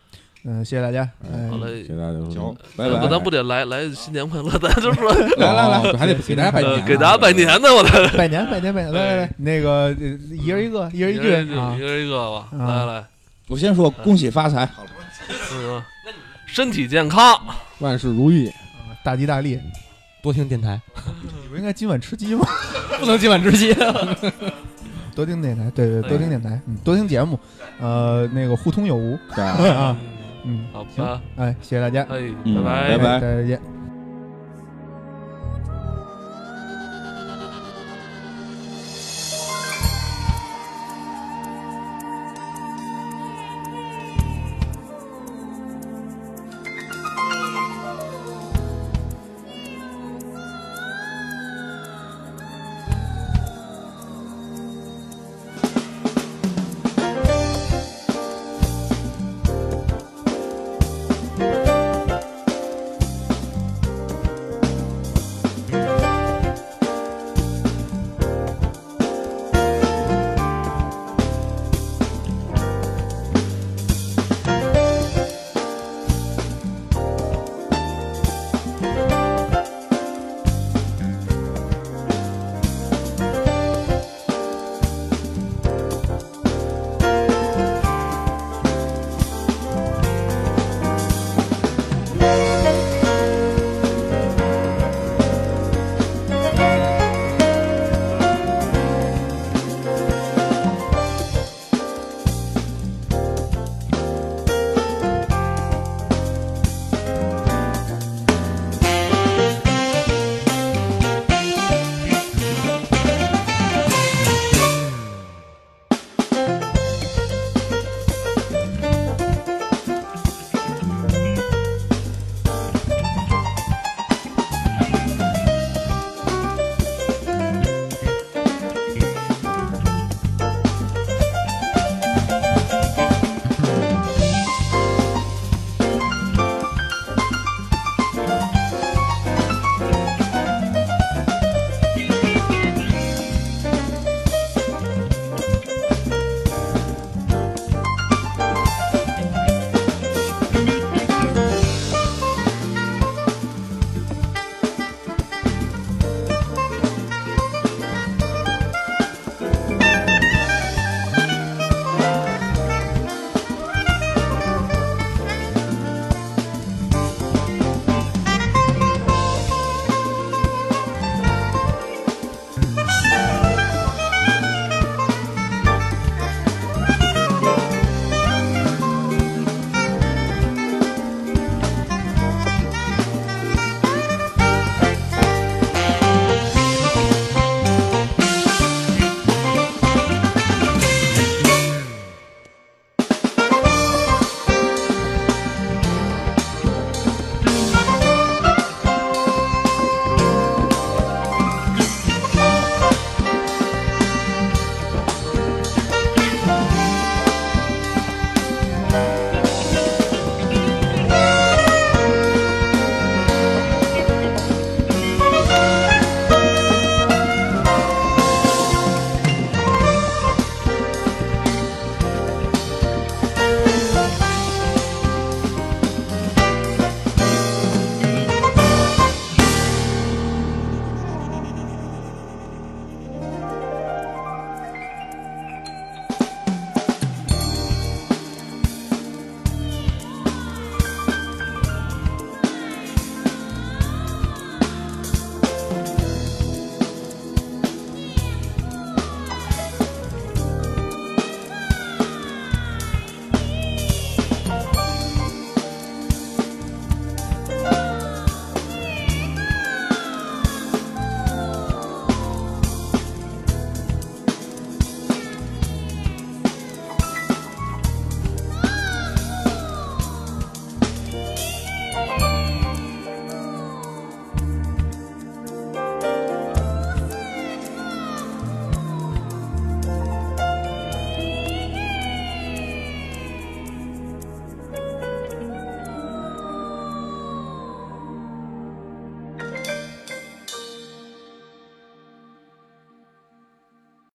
Speaker 2: 嗯，谢谢大家，哎
Speaker 3: 好，嘞
Speaker 6: 谢，谢大家
Speaker 5: 嗯
Speaker 6: 收听
Speaker 4: 行，，拜拜。
Speaker 3: 咱不得来来新年快乐，咱就说
Speaker 4: 来来来
Speaker 6: 哦还得给大家
Speaker 4: 啊
Speaker 6: 拜
Speaker 3: 呃
Speaker 6: 年，
Speaker 3: 给大家拜年。呢，我
Speaker 2: [laughs]
Speaker 3: 的
Speaker 2: 拜年拜年拜年，来来来，那个呃一人一个，一人
Speaker 3: 一人
Speaker 2: 句啊
Speaker 3: 一，人一个吧，
Speaker 2: 啊
Speaker 3: 来来，
Speaker 4: 我先说恭喜发财，好了，
Speaker 3: 嗯，身体健康，
Speaker 6: 万事如意，
Speaker 2: 大吉大利，
Speaker 5: 多听电台，
Speaker 2: 你不应该今晚
Speaker 3: [laughs]
Speaker 2: 吃鸡吗？
Speaker 5: 不能今晚窒息。
Speaker 2: 多听电台，对对，
Speaker 3: 对
Speaker 2: 多听电台，嗯，多听节目，呃，那个互通有无
Speaker 6: 对。
Speaker 2: 啊，嗯，
Speaker 3: 好吧，
Speaker 2: 哎，谢谢大家，
Speaker 3: 哎，
Speaker 4: 嗯
Speaker 3: 拜
Speaker 4: 拜拜
Speaker 2: 哎再见。